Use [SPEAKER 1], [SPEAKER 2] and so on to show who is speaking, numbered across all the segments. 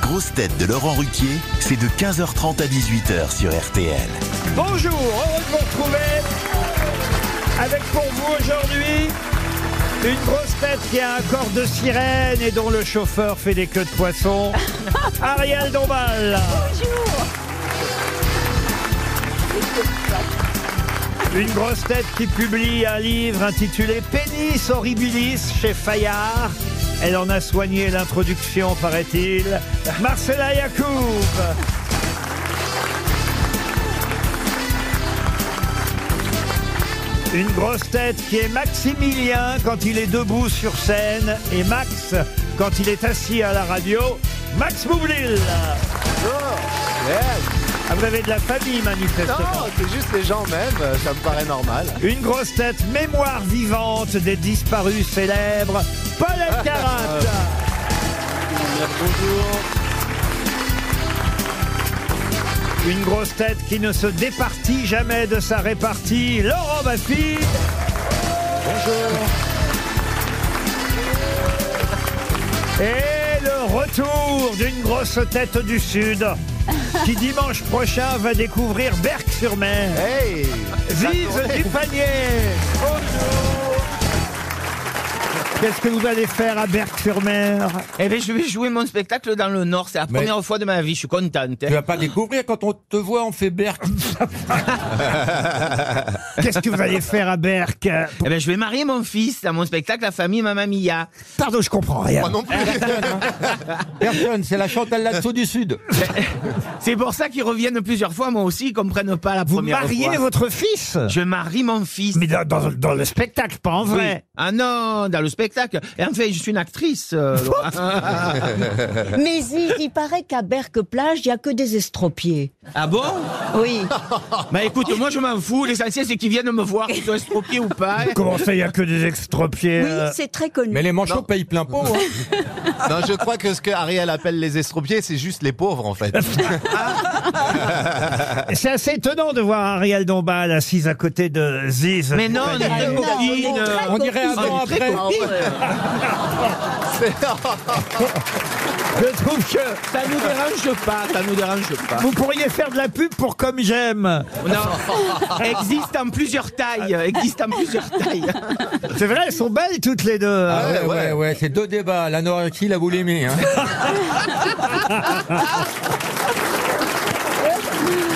[SPEAKER 1] grosses têtes de Laurent Ruquier, c'est de 15h30 à 18h sur RTL.
[SPEAKER 2] Bonjour, heureux de vous retrouver avec pour vous aujourd'hui une grosse tête qui a un corps de sirène et dont le chauffeur fait des queues de poisson, Ariel Dombal. Une grosse tête qui publie un livre intitulé Pénis horribilis chez Fayard. Elle en a soigné l'introduction, paraît-il. Marcela Yacoub. Une grosse tête qui est Maximilien quand il est debout sur scène et Max quand il est assis à la radio. Max Boublil. Ah, vous avez de la famille, manifestement.
[SPEAKER 3] Non, c'est juste les gens même, ça me paraît normal.
[SPEAKER 2] Une grosse tête mémoire vivante des disparus célèbres, Paul Elkarat. Une grosse tête qui ne se départit jamais de sa répartie, Laurent Baffy. Bonjour. Et le retour d'une grosse tête du Sud qui dimanche prochain va découvrir Berck-sur-Mer.
[SPEAKER 3] Hey
[SPEAKER 2] Ziz du panier Qu'est-ce que vous allez faire à Berck-sur-Mer
[SPEAKER 4] Eh bien, je vais jouer mon spectacle dans le Nord. C'est la
[SPEAKER 5] Mais-
[SPEAKER 4] première fois de ma vie. Je suis contente. hein.
[SPEAKER 5] Tu vas pas découvrir quand on te voit, on fait berk.
[SPEAKER 2] Qu'est-ce que vous allez faire à Berck
[SPEAKER 4] Eh bien, je vais marier mon fils dans mon spectacle La famille Mamma Mia.
[SPEAKER 2] Pardon, je comprends rien.
[SPEAKER 5] Personne, c'est la Chantal Latsou du Sud.
[SPEAKER 4] C'est pour ça qu'ils reviennent plusieurs fois. Moi aussi, ils comprennent pas la
[SPEAKER 2] Vous
[SPEAKER 4] première
[SPEAKER 2] mariez
[SPEAKER 4] fois.
[SPEAKER 2] votre fils
[SPEAKER 4] Je marie mon fils.
[SPEAKER 2] Mais dans, dans- dans le spectacle, pas en
[SPEAKER 4] Oui.
[SPEAKER 2] vrai.
[SPEAKER 4] Ah non, dans le spectacle. Et en fait, je suis une actrice. euh, Laura.
[SPEAKER 6] Mais Ziz, il paraît qu'à Berck-Plage, il n'y a que des estropiés.
[SPEAKER 4] ah bon
[SPEAKER 6] Oui.
[SPEAKER 4] Bah écoute, moi je m'en fous. L'essentiel, c'est qu'ils viennent me voir, qu'ils soient estropiés ou pas.
[SPEAKER 2] Comment hein ça, il n'y a que des extropiés
[SPEAKER 6] Oui,
[SPEAKER 2] euh,
[SPEAKER 6] c'est très connu.
[SPEAKER 5] Mais les manchots payent plein pot. hein.
[SPEAKER 3] Non, je crois que ce que Ariel appelle les estropiés, c'est juste les pauvres en fait.
[SPEAKER 2] C'est assez étonnant de voir Ariel Dombal assise à côté de Ziz.
[SPEAKER 4] Mais non, on est
[SPEAKER 2] Dupanier.
[SPEAKER 4] très
[SPEAKER 6] non, on est
[SPEAKER 4] copines.
[SPEAKER 6] très
[SPEAKER 5] On dirait
[SPEAKER 6] copines.
[SPEAKER 5] avant,
[SPEAKER 4] Ah, très
[SPEAKER 5] après.
[SPEAKER 4] copines.
[SPEAKER 2] Je trouve que...
[SPEAKER 4] Ça nous dérange pas, ça nous dérange pas.
[SPEAKER 2] Vous pourriez faire de la pub pour Comme J'aime.
[SPEAKER 4] Non, existe en plusieurs tailles, existe en plusieurs tailles.
[SPEAKER 2] C'est vrai, elles sont belles toutes les deux.
[SPEAKER 5] Ah ouais,
[SPEAKER 3] ouais,
[SPEAKER 5] ouais,
[SPEAKER 3] ouais.
[SPEAKER 5] ouais, c'est deux débats, l'anorexie, la boulimie. Hein.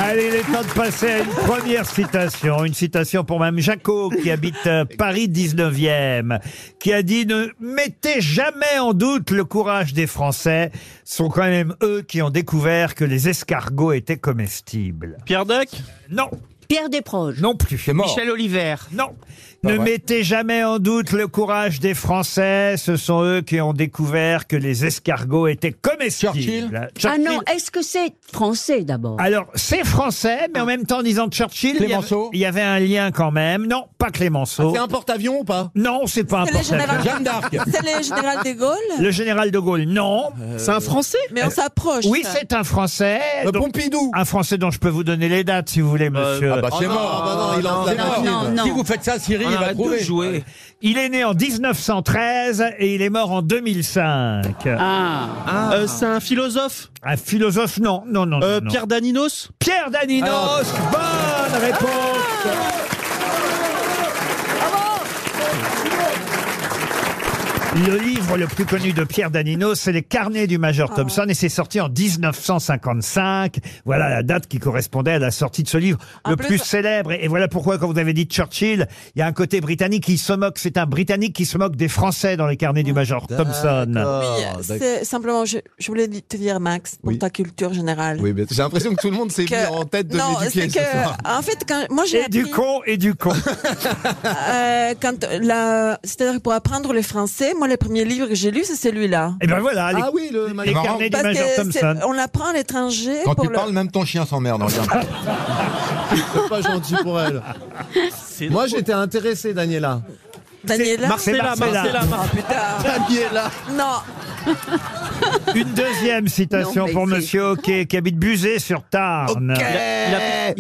[SPEAKER 2] Allez, il est temps de passer à une première citation. Une citation pour Mme Jacot, qui habite euh, Paris 19e, qui a dit Ne mettez jamais en doute le courage des Français. Ce sont quand même eux qui ont découvert que les escargots étaient comestibles.
[SPEAKER 4] Pierre Dac
[SPEAKER 2] Non,
[SPEAKER 6] Pierre Desproges.
[SPEAKER 2] non plus.
[SPEAKER 5] C'est mort.
[SPEAKER 4] Michel Oliver.
[SPEAKER 2] Non.
[SPEAKER 5] Pas
[SPEAKER 2] Ne
[SPEAKER 5] vrai.
[SPEAKER 2] mettez jamais en doute le courage des Français. Ce sont eux qui ont découvert que les escargots étaient comestibles.
[SPEAKER 5] Churchill
[SPEAKER 6] Ah non,
[SPEAKER 2] Churchill.
[SPEAKER 6] est-ce que c'est français d'abord
[SPEAKER 2] Alors, c'est français, mais en même temps, en disant Churchill, il y, avait,
[SPEAKER 5] Ah. Clémenceau Ah,
[SPEAKER 2] il y avait un lien quand même. Non, pas Clémenceau.
[SPEAKER 3] un porte-avions ou pas
[SPEAKER 2] non, c'est pas
[SPEAKER 7] C'est le
[SPEAKER 2] important.
[SPEAKER 7] général,
[SPEAKER 5] Jeanne d'Arc.
[SPEAKER 7] c'est le général de Gaulle.
[SPEAKER 2] Le général de Gaulle, non.
[SPEAKER 3] Euh,
[SPEAKER 4] C'est un français
[SPEAKER 7] Mais on s'approche.
[SPEAKER 2] Oui, c'est un français. donc-
[SPEAKER 3] Pompidou
[SPEAKER 2] un français dont je peux vous donner les dates, si vous voulez, monsieur.
[SPEAKER 5] Ah bah c'est
[SPEAKER 3] non,
[SPEAKER 5] mort.
[SPEAKER 3] ah bah non, il en
[SPEAKER 5] C'est
[SPEAKER 3] fait
[SPEAKER 5] mort.
[SPEAKER 6] non, non.
[SPEAKER 5] Si vous faites ça, Siri,
[SPEAKER 4] On
[SPEAKER 5] il va
[SPEAKER 4] arrête de
[SPEAKER 5] trouver.
[SPEAKER 4] jouer.
[SPEAKER 2] Il est né en 1913 et il est mort en 2005.
[SPEAKER 6] Ah,
[SPEAKER 4] Euh, c'est un philosophe. Euh,
[SPEAKER 2] Un philosophe, non, non, non. non, non.
[SPEAKER 4] Daninos
[SPEAKER 2] Pierre Daninos,
[SPEAKER 5] Ah.
[SPEAKER 2] bonne réponse. Le livre le plus connu de Pierre Daninos, c'est Les Carnets du Major
[SPEAKER 7] Ah
[SPEAKER 2] Thompson, et c'est sorti en 1955. Voilà la date qui correspondait à la sortie de ce livre
[SPEAKER 7] En
[SPEAKER 2] le plus,
[SPEAKER 7] plus-
[SPEAKER 2] célèbre. Et, et voilà pourquoi, quand vous avez dit Churchill, il y a un côté britannique qui se moque. C'est un Britannique qui se moque des Français dans Les Carnets du Major Thompson.
[SPEAKER 7] Ah, Oui, c'est simplement, je, je voulais te dire, Max, pour
[SPEAKER 3] Oui.
[SPEAKER 7] ta culture générale.
[SPEAKER 3] Oui, mais j'ai l'impression que tout le monde s'est mis
[SPEAKER 7] que-
[SPEAKER 3] en tête de
[SPEAKER 7] non,
[SPEAKER 3] m'éduquer
[SPEAKER 7] c'est
[SPEAKER 3] ce soir.
[SPEAKER 7] que, en fait, quand, moi j'ai
[SPEAKER 2] Et du
[SPEAKER 7] appris,
[SPEAKER 2] con, et du con.
[SPEAKER 7] euh, quand la, c'est-à-dire pour apprendre le français, moi le premier livre que j'ai lu c'est celui-là.
[SPEAKER 2] et ben voilà, les,
[SPEAKER 3] Ah oui, le
[SPEAKER 2] les
[SPEAKER 5] marrant.
[SPEAKER 2] Carnets du
[SPEAKER 7] Parce
[SPEAKER 2] Major
[SPEAKER 7] que c'est-
[SPEAKER 2] Thompson.
[SPEAKER 7] on l'apprend à l'étranger
[SPEAKER 5] Quand
[SPEAKER 7] pour
[SPEAKER 5] tu
[SPEAKER 7] le.
[SPEAKER 5] parles, même ton chien s'emmerde. Regarde.
[SPEAKER 3] c'est pas gentil pour elle. Moi j'étais intéressé, Daniela.
[SPEAKER 7] Daniela.
[SPEAKER 2] Marcella, Marcella.
[SPEAKER 7] Ah, putain.
[SPEAKER 3] Daniela
[SPEAKER 7] Non,
[SPEAKER 2] Une deuxième citation
[SPEAKER 6] Non, mais
[SPEAKER 2] pour
[SPEAKER 6] c'est-
[SPEAKER 2] Monsieur Hockey, qui habite Buzet sur Tarn.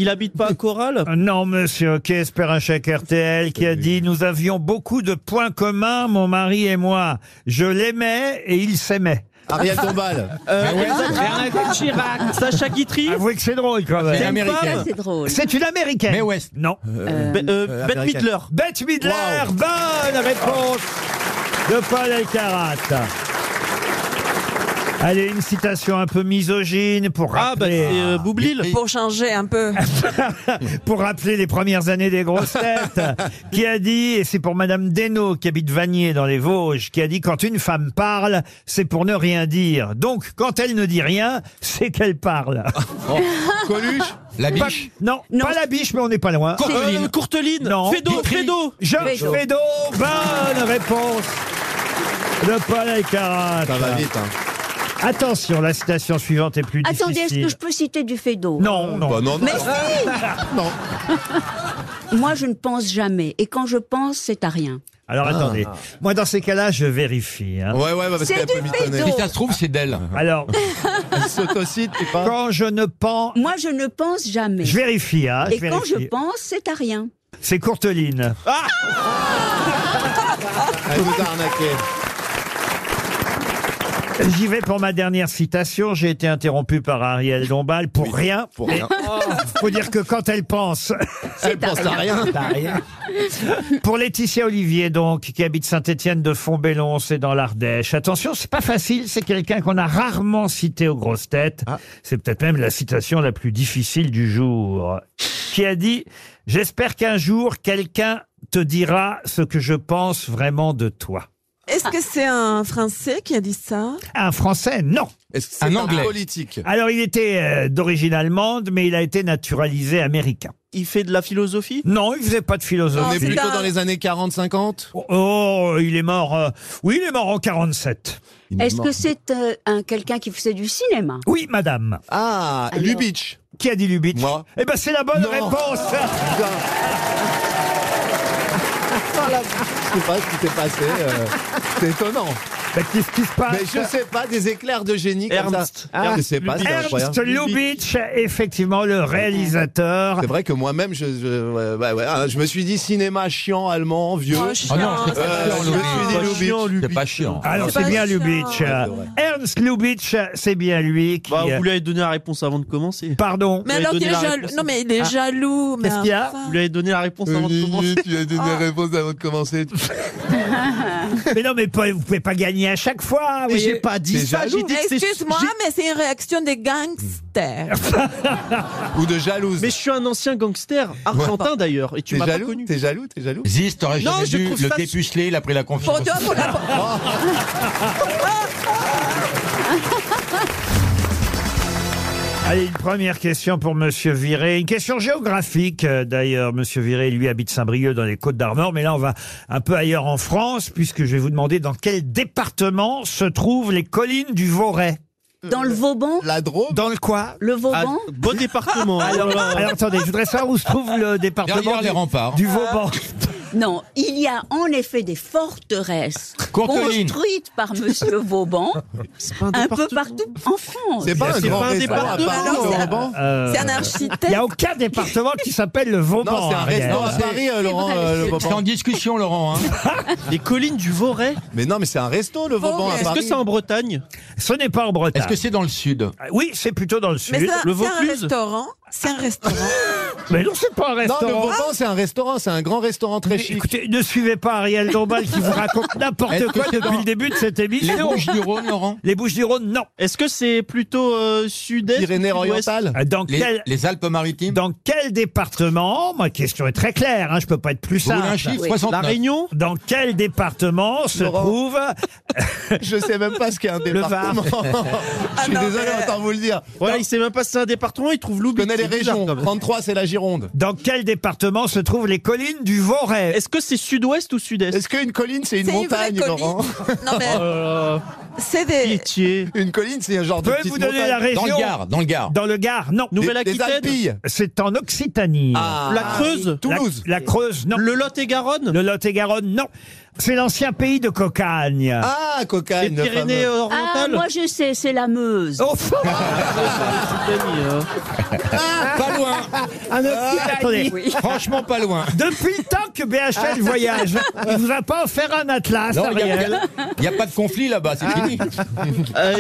[SPEAKER 4] habite pas à Coral
[SPEAKER 2] Euh, Non, Monsieur Hockey, espère un chèque RTL, qui a dit Nous avions beaucoup de points communs, mon mari et moi. Je l'aimais et il s'aimait. Euh,
[SPEAKER 3] Ariel Dombal.
[SPEAKER 4] Bernadette Chirac.
[SPEAKER 8] Sacha Guitry,
[SPEAKER 2] Avouez que c'est drôle quand
[SPEAKER 5] C'est
[SPEAKER 2] même.
[SPEAKER 5] américaine.
[SPEAKER 6] C'est drôle.
[SPEAKER 2] C'est une américaine.
[SPEAKER 5] Mais West.
[SPEAKER 2] Non.
[SPEAKER 8] Be- euh, Bette
[SPEAKER 3] américaine.
[SPEAKER 8] Midler.
[SPEAKER 2] Bette Midler,
[SPEAKER 3] Wow.
[SPEAKER 2] Ben bonne réponse de Paul Alcarat. Allez, une citation un peu misogyne pour
[SPEAKER 8] Ah, bah,
[SPEAKER 2] rappeler,
[SPEAKER 8] c'est euh, Boublil.
[SPEAKER 7] Pour changer un peu.
[SPEAKER 2] pour rappeler les premières années des grosses têtes, qui a dit, et c'est pour Madame Desnaux, qui habite Vanier dans les Vosges, qui a dit, quand une femme parle, c'est pour ne rien dire. Donc, quand elle ne dit rien, c'est qu'elle parle.
[SPEAKER 8] Oh.
[SPEAKER 5] Coluche. La biche.
[SPEAKER 2] Non, pas la biche, mais on n'est pas loin.
[SPEAKER 8] Euh, Courteline,
[SPEAKER 2] Non.
[SPEAKER 8] Fédo,
[SPEAKER 2] Guitry.
[SPEAKER 8] Fédo.
[SPEAKER 2] Georges
[SPEAKER 6] Fédot.
[SPEAKER 2] Fédot, bonne réponse de Paul Alcarat.
[SPEAKER 3] Ça va vite. Hein.
[SPEAKER 2] Attention, la citation suivante est plus
[SPEAKER 6] Attendez, est-ce
[SPEAKER 2] difficile.
[SPEAKER 6] que je peux citer du Fédot
[SPEAKER 2] Non, non.
[SPEAKER 3] Bah, non, non.
[SPEAKER 6] Mais si
[SPEAKER 3] non.
[SPEAKER 6] Moi, je ne pense jamais. Et quand je pense, c'est à rien.
[SPEAKER 2] Alors attendez. Moi, dans ces cas-là, je vérifie. hein.
[SPEAKER 3] Ah. Ouais, ouais, bah, parce
[SPEAKER 6] C'est
[SPEAKER 3] qu'elle a
[SPEAKER 6] du
[SPEAKER 3] pas mitonné.
[SPEAKER 5] Si
[SPEAKER 6] Pédo.
[SPEAKER 5] ça se trouve, c'est d'elle.
[SPEAKER 2] Alors,
[SPEAKER 3] Elle s'autocite, tu parles.
[SPEAKER 2] quand je ne pense...
[SPEAKER 6] Moi, je ne pense jamais.
[SPEAKER 2] Je vérifie, hein,
[SPEAKER 6] Et
[SPEAKER 2] je
[SPEAKER 6] quand je
[SPEAKER 2] vérifie.
[SPEAKER 6] pense, c'est à rien.
[SPEAKER 2] C'est Courteline.
[SPEAKER 3] Elle nous a arnaqué.
[SPEAKER 2] J'y vais pour ma dernière citation. J'ai été interrompu par Ariel Dombal pour rien.
[SPEAKER 3] Pour rien.
[SPEAKER 2] Faut dire que quand elle pense,
[SPEAKER 3] Elle pense à rien.
[SPEAKER 2] Pour Laetitia Olivier, donc, qui habite Saint-Étienne de Fontbellon, c'est dans l'Ardèche. Attention, c'est pas facile, c'est quelqu'un qu'on a rarement cité aux grosses têtes.
[SPEAKER 3] Ah.
[SPEAKER 2] C'est peut-être même la citation la plus difficile du jour. Qui a dit J'espère qu'un jour, quelqu'un te dira ce que je pense vraiment de toi.
[SPEAKER 7] Est-ce que c'est un Français qui a dit ça
[SPEAKER 2] Un Français, non.
[SPEAKER 3] Est-ce que c'est
[SPEAKER 5] Un
[SPEAKER 3] un,
[SPEAKER 5] Anglais.
[SPEAKER 3] politique
[SPEAKER 2] Alors, il était euh, d'origine allemande, mais il a été naturalisé américain.
[SPEAKER 8] Il fait de la philosophie
[SPEAKER 2] Non, il faisait pas de
[SPEAKER 3] On
[SPEAKER 2] philosophie.
[SPEAKER 3] est
[SPEAKER 7] c'est
[SPEAKER 3] plutôt
[SPEAKER 7] un-
[SPEAKER 3] dans les années 40-50
[SPEAKER 2] Oh, il est mort. euh, oui, il est mort en 47.
[SPEAKER 6] Est-ce que c'est euh, un quelqu'un qui faisait du cinéma
[SPEAKER 2] Oui, madame.
[SPEAKER 3] Ah,
[SPEAKER 6] Alors-
[SPEAKER 3] Lubitsch.
[SPEAKER 2] Qui a dit Lubitsch
[SPEAKER 3] Moi.
[SPEAKER 2] Eh ben c'est la bonne
[SPEAKER 3] Non.
[SPEAKER 2] réponse.
[SPEAKER 3] Putain. Oh la-
[SPEAKER 8] Ah,
[SPEAKER 3] Je sais pas ce qui s'est passé. euh, C'est étonnant.
[SPEAKER 2] Mais Qu'est-ce qui se passe
[SPEAKER 3] Mais je sais pas, des éclairs de génie comme
[SPEAKER 8] Ernst.
[SPEAKER 3] ça. Ah, je sais pas, c'est
[SPEAKER 2] Ernst
[SPEAKER 3] incroyable.
[SPEAKER 2] Lubitsch, effectivement le réalisateur.
[SPEAKER 3] C'est vrai que moi-même, je, je, ouais, ouais, ouais, ah, je me suis dit cinéma chiant, allemand, vieux.
[SPEAKER 7] Oh,
[SPEAKER 2] Ah
[SPEAKER 7] chiant,
[SPEAKER 5] Oh non, c'est pas
[SPEAKER 7] ça
[SPEAKER 3] Euh,
[SPEAKER 5] chiant,
[SPEAKER 7] fait
[SPEAKER 3] je me suis
[SPEAKER 7] chiant.
[SPEAKER 3] dit
[SPEAKER 5] Lubitsch.
[SPEAKER 3] Lubitsch.
[SPEAKER 5] C'est pas chiant.
[SPEAKER 2] Alors
[SPEAKER 7] C'est
[SPEAKER 2] Ah c'est
[SPEAKER 7] pas
[SPEAKER 2] bien
[SPEAKER 7] ça.
[SPEAKER 2] Lubitsch.
[SPEAKER 7] Ouais,
[SPEAKER 3] c'est vrai.
[SPEAKER 2] Ernst Lubitsch, c'est bien lui qui.
[SPEAKER 8] Bah,
[SPEAKER 2] euh,
[SPEAKER 8] vous lui avez donné la réponse avant de commencer.
[SPEAKER 2] Pardon.
[SPEAKER 8] Vous
[SPEAKER 7] Mais alors,
[SPEAKER 8] avez
[SPEAKER 7] il
[SPEAKER 8] donné
[SPEAKER 7] est
[SPEAKER 8] la
[SPEAKER 7] jaloux.
[SPEAKER 8] réponse.
[SPEAKER 7] Non, mais il est jaloux.
[SPEAKER 2] Ah.
[SPEAKER 7] mais
[SPEAKER 2] Qu'est-ce qu'il y a
[SPEAKER 8] Vous
[SPEAKER 7] enfin. Ah.
[SPEAKER 8] lui avez donné la réponse avant de commencer.
[SPEAKER 3] tu as donné la réponse avant de commencer.
[SPEAKER 2] Ah. mais non, mais pas- vous pouvez pas gagner à chaque fois. vous
[SPEAKER 8] Mais
[SPEAKER 2] voyez.
[SPEAKER 8] j'ai pas dit
[SPEAKER 3] T'es
[SPEAKER 8] ça, j'ai dit que c'est-
[SPEAKER 7] Excuse-moi,
[SPEAKER 8] j'ai-
[SPEAKER 7] mais c'est une réaction des gangsters.
[SPEAKER 3] Ou de jalouse.
[SPEAKER 8] Mais je suis un ancien gangster, argentin d'ailleurs, et tu
[SPEAKER 3] T'es
[SPEAKER 8] m'as pas
[SPEAKER 3] jaloux
[SPEAKER 8] connu.
[SPEAKER 3] T'es jaloux T'es jaloux
[SPEAKER 5] Ziz, t'aurais
[SPEAKER 8] Non,
[SPEAKER 5] jamais
[SPEAKER 8] je
[SPEAKER 5] dû
[SPEAKER 8] trouve
[SPEAKER 5] le
[SPEAKER 8] ça-
[SPEAKER 5] dépuceler, il a pris la confiance.
[SPEAKER 7] Pour toi, pour la...
[SPEAKER 2] Allez, une première question pour Monsieur Viré. Une question géographique, euh, d'ailleurs. Monsieur Viré, lui, habite Saint-Brieuc dans les Côtes-d'Armor, mais là, on va un peu ailleurs en France, puisque je vais vous demander dans quel département se trouvent les collines du Voray.
[SPEAKER 6] Dans le Vauban
[SPEAKER 3] La Drôme
[SPEAKER 2] Dans le quoi
[SPEAKER 6] Le
[SPEAKER 8] Ah,
[SPEAKER 6] Vauban
[SPEAKER 8] bon département. Oh
[SPEAKER 2] Alors, alors, attendez, je voudrais savoir où se trouve le département
[SPEAKER 5] Derrière les remparts.
[SPEAKER 2] du, du Vauban.
[SPEAKER 6] Ah, Non, il y a en effet des forteresses
[SPEAKER 5] Courteline.
[SPEAKER 6] construites par Monsieur Vauban un peu partout en France.
[SPEAKER 3] C'est pas un
[SPEAKER 8] c'est
[SPEAKER 3] grand
[SPEAKER 8] pas un
[SPEAKER 3] restaurant à
[SPEAKER 8] département,
[SPEAKER 3] Paris,
[SPEAKER 7] alors,
[SPEAKER 3] euh,
[SPEAKER 7] c'est-
[SPEAKER 3] Laurent
[SPEAKER 2] Euh,
[SPEAKER 7] C'est un
[SPEAKER 2] Il n'y
[SPEAKER 7] architecte.
[SPEAKER 2] a aucun département qui s'appelle le Vauban.
[SPEAKER 3] Non, c'est un
[SPEAKER 2] Ariel.
[SPEAKER 3] restaurant à Paris, euh, Laurent.
[SPEAKER 6] vrai,
[SPEAKER 3] euh,
[SPEAKER 6] c'est
[SPEAKER 3] le
[SPEAKER 5] C'est en
[SPEAKER 3] Vauban.
[SPEAKER 5] discussion, Laurent. hein.
[SPEAKER 8] Les collines du Voray.
[SPEAKER 3] Mais non, mais c'est un resto, le Vauban à
[SPEAKER 7] Est-ce
[SPEAKER 8] Est-ce que
[SPEAKER 3] Paris.
[SPEAKER 8] c'est en Bretagne
[SPEAKER 2] Ce n'est pas en Bretagne.
[SPEAKER 5] Est-ce que c'est dans le sud
[SPEAKER 2] Oui, c'est plutôt dans le
[SPEAKER 7] Mais
[SPEAKER 2] sud.
[SPEAKER 7] c'est un,
[SPEAKER 8] le
[SPEAKER 7] c'est un
[SPEAKER 8] Vaucluse
[SPEAKER 7] restaurant. C'est un restaurant.
[SPEAKER 2] Mais non, c'est pas
[SPEAKER 3] Non,
[SPEAKER 2] un
[SPEAKER 3] le
[SPEAKER 2] restaurant.
[SPEAKER 3] Vauban, c'est un restaurant, c'est un grand restaurant très
[SPEAKER 2] Mais
[SPEAKER 3] chic.
[SPEAKER 2] écoutez, ne suivez pas Ariel Dombal qui vous raconte n'importe
[SPEAKER 5] Est-ce
[SPEAKER 2] quoi
[SPEAKER 5] que c'est
[SPEAKER 2] depuis
[SPEAKER 5] dans-
[SPEAKER 2] le début de cette
[SPEAKER 5] Les
[SPEAKER 2] émission.
[SPEAKER 5] Bouches du Rhône, Laurent
[SPEAKER 2] Les Bouches-du-Rhône, non.
[SPEAKER 8] Est-ce que c'est plutôt euh, sud-est
[SPEAKER 3] Pyrénées
[SPEAKER 8] sud-ouest
[SPEAKER 3] orientales.
[SPEAKER 2] Dans
[SPEAKER 5] Les,
[SPEAKER 2] quel,
[SPEAKER 5] les Alpes-Maritimes
[SPEAKER 2] dans quel département Ma question est très claire, hein, je peux pas être plus
[SPEAKER 5] Vous voulez un
[SPEAKER 2] simple.
[SPEAKER 5] chiffre
[SPEAKER 6] Oui.
[SPEAKER 5] 69.
[SPEAKER 8] La Réunion
[SPEAKER 2] Dans quel département se
[SPEAKER 3] Laurent.
[SPEAKER 2] trouve
[SPEAKER 3] Je sais même pas ce qu'est un
[SPEAKER 2] Var.
[SPEAKER 3] département. Je suis
[SPEAKER 7] Ah non,
[SPEAKER 3] désolé,
[SPEAKER 7] mais-
[SPEAKER 3] autant vous le dire.
[SPEAKER 8] Voilà, il sait même pas si c'est un département, il trouve
[SPEAKER 3] Je
[SPEAKER 8] l'oubli.
[SPEAKER 3] connais les
[SPEAKER 8] C'est bizarre,
[SPEAKER 3] régions.
[SPEAKER 8] quand même.
[SPEAKER 3] 33, c'est la Gironde.
[SPEAKER 2] Dans quel département se trouvent les collines du Voray
[SPEAKER 8] Est-ce que c'est sud-ouest ou sud-est
[SPEAKER 3] Est-ce qu'une colline, c'est une
[SPEAKER 7] C'est une vraie
[SPEAKER 3] montagne,
[SPEAKER 7] colline.
[SPEAKER 3] Laurent
[SPEAKER 7] Non, mais
[SPEAKER 8] Euh,
[SPEAKER 7] c'est des.
[SPEAKER 8] Pitié.
[SPEAKER 3] Une colline, c'est un genre de
[SPEAKER 2] Pouvez-vous
[SPEAKER 3] petite
[SPEAKER 2] donner la
[SPEAKER 3] montagne.
[SPEAKER 2] région
[SPEAKER 5] Dans le Gard, dans le Gard.
[SPEAKER 2] Dans le Gard, non.
[SPEAKER 3] Des-
[SPEAKER 8] Nouvelle-Aquitaine
[SPEAKER 3] Des Alpilles.
[SPEAKER 2] C'est en Occitanie.
[SPEAKER 5] Ah.
[SPEAKER 8] La Creuse
[SPEAKER 2] La-
[SPEAKER 3] Toulouse.
[SPEAKER 2] La, Creuse, non.
[SPEAKER 8] Le Lot-et-Garonne
[SPEAKER 2] Le Lot-et-Garonne, non. C'est l'ancien pays de Cocagne.
[SPEAKER 3] Ah,
[SPEAKER 8] Les
[SPEAKER 3] cocagne. le
[SPEAKER 8] Pyrénées
[SPEAKER 3] fameux.
[SPEAKER 6] Ah,
[SPEAKER 8] orientales
[SPEAKER 6] moi je sais, c'est la Meuse.
[SPEAKER 2] Oh,
[SPEAKER 5] Pas loin,
[SPEAKER 2] un Occitanie.
[SPEAKER 3] ah,
[SPEAKER 5] franchement pas loin.
[SPEAKER 2] Depuis le temps que BHL voyage. Il vous a pas offert un atlas,
[SPEAKER 5] Non, il n'y
[SPEAKER 2] Ariel.
[SPEAKER 5] a, y a pas de conflit là-bas,
[SPEAKER 2] Ah.
[SPEAKER 5] c'est fini.
[SPEAKER 4] Euh,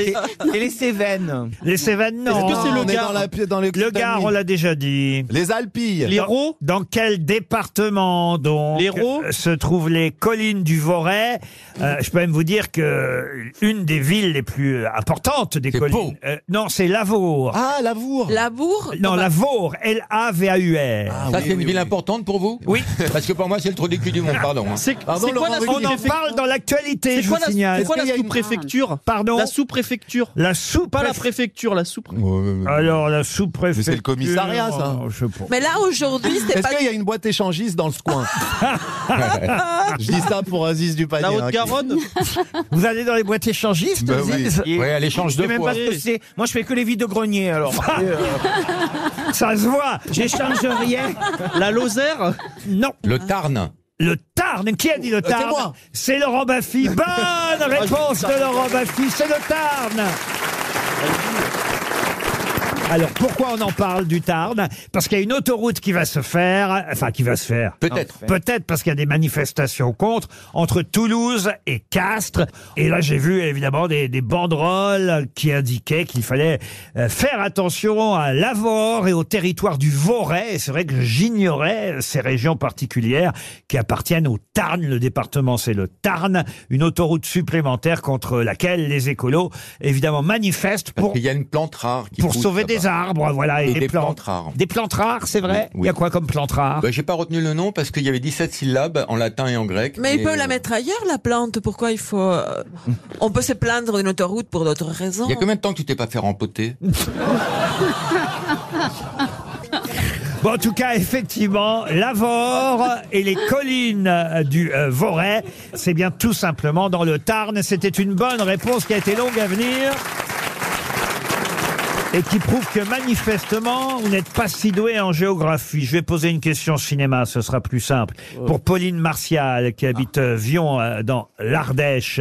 [SPEAKER 4] et les Cévennes.
[SPEAKER 2] Les Cévennes, non.
[SPEAKER 8] Est-ce que c'est le
[SPEAKER 3] on est
[SPEAKER 8] Gard
[SPEAKER 3] dans la pi- dans
[SPEAKER 2] Le Gard, on l'a déjà dit.
[SPEAKER 3] Les Alpilles.
[SPEAKER 8] Les Rots
[SPEAKER 2] Dans quel département donc euh,
[SPEAKER 8] L'Hérault
[SPEAKER 2] se trouvent les collines du Voret Euh, Je peux même vous dire que une des villes les plus importantes des
[SPEAKER 5] C'est Pau.
[SPEAKER 2] collines. euh, non, c'est Lavour.
[SPEAKER 3] Ah, Lavour.
[SPEAKER 7] Labour
[SPEAKER 2] non,
[SPEAKER 8] Ah
[SPEAKER 7] bah,
[SPEAKER 2] Lavour. L-A-V-A-U-R.
[SPEAKER 5] Ça, c'est une ville importante pour vous
[SPEAKER 2] Oui.
[SPEAKER 5] Parce que pour moi, c'est le trou du cul du monde, pardon. hein.
[SPEAKER 8] C'est
[SPEAKER 3] Pardon,
[SPEAKER 8] c'est quoi la
[SPEAKER 3] Laurent
[SPEAKER 2] On en
[SPEAKER 8] sous-préfecture
[SPEAKER 2] parle dans l'actualité,
[SPEAKER 8] C'est
[SPEAKER 2] je
[SPEAKER 8] quoi
[SPEAKER 2] vous
[SPEAKER 8] la-
[SPEAKER 2] signale.
[SPEAKER 8] c'est quoi
[SPEAKER 3] Est-ce qu'il y
[SPEAKER 8] la
[SPEAKER 3] a une-
[SPEAKER 8] sous-préfecture
[SPEAKER 2] Pardon
[SPEAKER 8] La sous-préfecture.
[SPEAKER 2] La sous
[SPEAKER 8] Pas la préfecture, la sous-préfecture.
[SPEAKER 2] Alors, la sous-préfecture...
[SPEAKER 3] Mais c'est le commissariat, ça.
[SPEAKER 2] Non, je sais pas.
[SPEAKER 7] Mais là, aujourd'hui, c'est
[SPEAKER 3] Est-ce
[SPEAKER 7] pas...
[SPEAKER 3] qu'il y a une boîte échangiste dans ce coin Je dis ça pour Aziz du hein,
[SPEAKER 8] La
[SPEAKER 3] panier.
[SPEAKER 8] Haute-Garonne
[SPEAKER 2] Vous allez dans les boîtes échangistes
[SPEAKER 5] Bah oui,
[SPEAKER 2] Aziz
[SPEAKER 5] Ouais, elle échange
[SPEAKER 4] Je
[SPEAKER 5] deux
[SPEAKER 4] sais même
[SPEAKER 5] fois.
[SPEAKER 4] pas ce que c'est. Moi, je fais que les vides de grenier, alors.
[SPEAKER 2] Ça se voit
[SPEAKER 4] J'échange rien.
[SPEAKER 8] La Lozère
[SPEAKER 2] Non.
[SPEAKER 5] Le Tarn.
[SPEAKER 2] Le Tarn. Qui a dit le
[SPEAKER 3] Euh, c'est
[SPEAKER 2] Tarn
[SPEAKER 3] moi. Ah,
[SPEAKER 2] C'est Laurent Baffy. Bonne réponse de Laurent Baffy. C'est le Tarn. Alors pourquoi on en parle du Tarn Parce qu'il y a une autoroute qui va se faire, enfin qui va se faire.
[SPEAKER 5] Peut-être.
[SPEAKER 2] Peut-être parce qu'il y a des manifestations contre entre Toulouse et Castres. Et là, j'ai vu évidemment des, des banderoles qui indiquaient qu'il fallait euh, faire attention à l'Avor et au territoire du Voret. Et C'est vrai que j'ignorais ces régions particulières qui appartiennent au Tarn. Le département, c'est le Tarn, une autoroute supplémentaire contre laquelle les écolos évidemment manifestent
[SPEAKER 5] Parce
[SPEAKER 2] pour
[SPEAKER 5] qu'il y a une plante rare qui
[SPEAKER 2] pour
[SPEAKER 5] pousse
[SPEAKER 2] sauver
[SPEAKER 5] là-bas.
[SPEAKER 2] des arbres, voilà, et,
[SPEAKER 5] Et
[SPEAKER 2] des,
[SPEAKER 5] des
[SPEAKER 2] plantes.
[SPEAKER 5] plantes rares.
[SPEAKER 2] Des plantes rares, c'est
[SPEAKER 5] Oui,
[SPEAKER 2] vrai
[SPEAKER 5] oui.
[SPEAKER 2] Il y a quoi comme plantes rares
[SPEAKER 5] Bah, J'ai pas retenu le nom parce qu'il y avait 17 syllabes en latin et en grec.
[SPEAKER 7] Mais
[SPEAKER 5] Et,
[SPEAKER 7] ils peuvent
[SPEAKER 5] euh,
[SPEAKER 7] la mettre ailleurs, la plante. Pourquoi il faut... euh, On peut se plaindre d'une autoroute pour d'autres raisons.
[SPEAKER 5] Il y a combien de temps que tu t'es pas fait rempoter
[SPEAKER 2] Bon, en tout cas, effectivement, l'Avor et les collines euh, du euh, Voret, c'est bien tout simplement dans le Tarn. C'était une bonne réponse qui a été longue à venir. Et qui prouve que manifestement, vous n'êtes pas si doué en géographie. Je vais poser une question cinéma, ce sera plus simple. Pour Pauline Martial, qui habite euh, Vion, euh, dans l'Ardèche.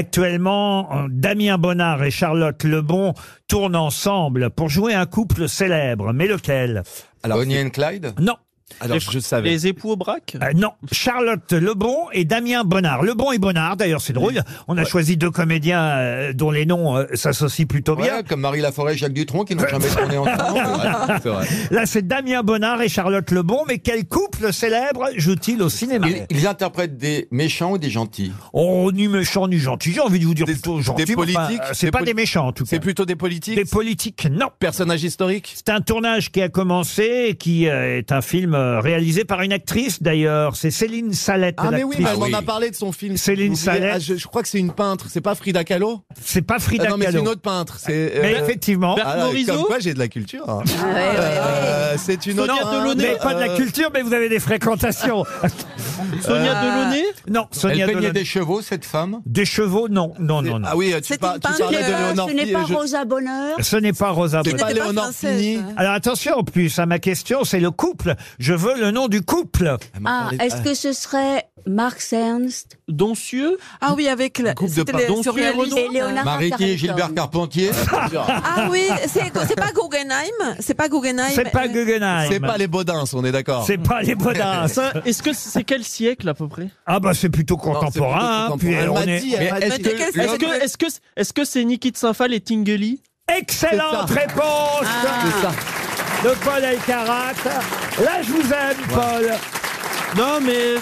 [SPEAKER 2] Actuellement, euh, Damien Bonnard et Charlotte Lebon tournent ensemble pour jouer un couple célèbre. Mais lequel
[SPEAKER 5] Alors, Bonnie and Clyde
[SPEAKER 2] non.
[SPEAKER 3] Alors,
[SPEAKER 8] Les-
[SPEAKER 3] je savais.
[SPEAKER 8] Les époux au braque
[SPEAKER 2] Euh, non, Charlotte Lebon et Damien Bonnard. Lebon et Bonnard, d'ailleurs, c'est drôle. On a choisi deux comédiens euh, dont les noms euh, s'associent plutôt bien.
[SPEAKER 5] Ouais, comme Marie Laforêt et Jacques Dutronc qui n'ont jamais tourné ensemble. Ouais, c'est vrai.
[SPEAKER 2] Là, c'est Damien Bonnard et Charlotte Lebon. Mais quel couple célèbre joue-t-il au cinéma
[SPEAKER 5] Ils, ils interprètent des méchants ou des gentils
[SPEAKER 2] Oh, ni méchant ni gentil. J'ai envie de vous dire
[SPEAKER 3] Des-
[SPEAKER 2] plutôt
[SPEAKER 3] des
[SPEAKER 2] gentil. mais enfin,
[SPEAKER 3] politiques,
[SPEAKER 2] euh, C'est
[SPEAKER 3] des
[SPEAKER 2] pas
[SPEAKER 3] poli-
[SPEAKER 2] des méchants, en tout cas.
[SPEAKER 3] C'est plutôt des politiques
[SPEAKER 2] Des politiques, non.
[SPEAKER 3] Personnages historiques
[SPEAKER 2] C'est un tournage qui a commencé et qui euh, est un film euh, réalisé par une actrice, d'ailleurs. C'est Céline Salette,
[SPEAKER 3] Ah mais oui,
[SPEAKER 2] l'actrice.
[SPEAKER 3] mais elle
[SPEAKER 5] Ah oui.
[SPEAKER 3] m'en a parlé de son film.
[SPEAKER 2] Céline
[SPEAKER 3] Vous oubliez-
[SPEAKER 2] Sallet.
[SPEAKER 3] Ah, je, je crois que c'est une peintre, c'est pas Frida Kahlo
[SPEAKER 2] C'est pas Frida
[SPEAKER 3] Ah Non mais c'est
[SPEAKER 2] Kahlo.
[SPEAKER 3] une autre peintre. C'est
[SPEAKER 2] Mais
[SPEAKER 3] euh,
[SPEAKER 2] effectivement.
[SPEAKER 3] ah, là,
[SPEAKER 8] Morisot
[SPEAKER 3] Comme quoi j'ai de la culture. hein. Euh, c'est une autre
[SPEAKER 8] Sonia
[SPEAKER 3] peintre,
[SPEAKER 8] Delaunay.
[SPEAKER 2] Mais pas de la
[SPEAKER 3] euh,
[SPEAKER 2] culture, mais vous avez des fréquentations.
[SPEAKER 8] Sonia Delaunay
[SPEAKER 2] non, Sonia
[SPEAKER 5] Elle peignait
[SPEAKER 2] Delaunay.
[SPEAKER 5] des chevaux, cette femme
[SPEAKER 2] Des chevaux, non, non, non, non.
[SPEAKER 3] Ah oui,
[SPEAKER 7] C'est
[SPEAKER 3] tu, par-
[SPEAKER 7] une
[SPEAKER 3] tu parlais
[SPEAKER 7] peintre,
[SPEAKER 3] de
[SPEAKER 7] euh,
[SPEAKER 3] Léonore
[SPEAKER 6] Ce n'est
[SPEAKER 3] Fini,
[SPEAKER 6] pas
[SPEAKER 3] je-
[SPEAKER 6] Rosa Bonheur.
[SPEAKER 2] Ce n'est pas Rosa
[SPEAKER 3] C'est
[SPEAKER 2] Bonheur.
[SPEAKER 3] pas
[SPEAKER 7] C'était
[SPEAKER 3] Léonore
[SPEAKER 7] française,
[SPEAKER 3] Fini.
[SPEAKER 7] hein.
[SPEAKER 2] Alors attention en plus, à ma question, c'est le couple. Je veux le nom du couple.
[SPEAKER 6] Ah, est-ce que ce serait Mark Ernst
[SPEAKER 8] Doncieux
[SPEAKER 7] Ah oui, avec la...
[SPEAKER 5] Coupe de
[SPEAKER 7] c'était
[SPEAKER 5] pardon,
[SPEAKER 7] les
[SPEAKER 5] sur les
[SPEAKER 7] surréalistes.
[SPEAKER 6] Et Léonard
[SPEAKER 5] Marie qui est Gilbert Carpentier
[SPEAKER 7] Ah oui, c'est c'est pas Guggenheim, c'est pas Guggenheim.
[SPEAKER 2] C'est pas
[SPEAKER 7] euh,
[SPEAKER 2] Guggenheim.
[SPEAKER 3] C'est pas les Baudins, on est d'accord.
[SPEAKER 2] C'est pas les Baudins.
[SPEAKER 8] Ça, Est-ce que c'est quel siècle à peu près
[SPEAKER 2] Ah bah c'est plutôt
[SPEAKER 3] Non, c'est plutôt
[SPEAKER 2] contemporain. hein, puis
[SPEAKER 3] contemporain. Elle
[SPEAKER 2] on
[SPEAKER 3] m'a
[SPEAKER 2] est-
[SPEAKER 3] dit, elle
[SPEAKER 5] Mais
[SPEAKER 3] m'a
[SPEAKER 5] est-ce
[SPEAKER 3] dit.
[SPEAKER 5] que-
[SPEAKER 7] Mais quel-
[SPEAKER 8] Est-ce que est-ce que est-ce que c'est Nikki de Saint-Phal et Tinguely
[SPEAKER 2] Excellente
[SPEAKER 3] C'est ça. Ah.
[SPEAKER 2] réponse
[SPEAKER 3] C'est ça.
[SPEAKER 2] de Paul Elkarat. Là, je vous aime, Paul.
[SPEAKER 8] Non mais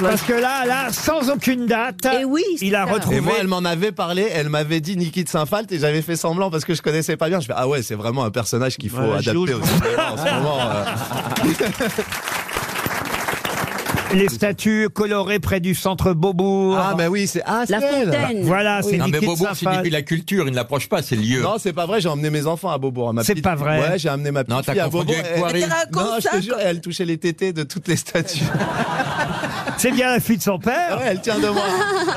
[SPEAKER 2] Parce que là, là, sans aucune date,
[SPEAKER 6] Eh oui, c'est
[SPEAKER 2] il a
[SPEAKER 6] ça.
[SPEAKER 2] retrouvé...
[SPEAKER 3] Et moi, elle m'en avait parlé, elle m'avait dit Niki de Saint-Phalt et j'avais fait semblant parce que je connaissais pas bien. Je fais Ah ouais, c'est vraiment un personnage qu'il faut
[SPEAKER 8] Ouais,
[SPEAKER 3] adapter
[SPEAKER 8] Jules.
[SPEAKER 3] au cinéma en ce moment. euh.
[SPEAKER 2] les statues colorées près du centre Beaubourg.
[SPEAKER 3] Ah, mais oui, c'est. Ah, c'est
[SPEAKER 6] La
[SPEAKER 3] elle.
[SPEAKER 6] fontaine.
[SPEAKER 2] Voilà, c'est
[SPEAKER 5] Non mais
[SPEAKER 2] Niki de
[SPEAKER 5] Beaubourg
[SPEAKER 2] Saint-Phal.
[SPEAKER 5] signifie la culture, il ne l'approche pas, c'est le lieu.
[SPEAKER 3] Non, c'est pas vrai, j'ai emmené mes enfants à Beaubourg. ma
[SPEAKER 2] C'est
[SPEAKER 3] petite-
[SPEAKER 2] pas vrai.
[SPEAKER 3] Ouais, j'ai amené ma petite
[SPEAKER 5] Non, t'as
[SPEAKER 3] fille à
[SPEAKER 5] confondu
[SPEAKER 3] Beaubourg.
[SPEAKER 5] avec
[SPEAKER 3] et-
[SPEAKER 5] Poiré.
[SPEAKER 7] Mais raconte
[SPEAKER 3] Non, je
[SPEAKER 7] ça,
[SPEAKER 3] te jure, elle touchait les tétés de toutes les statues.
[SPEAKER 2] C'est bien la fille de son
[SPEAKER 3] Ah
[SPEAKER 2] père.
[SPEAKER 3] ouais, elle tient de moi.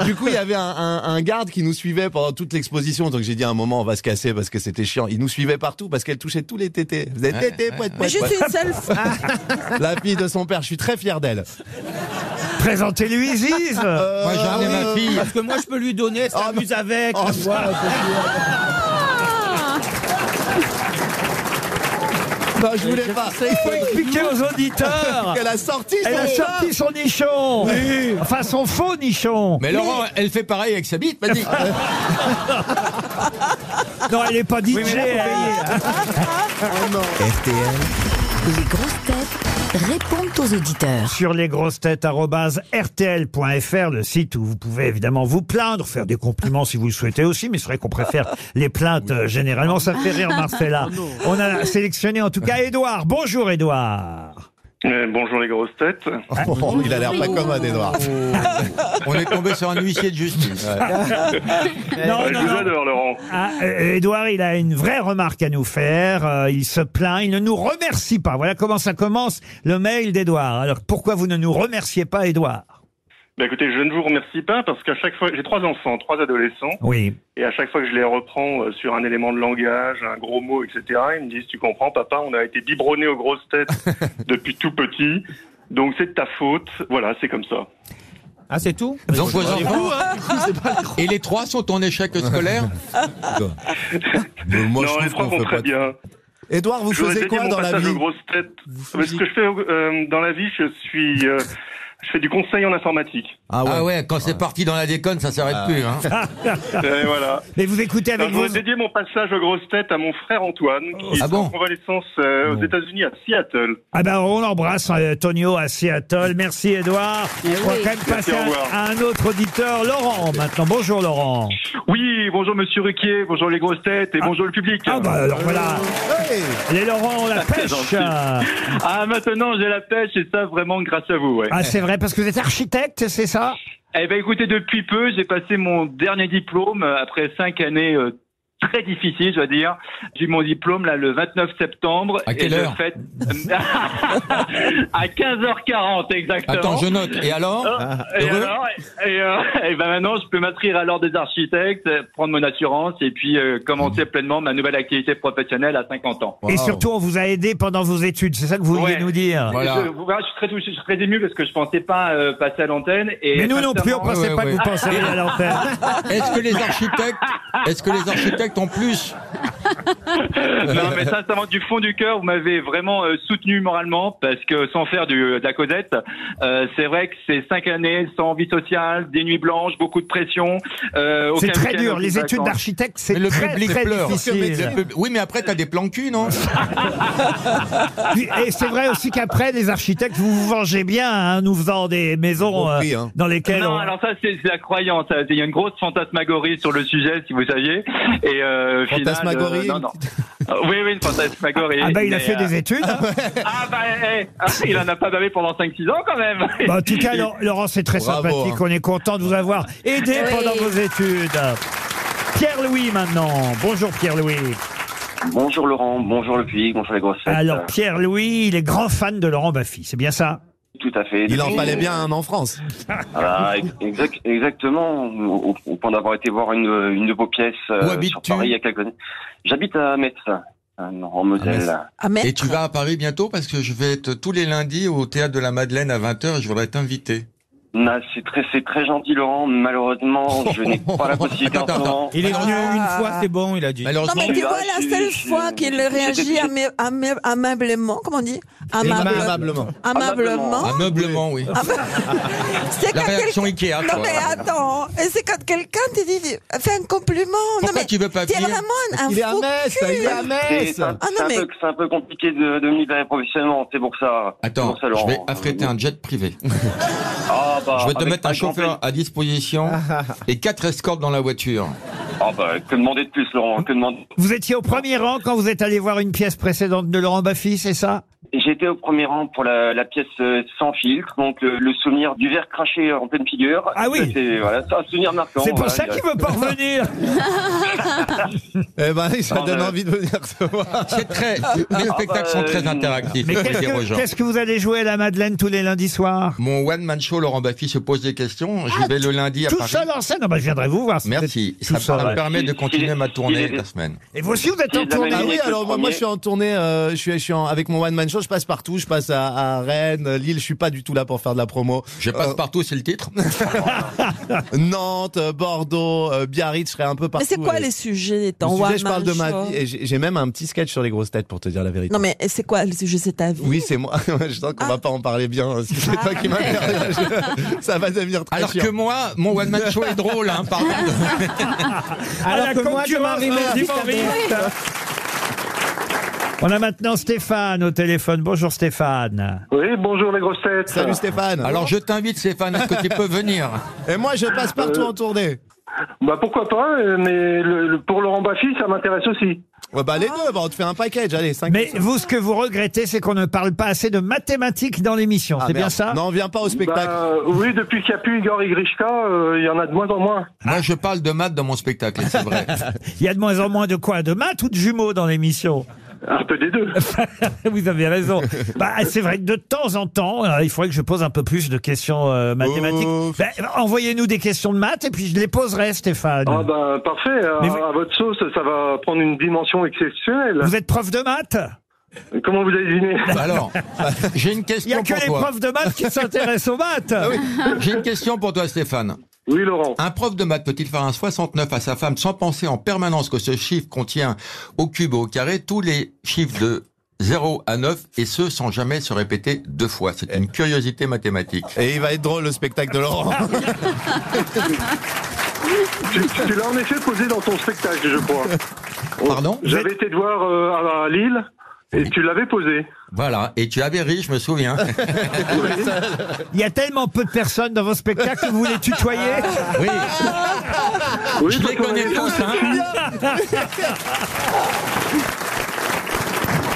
[SPEAKER 3] Du coup, il y avait un, un- un garde qui nous suivait pendant toute l'exposition. Donc j'ai dit à un moment, on va se casser parce que c'était chiant. Il nous suivait partout parce qu'elle touchait tous les tétés. Vous êtes tétés, poète,
[SPEAKER 7] Mais
[SPEAKER 3] poète,
[SPEAKER 7] juste une seule fois.
[SPEAKER 3] La fille de son père, je suis très fier d'elle. Euh,
[SPEAKER 2] Présentez-lui Ziz.
[SPEAKER 5] Moi j'ai amené ma fille.
[SPEAKER 4] Parce que moi, je peux lui donner, elle s'amuse avec.
[SPEAKER 3] Oh,
[SPEAKER 9] Ah.
[SPEAKER 4] tu vois.
[SPEAKER 3] Non, Bah, je voulais pas.
[SPEAKER 2] faut expliquer aux auditeurs.
[SPEAKER 3] Elle a sorti
[SPEAKER 2] Elle a
[SPEAKER 3] son
[SPEAKER 2] sorti son nichon. Enfin, son faux nichon.
[SPEAKER 5] Mais Laurent, elle fait pareil avec sa bite, vas-y.
[SPEAKER 2] Non, elle n'est pas DJ. elle.
[SPEAKER 3] Oh
[SPEAKER 1] RTL,
[SPEAKER 10] Les grosses têtes répondent aux auditeurs.
[SPEAKER 2] sur lesgrossetêtes.rtl.fr, le site où vous pouvez évidemment vous plaindre, faire des compliments si vous le souhaitez aussi, mais c'est vrai qu'on préfère les plaintes euh, généralement. Ça fait rire Marcella. On a sélectionné en tout cas Édouard. Bonjour Édouard.
[SPEAKER 11] Euh, bonjour les grosses têtes.
[SPEAKER 3] Oh, il a l'air pas commode, Edouard.
[SPEAKER 5] On est tombé sur un huissier de justice.
[SPEAKER 2] Non,
[SPEAKER 11] Euh, je
[SPEAKER 2] non,
[SPEAKER 11] vous
[SPEAKER 2] non.
[SPEAKER 11] adore Laurent.
[SPEAKER 2] Ah, euh, Édouard, il a une vraie remarque à nous faire. Euh, il se plaint, il ne nous remercie pas. Voilà comment ça commence le mail d'Édouard. Alors pourquoi vous ne nous remerciez pas, Édouard
[SPEAKER 11] Bah, écoutez, je ne vous remercie pas parce qu'à chaque fois, j'ai trois enfants, trois adolescents,
[SPEAKER 2] Oui.
[SPEAKER 11] et à chaque fois que je les reprends euh, sur un élément de langage, un gros mot, etc., ils me disent Tu comprends, papa, on a été biberonnés aux grosses têtes depuis tout petit, donc c'est de ta faute. Voilà, c'est comme ça.
[SPEAKER 4] Ah, c'est tout
[SPEAKER 5] Donc vos enfants. Et les trois sont en échec scolaire
[SPEAKER 3] Moi,
[SPEAKER 11] non, les trois vont très bien.
[SPEAKER 3] Edouard, vous
[SPEAKER 11] Je voudrais
[SPEAKER 3] faisiez
[SPEAKER 11] dédier
[SPEAKER 3] quoi
[SPEAKER 11] mon
[SPEAKER 3] dans la
[SPEAKER 11] passage aux
[SPEAKER 3] vie
[SPEAKER 11] grosses têtes. Mais ce que je fais euh, dans la vie, je suis. euh, je fais du conseil en informatique.
[SPEAKER 5] ah ouais. quand c'est parti dans la déconne, ça s'arrête plus. Hein.
[SPEAKER 11] Et voilà.
[SPEAKER 2] Mais vous écoutez
[SPEAKER 11] Alors,
[SPEAKER 2] avec
[SPEAKER 11] je voudrais
[SPEAKER 2] vos...
[SPEAKER 11] dédier mon passage aux grosses têtes à mon frère Antoine, qui
[SPEAKER 5] Ah
[SPEAKER 11] est
[SPEAKER 5] bon
[SPEAKER 11] en convalescence euh, aux États-Unis à Seattle.
[SPEAKER 2] Ah ben on l'embrasse euh, Tonio à Seattle. Merci Edouard. On va quand même passer
[SPEAKER 11] au
[SPEAKER 2] à-
[SPEAKER 11] revoir.
[SPEAKER 2] à, un autre auditeur, Laurent maintenant. Bonjour Laurent.
[SPEAKER 11] Oui, bonjour Monsieur Ruquier, bonjour les grosses têtes et bonjour le public.
[SPEAKER 2] Ah bah alors voilà,
[SPEAKER 3] Hey
[SPEAKER 2] les Laurent on la
[SPEAKER 11] c'est
[SPEAKER 2] pêche.
[SPEAKER 11] gentil.
[SPEAKER 2] euh.
[SPEAKER 11] Ah, maintenant j'ai la pêche et ça vraiment grâce à vous. Ouais.
[SPEAKER 2] Ah c'est vrai parce que vous êtes architecte, c'est ça
[SPEAKER 11] Eh ben écoutez, depuis peu j'ai passé mon dernier diplôme euh, après cinq années euh, très difficiles, je dois dire. J'ai eu mon diplôme là le 29 septembre.
[SPEAKER 5] À quelle
[SPEAKER 11] et je
[SPEAKER 5] heure
[SPEAKER 11] fête... À 15h40 exactement. Euh,
[SPEAKER 5] Attends, je note. Et alors Ah,
[SPEAKER 11] Et
[SPEAKER 5] Heureux
[SPEAKER 11] alors, et, euh, et ben maintenant, je peux m'inscrire à l'ordre des architectes, euh, prendre mon assurance et puis euh, commencer
[SPEAKER 5] Mmh.
[SPEAKER 11] pleinement ma nouvelle activité professionnelle à 50 ans.
[SPEAKER 2] Et surtout on vous a aidé pendant vos études, c'est ça que vous vouliez
[SPEAKER 11] Ouais.
[SPEAKER 2] nous dire.
[SPEAKER 5] Ah. Voilà.
[SPEAKER 11] Je, vous verrez, je suis très touché, je suis très ému parce que je pensais pas euh, passer à l'antenne. Et
[SPEAKER 2] Mais nous non plus, on
[SPEAKER 11] sincèrement,
[SPEAKER 2] pensait
[SPEAKER 5] Ouais, ouais,
[SPEAKER 2] pas que vous
[SPEAKER 5] ouais.
[SPEAKER 2] penseriez à l'antenne.
[SPEAKER 5] Est-ce que les architectes, est-ce que les architectes ont plus
[SPEAKER 11] Non, mais sincèrement, du fond du cœur, vous m'avez vraiment euh, soutenu moralement parce que sans faire du, de la causette, euh, c'est vrai que c'est cinq années sans vie sociale, des nuits blanches, beaucoup de pression. euh,
[SPEAKER 2] C'est
[SPEAKER 11] aucun
[SPEAKER 2] très
[SPEAKER 11] week-end,
[SPEAKER 2] dur,
[SPEAKER 11] aucune
[SPEAKER 2] les études
[SPEAKER 11] vacances.
[SPEAKER 2] d'architecte c'est
[SPEAKER 5] Mais le
[SPEAKER 2] très
[SPEAKER 5] public
[SPEAKER 2] très
[SPEAKER 5] pleure.
[SPEAKER 2] difficile.
[SPEAKER 5] Le pub- Oui, mais après t'as des plans cul, non
[SPEAKER 2] Et c'est vrai aussi qu'après les architectes vous vous vengez bien, hein, nous faisant des maisons
[SPEAKER 3] Bon prix,
[SPEAKER 2] euh,
[SPEAKER 3] hein.
[SPEAKER 2] dans lesquelles
[SPEAKER 11] Non,
[SPEAKER 2] on-
[SPEAKER 11] alors ça c'est c'est la croyance. Il y a une grosse fantasmagorie sur le sujet, si vous saviez. Et euh, au final,
[SPEAKER 3] Fantasmagorie,
[SPEAKER 11] euh, non, non. Euh, Oui, oui, une fantasmagorie.
[SPEAKER 2] Ah bah il a
[SPEAKER 11] Mais,
[SPEAKER 2] fait
[SPEAKER 11] euh,
[SPEAKER 2] des études.
[SPEAKER 11] Ah bah, eh, eh, ah, il en a pas bavé pendant 5-6 ans quand même.
[SPEAKER 2] Bah, en tout cas, Laur- Laurent, c'est très
[SPEAKER 3] Bravo,
[SPEAKER 2] sympathique.
[SPEAKER 3] hein.
[SPEAKER 2] On est content de vous avoir aidé
[SPEAKER 10] Oui.
[SPEAKER 2] pendant vos études. Pierre-Louis maintenant. Bonjour Pierre-Louis.
[SPEAKER 11] Bonjour Laurent, bonjour le public, bonjour les grosses Euh,
[SPEAKER 2] Alors Pierre-Louis, il est grand fan de Laurent Baffy, c'est bien ça
[SPEAKER 11] Tout à fait.
[SPEAKER 3] Il en fallait bien
[SPEAKER 2] hein.
[SPEAKER 3] un en France.
[SPEAKER 11] Ah, exact- exactement, au, au point d'avoir été voir une, une de vos pièces euh,
[SPEAKER 5] Où
[SPEAKER 11] sur
[SPEAKER 5] habites-tu
[SPEAKER 11] Paris il y a quelques années. J'habite à Metz, euh, en Moselle.
[SPEAKER 7] Ah, mais
[SPEAKER 5] Et tu vas à Paris bientôt parce que je vais être tous les lundis au théâtre de la Madeleine à 20h et je voudrais t'inviter.
[SPEAKER 11] Na- Bah, c'est très, c'est très gentil Laurent, malheureusement je n'ai pas la possibilité en
[SPEAKER 5] Attends,
[SPEAKER 11] ce
[SPEAKER 5] attends.
[SPEAKER 11] moment.
[SPEAKER 4] Il est venu
[SPEAKER 7] Ah.
[SPEAKER 4] une fois, c'est bon, il a dit.
[SPEAKER 7] Non,
[SPEAKER 5] Malheureusement,
[SPEAKER 7] mais tu vois,
[SPEAKER 11] je-
[SPEAKER 7] la seule
[SPEAKER 11] je-
[SPEAKER 7] fois qu'il
[SPEAKER 11] j'étais-
[SPEAKER 7] réagit
[SPEAKER 11] j'étais-
[SPEAKER 7] amé- amé- amablement, comment on dit Amable-
[SPEAKER 3] Aimablement.
[SPEAKER 7] Amablement,
[SPEAKER 5] ameublement, oui.
[SPEAKER 7] Ah, c'est
[SPEAKER 5] Ah, La
[SPEAKER 7] quand
[SPEAKER 5] réaction
[SPEAKER 7] quelqu'un...
[SPEAKER 5] Ikea.
[SPEAKER 7] Non
[SPEAKER 5] quoi.
[SPEAKER 7] mais attends, et c'est quand quelqu'un te dit, fais un compliment. non
[SPEAKER 5] Pourquoi
[SPEAKER 7] mais
[SPEAKER 5] tu veux pas
[SPEAKER 7] t'es
[SPEAKER 5] venir
[SPEAKER 7] vraiment un
[SPEAKER 3] Il est à
[SPEAKER 7] fou
[SPEAKER 3] Metz,
[SPEAKER 7] cul.
[SPEAKER 3] il est à
[SPEAKER 11] C'est
[SPEAKER 3] Metz
[SPEAKER 11] c'est un,
[SPEAKER 7] Ah non,
[SPEAKER 11] c'est un
[SPEAKER 7] mais-
[SPEAKER 11] peu- c'est un peu compliqué de, de me libérer professionnellement, c'est pour ça. c'est
[SPEAKER 5] Attends,
[SPEAKER 11] pour ça,
[SPEAKER 5] je
[SPEAKER 11] Laurent.
[SPEAKER 5] vais affréter un jet privé.
[SPEAKER 11] Ah, bah,
[SPEAKER 5] Je vais te
[SPEAKER 11] avec
[SPEAKER 5] mettre un
[SPEAKER 11] grand
[SPEAKER 5] chauffeur à disposition
[SPEAKER 2] Ah,
[SPEAKER 5] et quatre escortes dans la voiture.
[SPEAKER 11] plaisir. Ah bah, que demander de plus Laurent, que demander
[SPEAKER 2] Vous étiez au premier rang quand vous êtes allé voir une pièce précédente de Laurent Baffy, c'est ça
[SPEAKER 11] J'étais au premier rang pour la, la pièce euh, sans filtre, donc le, le souvenir du verre craché en pleine figure.
[SPEAKER 2] Ah oui.
[SPEAKER 11] Ça, C'est voilà, c'est un souvenir marquant.
[SPEAKER 2] C'est pour
[SPEAKER 11] voilà,
[SPEAKER 2] ça
[SPEAKER 11] je dirais.
[SPEAKER 2] qu'il veut pas revenir.
[SPEAKER 3] Eh ben, ça
[SPEAKER 11] Non,
[SPEAKER 3] donne
[SPEAKER 11] mais-
[SPEAKER 3] envie de venir te voir.
[SPEAKER 5] C'est très, les
[SPEAKER 11] Ah,
[SPEAKER 5] spectacles
[SPEAKER 11] bah,
[SPEAKER 5] sont très
[SPEAKER 11] euh,
[SPEAKER 5] interactifs.
[SPEAKER 2] Mais
[SPEAKER 5] je vais
[SPEAKER 2] qu'est-ce
[SPEAKER 5] dire aux
[SPEAKER 2] que,
[SPEAKER 5] gens.
[SPEAKER 2] qu'est-ce que vous allez jouer à la Madeleine tous les lundis soirs
[SPEAKER 5] Mon one man show, Laurent Baffy se pose des questions. J'y vais le lundi à
[SPEAKER 2] Ah, Tout
[SPEAKER 5] Paris.
[SPEAKER 2] seul en scène Non, bah, je viendrai vous voir. c'est
[SPEAKER 5] Merci.
[SPEAKER 2] peut-être tout
[SPEAKER 5] Ça me
[SPEAKER 2] seul, ouais.
[SPEAKER 5] permet de
[SPEAKER 11] Il-
[SPEAKER 5] continuer
[SPEAKER 11] il-
[SPEAKER 5] ma tournée
[SPEAKER 11] il-
[SPEAKER 5] de la semaine.
[SPEAKER 2] Et vous aussi, vous êtes en
[SPEAKER 11] Il- il-
[SPEAKER 2] tournée
[SPEAKER 11] il-
[SPEAKER 3] Ah oui, alors moi, moi je suis en tournée, euh, je suis, je suis en- avec mon one man certaines choses. Je passe partout. Je passe à, à Rennes, Lille. Je suis pas du tout là pour faire de la promo. Euh,
[SPEAKER 5] Je passe partout, c'est le titre.
[SPEAKER 3] Nantes, euh, Bordeaux, euh, Biarritz. Je serai un peu partout.
[SPEAKER 7] Mais c'est quoi
[SPEAKER 3] Et-
[SPEAKER 7] les sujets
[SPEAKER 3] le
[SPEAKER 7] en
[SPEAKER 3] sujet,
[SPEAKER 7] one
[SPEAKER 3] je parle
[SPEAKER 7] man
[SPEAKER 3] de ma
[SPEAKER 7] show
[SPEAKER 3] vie. Et j'ai j'ai même un petit sketch sur les grosses têtes pour te dire la vérité.
[SPEAKER 7] Non, mais c'est quoi le sujet C'est ta vie
[SPEAKER 3] Oui, c'est moi. je sens qu'on
[SPEAKER 6] Ah.
[SPEAKER 3] va pas en parler bien. hein, si c'est toi qui m'interroges. ça va devenir très
[SPEAKER 5] Alors
[SPEAKER 3] chiant.
[SPEAKER 5] que moi, mon one man show est drôle, hein, pardon.
[SPEAKER 2] Alors que moi, je m'arrive On a maintenant Stéphane au téléphone. Bonjour Stéphane.
[SPEAKER 11] Oui, bonjour les grosses têtes.
[SPEAKER 3] Salut Stéphane.
[SPEAKER 5] Alors je t'invite, Stéphane, à ce que tu peux venir.
[SPEAKER 3] Et moi, je passe partout
[SPEAKER 11] Euh.
[SPEAKER 3] en tournée.
[SPEAKER 11] Bah pourquoi pas, euh, mais le- le- pour Laurent Baffy, ça m'intéresse aussi.
[SPEAKER 3] Ouais, bah les deux. Bah, on te fait un package. Allez, 5
[SPEAKER 2] Mais vous, ce que vous regrettez, c'est qu'on ne parle pas assez de mathématiques dans l'émission. c'est bien ça
[SPEAKER 3] Non, viens pas au spectacle.
[SPEAKER 11] Bah, oui, depuis qu'il n'y a plus Igor Igrishka, euh, il y en a de moins en moins.
[SPEAKER 5] Moi, je parle de maths dans mon spectacle, c'est vrai.
[SPEAKER 2] Il y a de moins en moins de quoi De maths ou de jumeaux dans l'émission
[SPEAKER 11] Un peu des deux.
[SPEAKER 2] Vous avez raison. Bah, c'est vrai que de temps en temps, euh, il faudrait que je pose un peu plus de questions euh, mathématiques.
[SPEAKER 3] Ouf.
[SPEAKER 2] Bah, Envoyez-nous des questions de maths et puis je les poserai, Stéphane.
[SPEAKER 11] Ah bah parfait, à,
[SPEAKER 2] Mais vous-
[SPEAKER 11] à votre sauce, ça va prendre une dimension exceptionnelle.
[SPEAKER 2] Vous êtes prof de maths
[SPEAKER 11] Comment vous avez deviné
[SPEAKER 5] Alors, j'ai une
[SPEAKER 2] Il n'y
[SPEAKER 5] question
[SPEAKER 2] a que
[SPEAKER 5] pour
[SPEAKER 2] les
[SPEAKER 5] toi.
[SPEAKER 2] profs de maths qui s'intéressent aux maths.
[SPEAKER 5] J'ai une question pour toi, Stéphane.
[SPEAKER 11] Oui Laurent.
[SPEAKER 5] Un prof de maths peut-il faire un 69 à sa femme sans penser en permanence que ce chiffre contient au cube ou au carré tous les chiffres de 0 à 9 et ce sans jamais se répéter deux fois C'est une curiosité mathématique.
[SPEAKER 3] Et il va être drôle le spectacle de Laurent.
[SPEAKER 11] Tu, tu l'as en effet posé dans ton spectacle, je crois.
[SPEAKER 5] Pardon
[SPEAKER 11] J'avais été te voir euh, à Lille et tu l'avais posé.
[SPEAKER 5] Voilà, et tu avais ri, je me souviens.
[SPEAKER 2] Il y a tellement peu de personnes dans vos spectacles que vous les tutoyez.
[SPEAKER 5] Oui,
[SPEAKER 11] Oui,
[SPEAKER 5] je
[SPEAKER 11] parce
[SPEAKER 5] les
[SPEAKER 11] qu'on
[SPEAKER 5] connais
[SPEAKER 11] avait-
[SPEAKER 5] tous. Hein.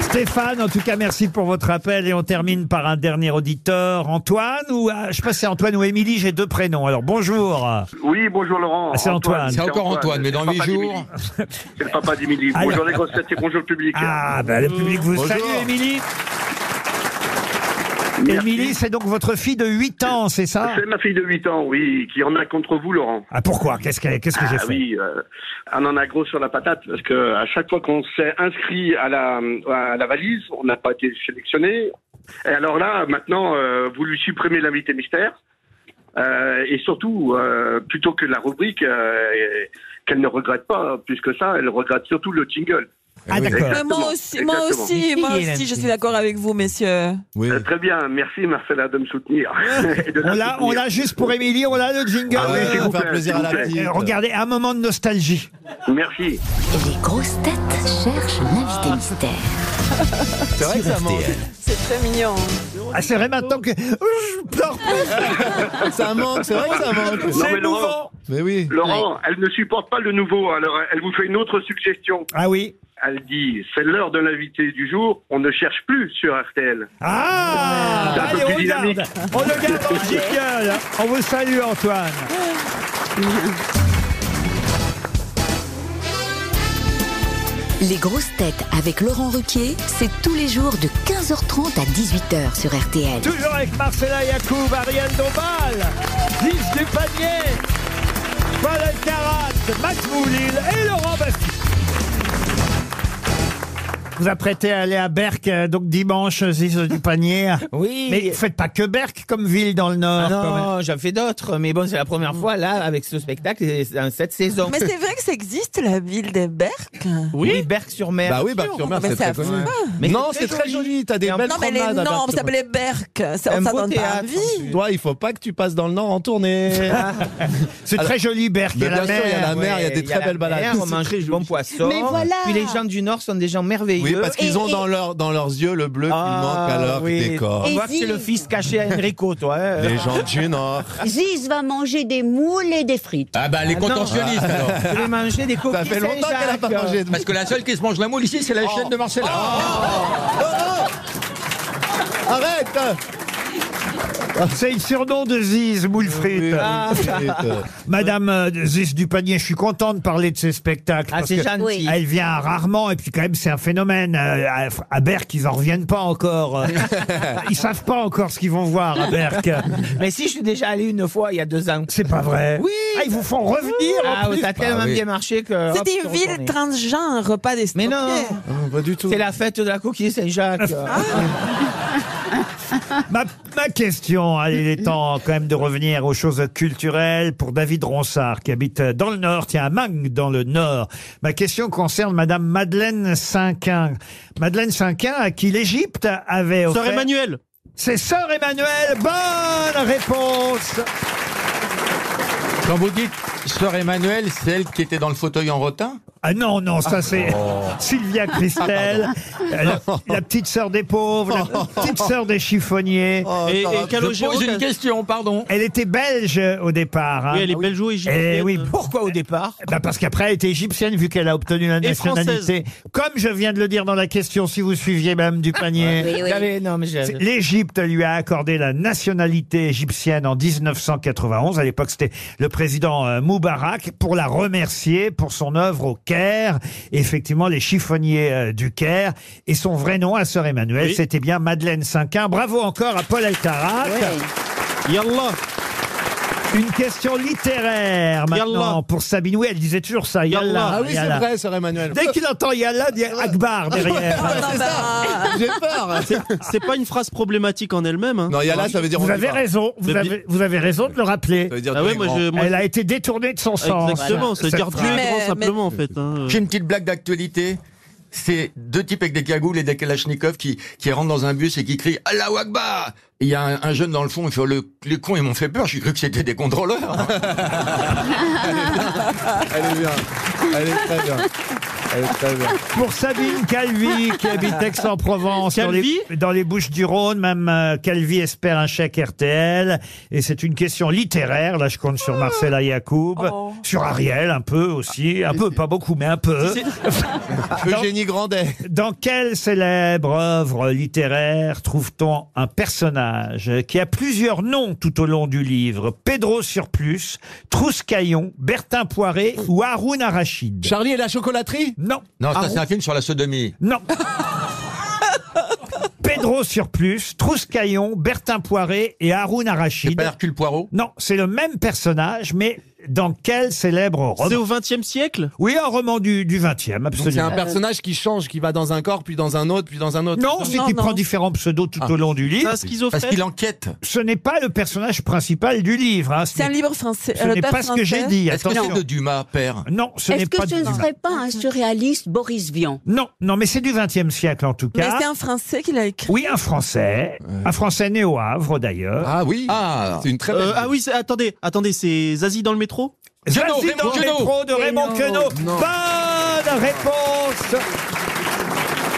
[SPEAKER 2] Stéphane, en tout cas, merci pour votre appel et on termine par un dernier auditeur. Antoine ou ah, je sais pas si c'est Antoine ou Émilie, j'ai deux prénoms. Alors bonjour.
[SPEAKER 11] Oui, bonjour Laurent.
[SPEAKER 2] Ah, c'est Antoine.
[SPEAKER 5] C'est encore Antoine, mais dans
[SPEAKER 11] C'est le papa
[SPEAKER 5] 8 jours.
[SPEAKER 11] d'Émilie. C'est le papa d'Émilie. Bonjour les grosses têtes et bonjour le public.
[SPEAKER 2] Ah ben le public vous
[SPEAKER 3] Bonjour.
[SPEAKER 2] salue Émilie.
[SPEAKER 11] Merci.
[SPEAKER 2] Émilie, c'est donc votre fille de 8 ans, c'est ça
[SPEAKER 11] C'est ma fille de 8 ans, oui, qui en a contre vous, Laurent.
[SPEAKER 2] Ah pourquoi Qu'est-ce que qu'est-ce que j'ai
[SPEAKER 11] Ah
[SPEAKER 2] fait
[SPEAKER 11] oui, euh, on en a gros sur la patate parce que à chaque fois qu'on s'est inscrit à la à la valise, on n'a pas été sélectionné. Et alors là, maintenant, euh, vous lui supprimez l'invité mystère. Euh, et surtout, euh, plutôt que la rubrique euh, et- qu'elle ne regrette pas plus que ça, elle regrette surtout le jingle.
[SPEAKER 2] Ah d'accord.
[SPEAKER 7] Mais moi
[SPEAKER 11] Exactement,
[SPEAKER 7] aussi, moi
[SPEAKER 11] exactement.
[SPEAKER 7] aussi, moi
[SPEAKER 2] Merci,
[SPEAKER 7] aussi, je
[SPEAKER 2] Hélène.
[SPEAKER 7] suis d'accord avec vous, messieurs.
[SPEAKER 3] Oui.
[SPEAKER 11] Euh, très bien, merci Marcella de me soutenir. Et de la
[SPEAKER 2] On l'a on
[SPEAKER 11] soutenir.
[SPEAKER 2] l'a juste pour Émilie, on l'a le jingle.
[SPEAKER 3] Ah ouais,
[SPEAKER 11] s'il
[SPEAKER 3] on
[SPEAKER 11] vous
[SPEAKER 3] va faire
[SPEAKER 11] plaît,
[SPEAKER 3] plaisir à
[SPEAKER 11] s'il
[SPEAKER 3] la
[SPEAKER 11] vous plaît.
[SPEAKER 3] petite.
[SPEAKER 2] Euh, Regardez, un moment de nostalgie.
[SPEAKER 11] Merci.
[SPEAKER 10] Et les grosses têtes cherchent l'invité mystère.
[SPEAKER 3] C'est vrai que ça manque.
[SPEAKER 7] C'est très mignon.
[SPEAKER 2] Ah, c'est vrai maintenant que je pleure plus.
[SPEAKER 3] Ça manque, c'est vrai que ça manque.
[SPEAKER 11] Non,
[SPEAKER 2] C'est
[SPEAKER 11] mais Laurent.
[SPEAKER 2] émouvant.
[SPEAKER 3] Mais oui.
[SPEAKER 11] Laurent, elle ne supporte pas le nouveau, alors elle vous fait une autre suggestion.
[SPEAKER 2] Ah oui.
[SPEAKER 11] Elle dit, c'est l'heure de l'invité du jour, on ne cherche plus sur RTL.
[SPEAKER 2] Ah,
[SPEAKER 11] C'est un peu
[SPEAKER 2] Allez, on
[SPEAKER 11] plus
[SPEAKER 2] le garde.
[SPEAKER 11] dynamique.
[SPEAKER 2] On le garde en jingle. On vous salue, Antoine.
[SPEAKER 10] Les grosses têtes avec Laurent Ruquier, c'est tous les jours de 15h30 à 18h sur RTL.
[SPEAKER 2] Toujours avec Marcela Yacoub, Ariel Dombal, Yves du Panier, Paul Alcarat, Max Moulil et Laurent Basti. Vous apprêtez à aller à Berck, euh, donc dimanche, Ziz du Panier.
[SPEAKER 4] Oui.
[SPEAKER 2] Mais faites pas que Berck comme ville dans le Nord.
[SPEAKER 4] Ah
[SPEAKER 2] quand même.
[SPEAKER 4] non, j'en fais d'autres, mais bon, c'est la première fois là avec ce spectacle et dans cette saison.
[SPEAKER 7] Mais c'est vrai que ça existe, la ville des Berques Ah,
[SPEAKER 4] oui, Berck-sur-Mer.
[SPEAKER 3] Bah oui, Barthur Mer,
[SPEAKER 7] Mais
[SPEAKER 3] c'est
[SPEAKER 7] ça
[SPEAKER 3] très connu.
[SPEAKER 7] va.
[SPEAKER 4] Mais
[SPEAKER 3] non,
[SPEAKER 4] c'est
[SPEAKER 3] c'est
[SPEAKER 4] très
[SPEAKER 3] très joli. T'as des
[SPEAKER 4] Non,
[SPEAKER 3] belles
[SPEAKER 7] Non, mais les
[SPEAKER 3] promenades. à
[SPEAKER 7] noms, ça
[SPEAKER 3] Barthur Mer.
[SPEAKER 7] s'appelait Berck. Ça, ça
[SPEAKER 4] Un beau
[SPEAKER 7] donne pas
[SPEAKER 4] théâtre,
[SPEAKER 7] envie.
[SPEAKER 3] Toi, il faut pas que tu passes dans le Nord en tournée.
[SPEAKER 2] C'est
[SPEAKER 3] Alors-
[SPEAKER 2] très joli, Berck. Il y a
[SPEAKER 3] Mais
[SPEAKER 2] la
[SPEAKER 3] bien sûr, il y a
[SPEAKER 2] mer.
[SPEAKER 3] la mer, il y a des très
[SPEAKER 4] la
[SPEAKER 3] belles balades.
[SPEAKER 4] mer,
[SPEAKER 3] Tout,
[SPEAKER 4] On
[SPEAKER 3] c'est
[SPEAKER 4] mange
[SPEAKER 3] très
[SPEAKER 4] du
[SPEAKER 3] joli.
[SPEAKER 4] bon poisson.
[SPEAKER 6] Mais voilà.
[SPEAKER 4] Puis les gens du Nord sont des gens merveilleux.
[SPEAKER 3] Oui, parce qu'ils
[SPEAKER 6] Et-
[SPEAKER 3] ont
[SPEAKER 6] et-
[SPEAKER 3] dans, leur, dans leurs yeux le bleu
[SPEAKER 4] Ah,
[SPEAKER 3] qui manque à leur
[SPEAKER 4] oui.
[SPEAKER 3] décor.
[SPEAKER 4] On
[SPEAKER 6] Et
[SPEAKER 4] voit que c'est
[SPEAKER 6] Zine.
[SPEAKER 4] le fils caché à Enrico, toi. hein.
[SPEAKER 3] Les gens du Nord.
[SPEAKER 6] Ziz va manger des moules et des frites.
[SPEAKER 5] Ah bah les
[SPEAKER 4] Ah non.
[SPEAKER 5] contentionnistes alors.
[SPEAKER 4] Je vais manger des coquilles
[SPEAKER 3] Ça fait longtemps qu'elle a pas
[SPEAKER 4] Saint-Jacques.
[SPEAKER 3] mangé de Oh.
[SPEAKER 5] Parce que la seule qui se mange la moule ici, c'est la chaîne de Marcella.
[SPEAKER 3] Arrête
[SPEAKER 2] Ah, C'est le surnom de Ziz, Moulfrit.
[SPEAKER 12] Ah, Moulfrit, euh.
[SPEAKER 2] Madame euh, Ziz du panier, je suis content de parler de ces spectacles.
[SPEAKER 12] Ah,
[SPEAKER 2] parce
[SPEAKER 12] c'est
[SPEAKER 2] que
[SPEAKER 12] gentil. Oui.
[SPEAKER 2] Elle vient rarement, et puis quand même, c'est un phénomène. Euh, À, à Berck, ils en reviennent pas encore. ils savent pas encore ce qu'ils vont voir à Berck.
[SPEAKER 4] Mais si, je suis déjà allé une fois il y a deux ans.
[SPEAKER 2] C'est pas vrai. Ah,
[SPEAKER 4] Oui.
[SPEAKER 2] ils vous font revenir.
[SPEAKER 7] en
[SPEAKER 4] Ah,
[SPEAKER 7] plus.
[SPEAKER 4] ça a tellement
[SPEAKER 7] Ah oui.
[SPEAKER 4] bien marché que. hop,
[SPEAKER 7] C'était
[SPEAKER 4] je
[SPEAKER 7] une
[SPEAKER 4] suis
[SPEAKER 7] ville
[SPEAKER 4] retourné.
[SPEAKER 7] transgenre, pas des
[SPEAKER 4] Mais non,
[SPEAKER 7] stockés.
[SPEAKER 4] pas du tout. C'est la fête de la coquille Saint-Jacques. Ah.
[SPEAKER 2] ma, ma question, allez, il est temps quand même de revenir aux choses culturelles pour David Ronsard qui habite dans le Nord, tiens, à Mangue dans le Nord. Ma question concerne Madame Madeleine Cinquin. Madeleine Cinquin à qui l'Égypte avait offert...
[SPEAKER 8] Sœur Emmanuel.
[SPEAKER 2] C'est Sœur Emmanuel, bonne réponse
[SPEAKER 5] Quand vous dites Sœur Emmanuel, c'est elle qui était dans le fauteuil en rotin
[SPEAKER 2] Ah non, non, ça c'est Sylvia Christel,
[SPEAKER 5] Ah,
[SPEAKER 2] la, la petite sœur des pauvres, la petite sœur des chiffonniers.
[SPEAKER 5] Et- et Calogero, Je pose une
[SPEAKER 2] question, pardon. Elle était belge euh, au départ.
[SPEAKER 8] Oui, elle
[SPEAKER 4] Ah
[SPEAKER 8] est belge ou
[SPEAKER 2] Eh
[SPEAKER 8] égyptienne.
[SPEAKER 2] oui, pourquoi au départ Bah, Parce qu'après, elle était égyptienne vu qu'elle a obtenu la
[SPEAKER 8] Et française.
[SPEAKER 2] nationalité. Comme je viens de le dire dans la question, si vous suiviez même du panier.
[SPEAKER 4] Oui, oui. J'avais- non, mais j'avais-
[SPEAKER 2] C'est- L'Égypte lui a accordé la nationalité égyptienne en 1991. À l'époque, c'était le président euh, Moubarak pour la remercier pour son œuvre au Caire. Et effectivement, les chiffonniers euh, du Caire. Et son vrai nom à Sœur Emmanuel,
[SPEAKER 8] Oui.
[SPEAKER 2] c'était bien Madeleine Cinquin. Bravo encore à Paul Alcarat. Yallah une question littéraire maintenant
[SPEAKER 3] Yallah.
[SPEAKER 2] pour Sabine. Oui, elle disait toujours ça. Yallah.
[SPEAKER 3] Ah oui, c'est
[SPEAKER 2] Yallah.
[SPEAKER 3] vrai, Sœur Emmanuel.
[SPEAKER 2] Dès qu'il entend Yallah, il y a Akbar derrière.
[SPEAKER 3] Ouais, Ah, c'est ça. J'ai peur.
[SPEAKER 8] C'est- C'est pas une phrase problématique en elle-même. hein.
[SPEAKER 3] Non, il y a là, ça veut dire
[SPEAKER 2] Vous
[SPEAKER 3] on y
[SPEAKER 2] avez
[SPEAKER 3] va.
[SPEAKER 2] raison, vous
[SPEAKER 8] Le bi-
[SPEAKER 2] avez, vous avez raison de le rappeler.
[SPEAKER 3] Ça veut dire
[SPEAKER 8] Ah ouais,
[SPEAKER 3] Dieu est
[SPEAKER 8] moi,
[SPEAKER 3] grand.
[SPEAKER 8] je- moi,
[SPEAKER 2] Elle a été détournée de son sens.
[SPEAKER 8] Exactement, ça veut
[SPEAKER 2] Cette
[SPEAKER 8] dire Dieu
[SPEAKER 2] phrase.
[SPEAKER 8] est grand
[SPEAKER 7] Mais-
[SPEAKER 8] simplement en fait. hein.
[SPEAKER 5] J'ai une petite blague d'actualité. C'est deux types avec des cagoules et des kalachnikovs qui, qui rentrent dans un bus et qui crient Allahu Akbar Et Il y a un, un jeune dans le fond, il fait le, Les cons, ils m'ont fait peur, j'ai cru que c'était des contrôleurs.
[SPEAKER 3] Elle est bien. Elle est très bien. Elle est très bien.
[SPEAKER 2] Pour Sabine Calvi, qui habite Aix-en-Provence, dans
[SPEAKER 8] Calvi
[SPEAKER 2] les, dans les Bouches-du-Rhône, même euh, Calvi espère un chèque RTL. Et c'est une question littéraire. Là, je compte
[SPEAKER 3] Ah.
[SPEAKER 2] sur Marcella Yacoub,
[SPEAKER 7] Oh.
[SPEAKER 2] sur Ariel un peu aussi, un peu, pas beaucoup, mais un peu.
[SPEAKER 3] Eugénie Grandet.
[SPEAKER 2] Dans quelle célèbre œuvre littéraire trouve-t-on un personnage qui a plusieurs noms tout au long du livre Pedro Surplus, Trouscaillon, Bertin Poiré ou Haroun Arachid
[SPEAKER 3] Charlie et la chocolaterie
[SPEAKER 2] Non,
[SPEAKER 5] non,
[SPEAKER 8] Ah
[SPEAKER 5] ça c'est un film sur la sodomie.
[SPEAKER 2] non. Pedro Surplus, Trouscaillon, Bertin Poiré et Haroun
[SPEAKER 5] C'est
[SPEAKER 2] Arachid.
[SPEAKER 5] pas Hercule Poirot
[SPEAKER 2] Non, c'est le même personnage, mais dans quel célèbre
[SPEAKER 8] C'est
[SPEAKER 2] roman
[SPEAKER 8] au XXe siècle
[SPEAKER 2] Oui, un roman du, du 20e,
[SPEAKER 3] Donc, C'est
[SPEAKER 2] absolument.
[SPEAKER 3] un personnage qui change, qui va dans un corps, puis dans un autre, puis dans un autre. Ah.
[SPEAKER 2] Non, c'est
[SPEAKER 7] Non,
[SPEAKER 2] qu'il
[SPEAKER 7] non.
[SPEAKER 2] prend différents pseudos tout au long du
[SPEAKER 8] C'est
[SPEAKER 2] livre.
[SPEAKER 8] un
[SPEAKER 5] Parce
[SPEAKER 8] schizophrène
[SPEAKER 5] qu'il enquête.
[SPEAKER 2] ce n'est pas le personnage principal du livre. hein. Ce
[SPEAKER 7] C'est un
[SPEAKER 2] n'est-
[SPEAKER 7] livre français.
[SPEAKER 2] ce n'est pas ce que j'ai dit.
[SPEAKER 5] Est-ce que c'est
[SPEAKER 2] Attention.
[SPEAKER 5] de Dumas, père
[SPEAKER 2] Non, ce n'est
[SPEAKER 6] Est-ce
[SPEAKER 2] pas
[SPEAKER 6] que
[SPEAKER 2] du
[SPEAKER 6] ce ne
[SPEAKER 2] XXe.
[SPEAKER 6] serait pas un surréaliste Boris Vian
[SPEAKER 2] Non, non, mais c'est du XXe siècle en tout
[SPEAKER 7] Mais
[SPEAKER 2] cas.
[SPEAKER 7] c'est un français qui l'a écrit.
[SPEAKER 2] Oui, un Français, un Français né au Havre d'ailleurs.
[SPEAKER 3] Ah oui.
[SPEAKER 5] Ah
[SPEAKER 3] C'est une très
[SPEAKER 8] Euh,
[SPEAKER 3] belle.
[SPEAKER 8] ah oui, c'est- attendez, attendez, c'est Zazie dans le métro
[SPEAKER 5] Queneau,
[SPEAKER 2] Zazie dans
[SPEAKER 5] Raymond
[SPEAKER 2] le
[SPEAKER 5] Queneau.
[SPEAKER 2] métro de Raymond Queneau.
[SPEAKER 3] Non.
[SPEAKER 2] Bonne réponse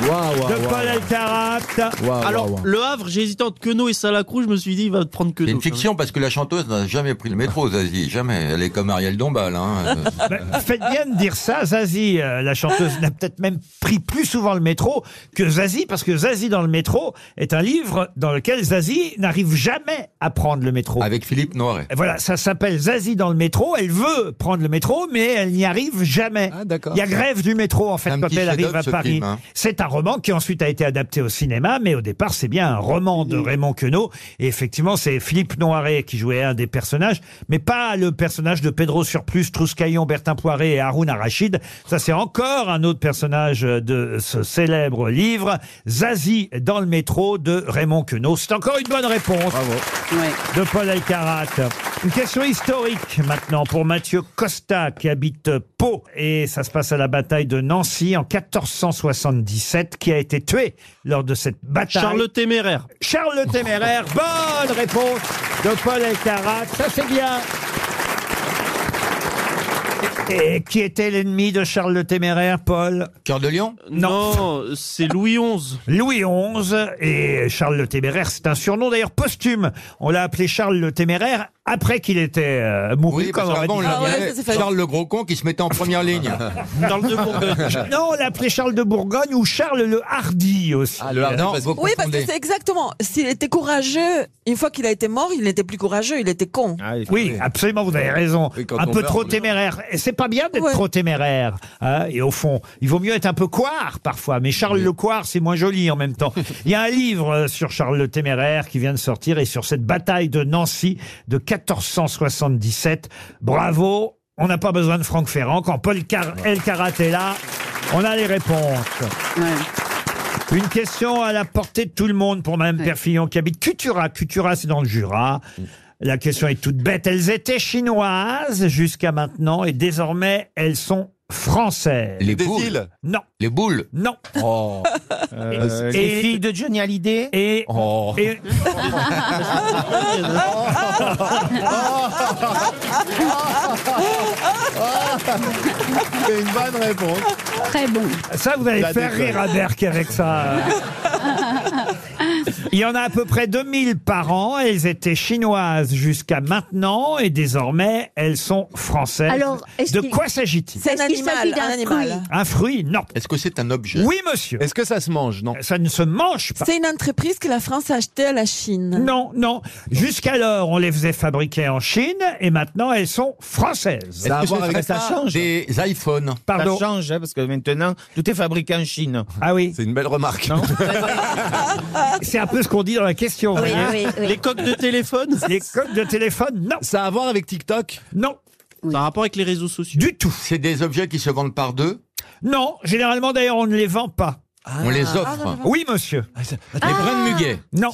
[SPEAKER 3] Waouh, waouh,
[SPEAKER 2] de
[SPEAKER 3] waouh,
[SPEAKER 2] Paul
[SPEAKER 3] waouh.
[SPEAKER 2] Alcarat.
[SPEAKER 3] Waouh,
[SPEAKER 8] Alors,
[SPEAKER 3] waouh, waouh.
[SPEAKER 8] le Havre, j'ai hésité entre Queneau et Salacrou, je me suis dit, il va te prendre Queneau.
[SPEAKER 5] C'est une fiction parce que la chanteuse n'a jamais pris le métro, Zazie. Jamais. Elle est comme Ariel Dombal. Hein. Euh,
[SPEAKER 2] Ben, faites bien de dire ça, Zazie, euh, la chanteuse, n'a peut-être même pris plus souvent le métro que Zazie, parce que Zazie dans le métro est un livre dans lequel Zazie n'arrive jamais à prendre le métro.
[SPEAKER 5] Avec Philippe Noiret.
[SPEAKER 2] Et Voilà, ça s'appelle Zazie dans le métro. Elle veut prendre le métro, mais elle n'y arrive jamais.
[SPEAKER 3] Ah, d'accord.
[SPEAKER 2] Il y a grève du métro, en fait,
[SPEAKER 5] Un
[SPEAKER 2] quand
[SPEAKER 5] petit
[SPEAKER 2] elle arrive
[SPEAKER 5] chef-d'œuvre,
[SPEAKER 2] à
[SPEAKER 5] ce
[SPEAKER 2] Paris.
[SPEAKER 5] film, hein.
[SPEAKER 2] C'est un roman qui ensuite a été adapté au cinéma, mais au départ, c'est bien un roman de Raymond Queneau. Et effectivement, c'est Philippe Noiret qui jouait un des personnages, mais pas le personnage de Pedro Surplus, Trouscaillon, Bertin Poiré et Haroun Arachid. Ça, c'est encore un autre personnage de ce célèbre livre, Zazie dans le métro de Raymond Queneau. C'est encore une bonne réponse de Paul Alcarat. Une question historique maintenant pour Mathieu Costa qui habite Pau et ça se passe à la bataille de Nancy en 1477 qui a été tué lors de cette bataille.
[SPEAKER 8] Charles le Téméraire.
[SPEAKER 2] Charles le Téméraire, bonne réponse de Paul Alcarat, ça c'est bien. Et qui était l'ennemi de Charles le Téméraire, Paul
[SPEAKER 5] Cœur de Lion
[SPEAKER 2] Non, c'est Louis XI. Louis XI et Charles le Téméraire, c'est un surnom d'ailleurs posthume. On l'a appelé Charles le Téméraire après qu'il était euh, mouru.
[SPEAKER 5] Oui, parce
[SPEAKER 2] comme on Ah aurait
[SPEAKER 5] qu'avant, on
[SPEAKER 2] dit.
[SPEAKER 5] l'appelait Charles le Gros Con qui se mettait en première ligne.
[SPEAKER 2] Non, on l'appelait Charles de Bourgogne ou Charles le Hardy aussi.
[SPEAKER 5] Ah, le Hardy, Non, parce que vous
[SPEAKER 7] Oui, parce que c'est exactement. S'il était courageux, une fois qu'il a été mort, il n'était plus courageux, il était con.
[SPEAKER 2] Oui, absolument, vous avez raison.
[SPEAKER 7] Ah Oui, quand
[SPEAKER 2] un
[SPEAKER 7] on
[SPEAKER 2] peu
[SPEAKER 7] meurt,
[SPEAKER 2] trop
[SPEAKER 7] on est-
[SPEAKER 2] téméraire. Et c'est pas bien d'être trop téméraire. hein. et au fond, il vaut mieux être un peu coire parfois. Mais Charles le Coire, c'est moins joli en même temps. il y a un livre euh, sur Charles le Téméraire qui vient de sortir et sur cette bataille de Nancy de 1477. Bravo, on n'a pas besoin de Franck Ferrand. Quand Paul Car Elkarat est là, on a les réponses. Une question à la portée de tout le monde pour Mme Perfillon qui habite Cutura. Cutura, c'est dans le Jura. La question est toute bête. Elles étaient chinoises jusqu'à maintenant et désormais elles sont françaises.
[SPEAKER 5] Les Des boules îles
[SPEAKER 2] Non.
[SPEAKER 5] Les boules
[SPEAKER 2] Non.
[SPEAKER 4] Euh, les filles
[SPEAKER 2] de Johnny Hallyday Et. et-
[SPEAKER 8] Ah,
[SPEAKER 3] C'est une bonne réponse.
[SPEAKER 12] Très bon.
[SPEAKER 2] Ça, vous allez
[SPEAKER 3] Ça
[SPEAKER 2] faire
[SPEAKER 3] déconne.
[SPEAKER 2] rire à Berck avec ça. Il y en a à peu près 2000 par an. Elles étaient chinoises jusqu'à maintenant et désormais elles sont françaises.
[SPEAKER 6] Alors, est-ce
[SPEAKER 2] de
[SPEAKER 6] qu'il-
[SPEAKER 2] quoi s'agit-il
[SPEAKER 6] C'est un Est-ce qu'il animal, s'agit d'un un animal. fruit
[SPEAKER 2] Un fruit, non.
[SPEAKER 5] Est-ce que c'est un objet
[SPEAKER 2] Oui, monsieur.
[SPEAKER 3] Est-ce que ça se mange Non.
[SPEAKER 2] Ça ne se mange pas.
[SPEAKER 7] C'est une entreprise que la France a achetée à la Chine.
[SPEAKER 2] Ah. Non, non. Jusqu'alors, on les faisait fabriquer en Chine et maintenant elles sont françaises.
[SPEAKER 4] Est-ce que ce serait pas
[SPEAKER 5] Des iPhones.
[SPEAKER 2] Pardon.
[SPEAKER 4] Ça change, hein, parce que maintenant, tout est fabriqué en Chine.
[SPEAKER 2] Ah oui.
[SPEAKER 4] C'est une belle remarque.
[SPEAKER 2] C'est un peu ce qu'on dit dans la question. vous
[SPEAKER 4] Oui,
[SPEAKER 2] voyez.
[SPEAKER 4] oui, oui. Les
[SPEAKER 2] coques de téléphone Les coques de téléphone, non.
[SPEAKER 3] Ça a à voir avec TikTok
[SPEAKER 2] Non.
[SPEAKER 8] Ça a un rapport avec les réseaux sociaux
[SPEAKER 2] Du tout.
[SPEAKER 5] C'est des objets qui se vendent par deux
[SPEAKER 2] Non, généralement d'ailleurs, on ne les vend pas.
[SPEAKER 5] Ah.
[SPEAKER 2] Ah,
[SPEAKER 5] On les offre.
[SPEAKER 2] Oui, monsieur.
[SPEAKER 5] Ah.
[SPEAKER 2] Ah.
[SPEAKER 5] Les brins de muguet.
[SPEAKER 2] Non.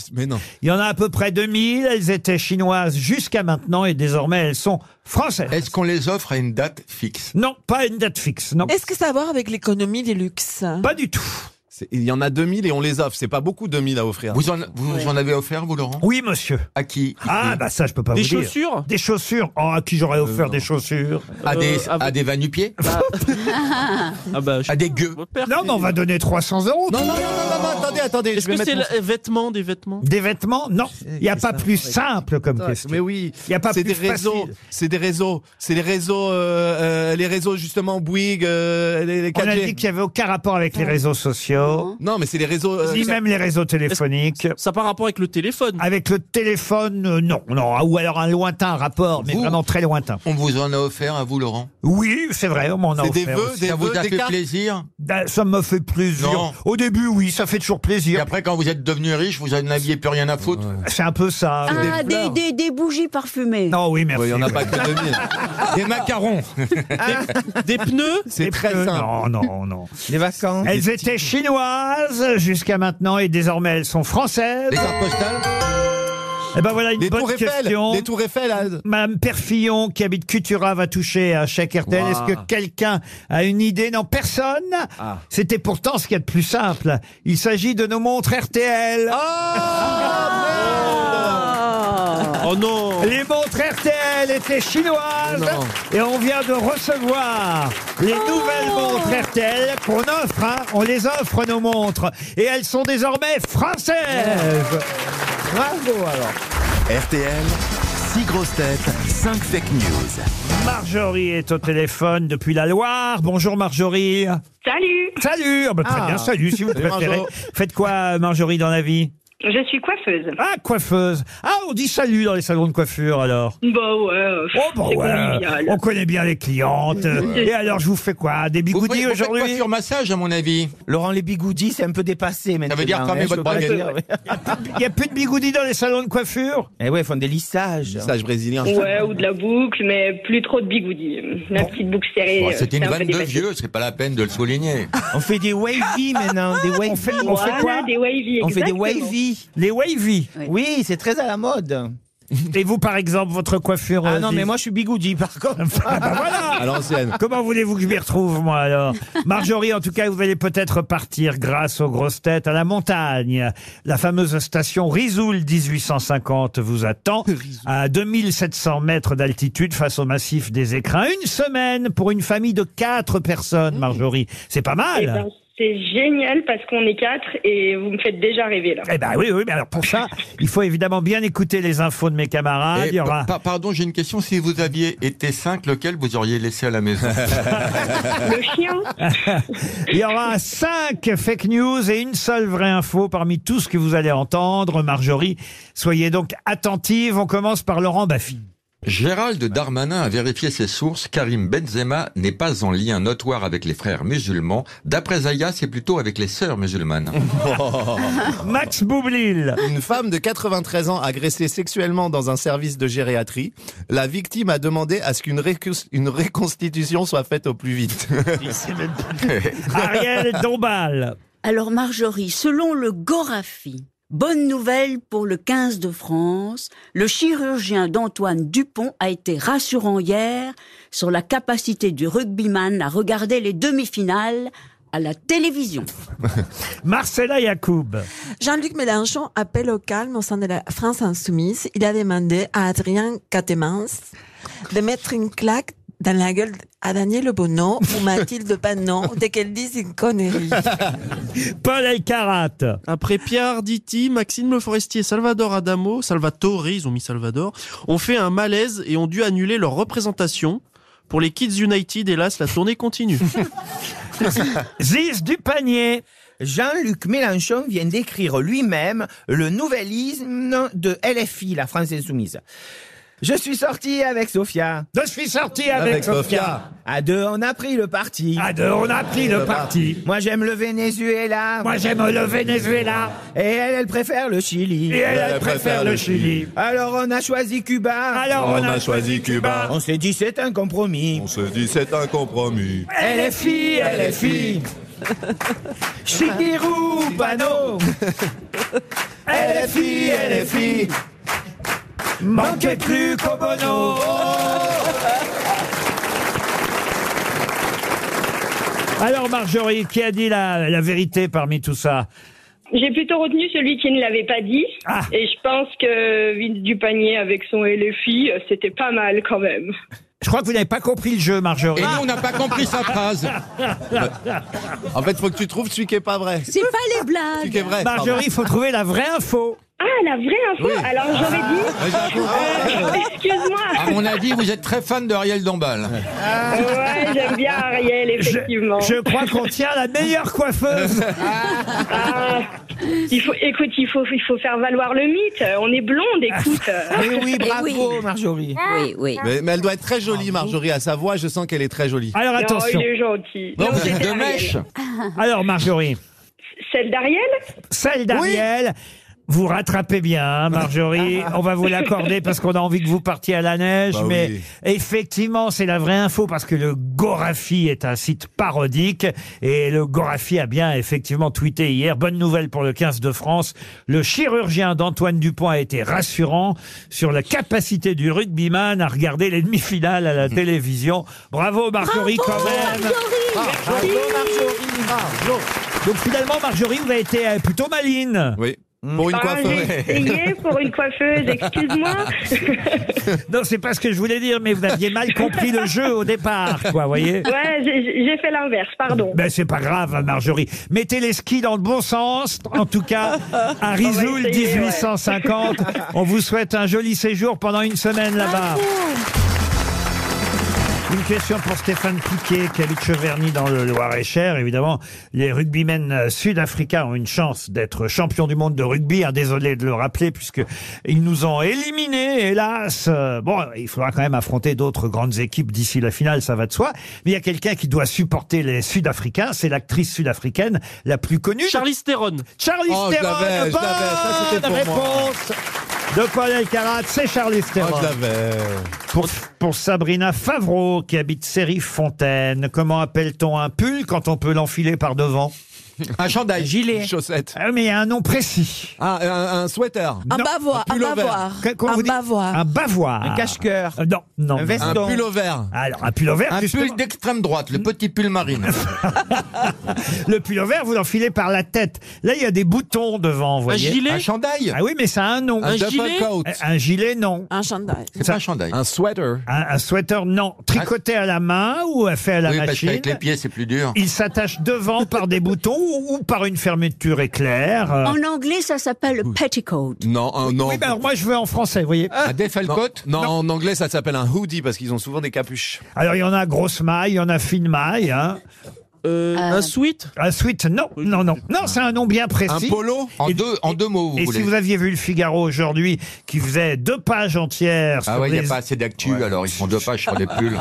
[SPEAKER 2] Il y en a à peu près 2000. Elles étaient chinoises jusqu'à maintenant et désormais elles sont françaises.
[SPEAKER 5] Est-ce qu'on les offre à une date fixe
[SPEAKER 2] Non, pas à une date fixe, non.
[SPEAKER 7] Est-ce que ça a à voir avec l'économie des luxes
[SPEAKER 2] Pas du tout.
[SPEAKER 3] C'est- Il y en a 2000 et on les offre. C'est pas beaucoup 2000 à offrir.
[SPEAKER 5] Vous en, vous en avez offert, vous, Laurent
[SPEAKER 2] Oui, monsieur.
[SPEAKER 5] À qui
[SPEAKER 2] Ah, bah ça, je peux pas
[SPEAKER 5] Des
[SPEAKER 2] vous dire.
[SPEAKER 5] chaussures Euh,
[SPEAKER 2] Des chaussures. Oh, à qui j'aurais offert des chaussures
[SPEAKER 5] À des,
[SPEAKER 8] euh,
[SPEAKER 5] à des pieds
[SPEAKER 4] Bah,
[SPEAKER 8] Ah bah,
[SPEAKER 5] À des gueux
[SPEAKER 2] Non, mais on va donner 300 euros.
[SPEAKER 3] Non, non, non, non, non, attendez, attendez.
[SPEAKER 8] Est-ce que c'est le- vêtements, des vêtements
[SPEAKER 2] Des vêtements Non.
[SPEAKER 3] Eh,
[SPEAKER 2] Il n'y a pas plus simple comme question.
[SPEAKER 3] Mais oui,
[SPEAKER 2] Il y a pas
[SPEAKER 3] c'est des
[SPEAKER 2] plus
[SPEAKER 3] réseaux,
[SPEAKER 2] facile.
[SPEAKER 3] c'est des réseaux, c'est les réseaux, euh, euh, les réseaux justement Bouygues, euh, les, les
[SPEAKER 2] On a
[SPEAKER 3] 4G.
[SPEAKER 2] dit qu'il n'y avait aucun rapport avec les réseaux sociaux.
[SPEAKER 3] Non, mais c'est les réseaux. euh,
[SPEAKER 2] Ni
[SPEAKER 3] ça-
[SPEAKER 2] même les réseaux téléphoniques.
[SPEAKER 8] Ça par rapport avec le téléphone.
[SPEAKER 2] Avec le téléphone, euh, non, non. Ou alors un lointain rapport, mais
[SPEAKER 5] Vous
[SPEAKER 2] vraiment très lointain.
[SPEAKER 5] On vous en a offert à vous, Laurent
[SPEAKER 2] Oui, c'est vrai, on m'en a
[SPEAKER 5] C'est des
[SPEAKER 2] offert
[SPEAKER 5] vœux,
[SPEAKER 2] aussi.
[SPEAKER 5] des Ça vous vœux, a des fait cartes plaisir
[SPEAKER 2] Ben, Ça me fait plaisir.
[SPEAKER 5] Non.
[SPEAKER 2] Au début, oui, ça fait toujours plaisir.
[SPEAKER 5] Et après, quand vous êtes devenu riche, vous en aviez plus rien à foutre
[SPEAKER 2] C'est un peu ça.
[SPEAKER 6] Ah, des, des- des bougies parfumées.
[SPEAKER 2] Non, oui, merci.
[SPEAKER 5] Ouais, y en a
[SPEAKER 2] oui.
[SPEAKER 5] pas que 2000. Des macarons
[SPEAKER 8] Des pneus
[SPEAKER 3] C'est
[SPEAKER 2] Des
[SPEAKER 3] très
[SPEAKER 2] pneus.
[SPEAKER 3] simple.
[SPEAKER 2] Non, non, Oh non.
[SPEAKER 4] Des vacances.
[SPEAKER 2] Elles étaient chinoises jusqu'à maintenant et désormais elles sont françaises.
[SPEAKER 5] Des cartes postales
[SPEAKER 2] Et ben voilà une
[SPEAKER 3] Les
[SPEAKER 2] bonne
[SPEAKER 3] tours Eiffel,
[SPEAKER 2] question.
[SPEAKER 3] les tours Eiffel. ah,
[SPEAKER 2] Madame Perfillon, qui habite Cutura, va toucher à chèque RTL.
[SPEAKER 3] Waouh.
[SPEAKER 2] Est-ce que quelqu'un a une idée Non, personne.
[SPEAKER 3] Ah.
[SPEAKER 2] C'était pourtant ce qu'il y a de plus simple. Il s'agit de nos montres RTL.
[SPEAKER 3] Ah,
[SPEAKER 8] Oh non Oh
[SPEAKER 2] Les montres RTL étaient chinoises. Et on vient de recevoir les
[SPEAKER 3] Oh.
[SPEAKER 2] nouvelles montres RTL qu'on offre. hein. On les offre, nos montres. Et elles sont désormais françaises. Bravo alors.
[SPEAKER 1] RTL, 6 grosses têtes, 5 fake news.
[SPEAKER 2] Marjorie est au téléphone depuis la Loire. Bonjour Marjorie.
[SPEAKER 13] Salut,
[SPEAKER 2] Salut Ah bah, Très
[SPEAKER 13] Ah.
[SPEAKER 2] bien, salut si vous
[SPEAKER 13] Salut,
[SPEAKER 2] préférez.
[SPEAKER 13] Marjo.
[SPEAKER 2] Faites quoi Marjorie dans la vie
[SPEAKER 13] je suis coiffeuse.
[SPEAKER 2] Ah, coiffeuse Ah, on dit salut dans les salons de coiffure alors
[SPEAKER 13] Bah ouais, euh,
[SPEAKER 2] Oh bah
[SPEAKER 13] c'est
[SPEAKER 2] ouais,
[SPEAKER 13] convivial.
[SPEAKER 2] on connaît bien les clientes.
[SPEAKER 13] Ouais.
[SPEAKER 2] Et alors je vous fais quoi Des
[SPEAKER 5] Vous
[SPEAKER 2] bigoudis
[SPEAKER 5] faites vous faites
[SPEAKER 2] aujourd'hui
[SPEAKER 5] coiffure massage, à mon avis
[SPEAKER 4] Laurent, les bigoudis, c'est un peu dépassé maintenant.
[SPEAKER 5] veut dire
[SPEAKER 4] hein,
[SPEAKER 5] fermer
[SPEAKER 4] je
[SPEAKER 5] votre
[SPEAKER 4] peux pas
[SPEAKER 5] baguette.
[SPEAKER 4] dire, ouais.
[SPEAKER 2] Il n'y a plus de bigoudis dans les salons de coiffure
[SPEAKER 4] Eh ouais, ils font des lissages.
[SPEAKER 3] Sage brésilien.
[SPEAKER 13] Ouais, ou de la boucle, mais plus trop de bigoudis. La petite boucle serrée.
[SPEAKER 5] Bon,
[SPEAKER 13] euh,
[SPEAKER 5] C'est une
[SPEAKER 13] un peu
[SPEAKER 5] vanne de
[SPEAKER 13] dépassé.
[SPEAKER 5] vieux, c'est pas la peine de le souligner.
[SPEAKER 4] On fait des wavy maintenant, des wavy. On fait,
[SPEAKER 13] Voilà, des wavy,
[SPEAKER 4] On fait des
[SPEAKER 13] exactement.
[SPEAKER 4] wavy.
[SPEAKER 2] Les wavy
[SPEAKER 4] Oui, c'est très à la mode.
[SPEAKER 2] Et vous, par exemple, votre coiffure.
[SPEAKER 4] Ah
[SPEAKER 2] euh,
[SPEAKER 4] non,
[SPEAKER 2] Ziz
[SPEAKER 4] mais moi je suis bigoudi par contre.
[SPEAKER 2] Ah, bah voilà. Comment voulez-vous que je m'y retrouve, moi, alors Marjorie, en tout cas, vous allez peut-être partir, grâce aux grosses têtes, à la montagne. La fameuse station Risoul 1850 vous attend, à 2700 mètres d'altitude, face au massif des Écrins. Une semaine pour une famille de quatre personnes, Marjorie. C'est pas Oh, mal
[SPEAKER 13] Eh ben, c'est génial parce qu'on est quatre et vous me faites déjà rêver là.
[SPEAKER 2] Eh ben oui, oui, mais alors pour ça, il faut évidemment bien écouter les infos de mes camarades.
[SPEAKER 5] Et
[SPEAKER 2] Il y aura...
[SPEAKER 5] pa- pardon, j'ai une question. Si vous aviez été 5, lequel vous auriez laissé à la maison
[SPEAKER 13] Le chien
[SPEAKER 2] Il y aura cinq fake news et une seule vraie info parmi tout ce que vous allez entendre, Marjorie. Soyez donc attentive. On commence par Laurent Baffy.
[SPEAKER 5] Gérald Darmanin a vérifié ses sources. Karim Benzema n'est pas en lien notoire avec les frères musulmans. D'après Zaya, c'est plutôt avec les sœurs musulmanes.
[SPEAKER 2] Max Boublil.
[SPEAKER 3] Une femme de 93 ans agressée sexuellement dans un service de gériatrie. La victime a demandé à ce qu'une récus- une reconstitution soit faite au plus vite.
[SPEAKER 2] Ariel Dombal.
[SPEAKER 12] Alors Marjorie, selon le Gorafi, bonne nouvelle pour le 15 de France, le chirurgien d'Antoine Dupont a été rassurant hier sur la capacité du rugbyman à regarder les demi-finales à la télévision.
[SPEAKER 2] Marcella Yacoub.
[SPEAKER 7] Jean-Luc Mélenchon appelle au calme au sein de la France insoumise. Il a demandé à Adrien Catemans de mettre une claque dans la gueule à Daniel Bono ou Mathilde Panon dès qu'elle dise une connerie.
[SPEAKER 2] Paul Elkarat.
[SPEAKER 8] Après Pierre Arditi, Maxime Le Forestier, Salvador Adamo, Salvatore, ils ont mis Salvador, ont fait un malaise et ont dû annuler leur représentation. Pour les Kids United, hélas, la tournée continue.
[SPEAKER 2] Ziz du panier.
[SPEAKER 4] Jean-Luc Mélenchon vient d'écrire lui-même le nouvel hymne de LFI, la France Insoumise. Je suis sorti avec Sofia.
[SPEAKER 2] Je suis sorti avec Avec Sofia. Sofia.
[SPEAKER 4] À deux, on a pris le parti.
[SPEAKER 2] À deux, on a pris le parti.
[SPEAKER 4] Moi, j'aime le Venezuela.
[SPEAKER 2] Moi, j'aime le Venezuela.
[SPEAKER 4] Et elle, elle préfère le Chili.
[SPEAKER 2] Et elle, elle Elle préfère préfère le le Chili. Chili.
[SPEAKER 4] Alors, on a choisi Cuba.
[SPEAKER 2] Alors, on On a a choisi choisi Cuba. Cuba.
[SPEAKER 4] On s'est dit, c'est un compromis.
[SPEAKER 3] On se dit c'est un compromis.
[SPEAKER 4] LFI, LFI. Chikirou, Bano. LFI, LFI. Manquez plus qu'au Bono.
[SPEAKER 2] Alors, Marjorie, qui a dit la, la vérité parmi tout ça
[SPEAKER 13] J'ai plutôt retenu celui qui ne l'avait pas dit.
[SPEAKER 2] Ah.
[SPEAKER 13] Et je pense que Vince du panier avec son LFI, c'était pas mal quand même.
[SPEAKER 2] Je crois que vous n'avez pas compris le jeu, Marjorie.
[SPEAKER 5] Et nous, Eh on n'a pas compris sa phrase.
[SPEAKER 3] En fait, faut que tu trouves celui qui est pas vrai.
[SPEAKER 12] C'est pas les blagues.
[SPEAKER 3] Celui qui est vrai. pardon.
[SPEAKER 2] Marjorie, il faut trouver la vraie info.
[SPEAKER 13] Ah, la vraie info
[SPEAKER 3] Oui.
[SPEAKER 13] Alors j'aurais dit... Excuse-moi
[SPEAKER 5] Ah, À mon avis, vous êtes très fan de Ariel Dombal.
[SPEAKER 13] Ouais, j'aime bien Ariel, effectivement.
[SPEAKER 2] Je crois qu'on tient la meilleure coiffeuse.
[SPEAKER 13] Ah, il faut, écoute, il faut, il faut faire valoir le mythe. On est blonde, écoute. Eh
[SPEAKER 4] Mais Eh oui, bravo, Marjorie.
[SPEAKER 12] Oui, oui.
[SPEAKER 3] Mais, mais elle doit être très jolie, Marjorie. À sa voix, je sens qu'elle est très jolie.
[SPEAKER 2] Alors,
[SPEAKER 13] Non,
[SPEAKER 2] attention.
[SPEAKER 13] il est gentil.
[SPEAKER 5] Non, vous
[SPEAKER 13] c'est
[SPEAKER 5] êtes de
[SPEAKER 13] Ariel.
[SPEAKER 5] mèche.
[SPEAKER 12] Ah,
[SPEAKER 2] Alors, Marjorie,
[SPEAKER 13] Celle d'Ariel
[SPEAKER 2] celle d'Ariel. Vous rattrapez bien, hein, Marjorie. On va vous l'accorder parce qu'on a envie que vous partiez à la neige.
[SPEAKER 3] Bah
[SPEAKER 2] mais
[SPEAKER 3] oui.
[SPEAKER 2] effectivement, c'est la vraie info parce que le Gorafi est un site parodique. Et le Gorafi a bien effectivement tweeté hier. Bonne nouvelle pour le 15 de France. Le chirurgien d'Antoine Dupont a été rassurant sur la capacité du rugbyman à regarder les demi-finales à la
[SPEAKER 3] Hmm.
[SPEAKER 2] télévision. Bravo, Marjorie, quand même.
[SPEAKER 4] Ah, Bravo, Marjorie.
[SPEAKER 2] Donc finalement, Marjorie, vous avez été euh, plutôt Hmm. maline.
[SPEAKER 3] Oui. Pour une
[SPEAKER 13] Ah,
[SPEAKER 3] coiffeuse.
[SPEAKER 13] j'ai essayé pour une coiffeuse, excuse-moi.
[SPEAKER 2] Non, c'est pas ce que je voulais dire, mais vous aviez mal compris le jeu au départ, quoi, voyez
[SPEAKER 13] Ouais, j'ai j'ai fait l'inverse, pardon.
[SPEAKER 2] Ben, c'est pas grave, hein, Marjorie. Mettez les skis dans le bon sens, en tout cas, à Risoul
[SPEAKER 13] essayer, ouais.
[SPEAKER 2] 1850. On vous souhaite un joli séjour pendant une semaine là-bas. Une question pour Stéphane Piquet, qui habite Cheverny dans le Loir-et-Cher. Évidemment, les rugbymen euh, sud-africains ont une chance d'être champions du monde de rugby. hein. désolé de le rappeler, puisque ils nous ont éliminés, hélas. Euh, Bon, il faudra quand même affronter d'autres grandes équipes d'ici la finale, ça va de soi. Mais il y a quelqu'un qui doit supporter les Sud-Africains. C'est l'actrice sud-africaine la plus connue.
[SPEAKER 8] Charlize Theron.
[SPEAKER 2] Charlie
[SPEAKER 3] Oh, je
[SPEAKER 2] Theron,
[SPEAKER 3] l'avais, je
[SPEAKER 2] bonne
[SPEAKER 3] l'avais, ça, c'était pour moi.
[SPEAKER 2] réponse de Paul Elkarat, c'est Charlie
[SPEAKER 3] Oh,
[SPEAKER 2] Theron.
[SPEAKER 3] je l'avais.
[SPEAKER 2] Pour, pour Sabrina Favreau, qui habite Sérif Fontaine, comment appelle-t-on un pull quand on peut l'enfiler par devant
[SPEAKER 5] Un chandail.
[SPEAKER 2] Gilet.
[SPEAKER 3] Chaussette.
[SPEAKER 2] mais il y a un nom précis.
[SPEAKER 3] un, sweater.
[SPEAKER 7] Un bavois, un bavois. Un bavois.
[SPEAKER 2] Un bavoir.
[SPEAKER 7] Un
[SPEAKER 2] cache-cœur. Non, non.
[SPEAKER 5] Un
[SPEAKER 2] non.
[SPEAKER 5] veston. Un pullover.
[SPEAKER 2] Alors, un pullover,
[SPEAKER 5] Un
[SPEAKER 2] justement.
[SPEAKER 5] pull d'extrême droite, le petit pull marine.
[SPEAKER 2] Le pullover, vous l'enfilez par la tête. Là, il y a des boutons devant, vous
[SPEAKER 5] Un
[SPEAKER 2] voyez.
[SPEAKER 5] gilet Un chandail
[SPEAKER 2] Ah oui, mais ça a un nom. Euh,
[SPEAKER 5] Un Un double gilet coat
[SPEAKER 2] Un gilet, non.
[SPEAKER 7] Un chandail.
[SPEAKER 5] C'est pas un chandail.
[SPEAKER 3] Un sweater.
[SPEAKER 2] Un, sweater, non. Tricoté à la main ou fait à la
[SPEAKER 5] oui, parce
[SPEAKER 2] machine.
[SPEAKER 5] qu'avec les pieds, c'est plus dur.
[SPEAKER 2] Il s'attache devant par des boutons ou, ou par une fermeture éclair. Euh,
[SPEAKER 12] En anglais, ça s'appelle petticoat.
[SPEAKER 3] Non, un, non.
[SPEAKER 2] Oui, ben alors moi je veux en français, vous voyez.
[SPEAKER 3] Un non, en anglais, ça s'appelle un hoodie parce qu'ils ont souvent des capuches.
[SPEAKER 2] Alors il y en a grosse maille, il y en a fine maille. Hein.
[SPEAKER 8] Un sweat
[SPEAKER 2] Un sweat, non, non, non. Non, c'est un nom bien précis.
[SPEAKER 5] Un polo En deux- en deux mots, vous
[SPEAKER 2] Et
[SPEAKER 5] voulez.
[SPEAKER 2] si vous aviez vu le Figaro aujourd'hui, qui faisait deux pages entières
[SPEAKER 5] Ah
[SPEAKER 2] sur
[SPEAKER 5] ouais, il n'y
[SPEAKER 2] les-
[SPEAKER 5] a pas assez d'actu, alors ils font deux pages sur les pulls.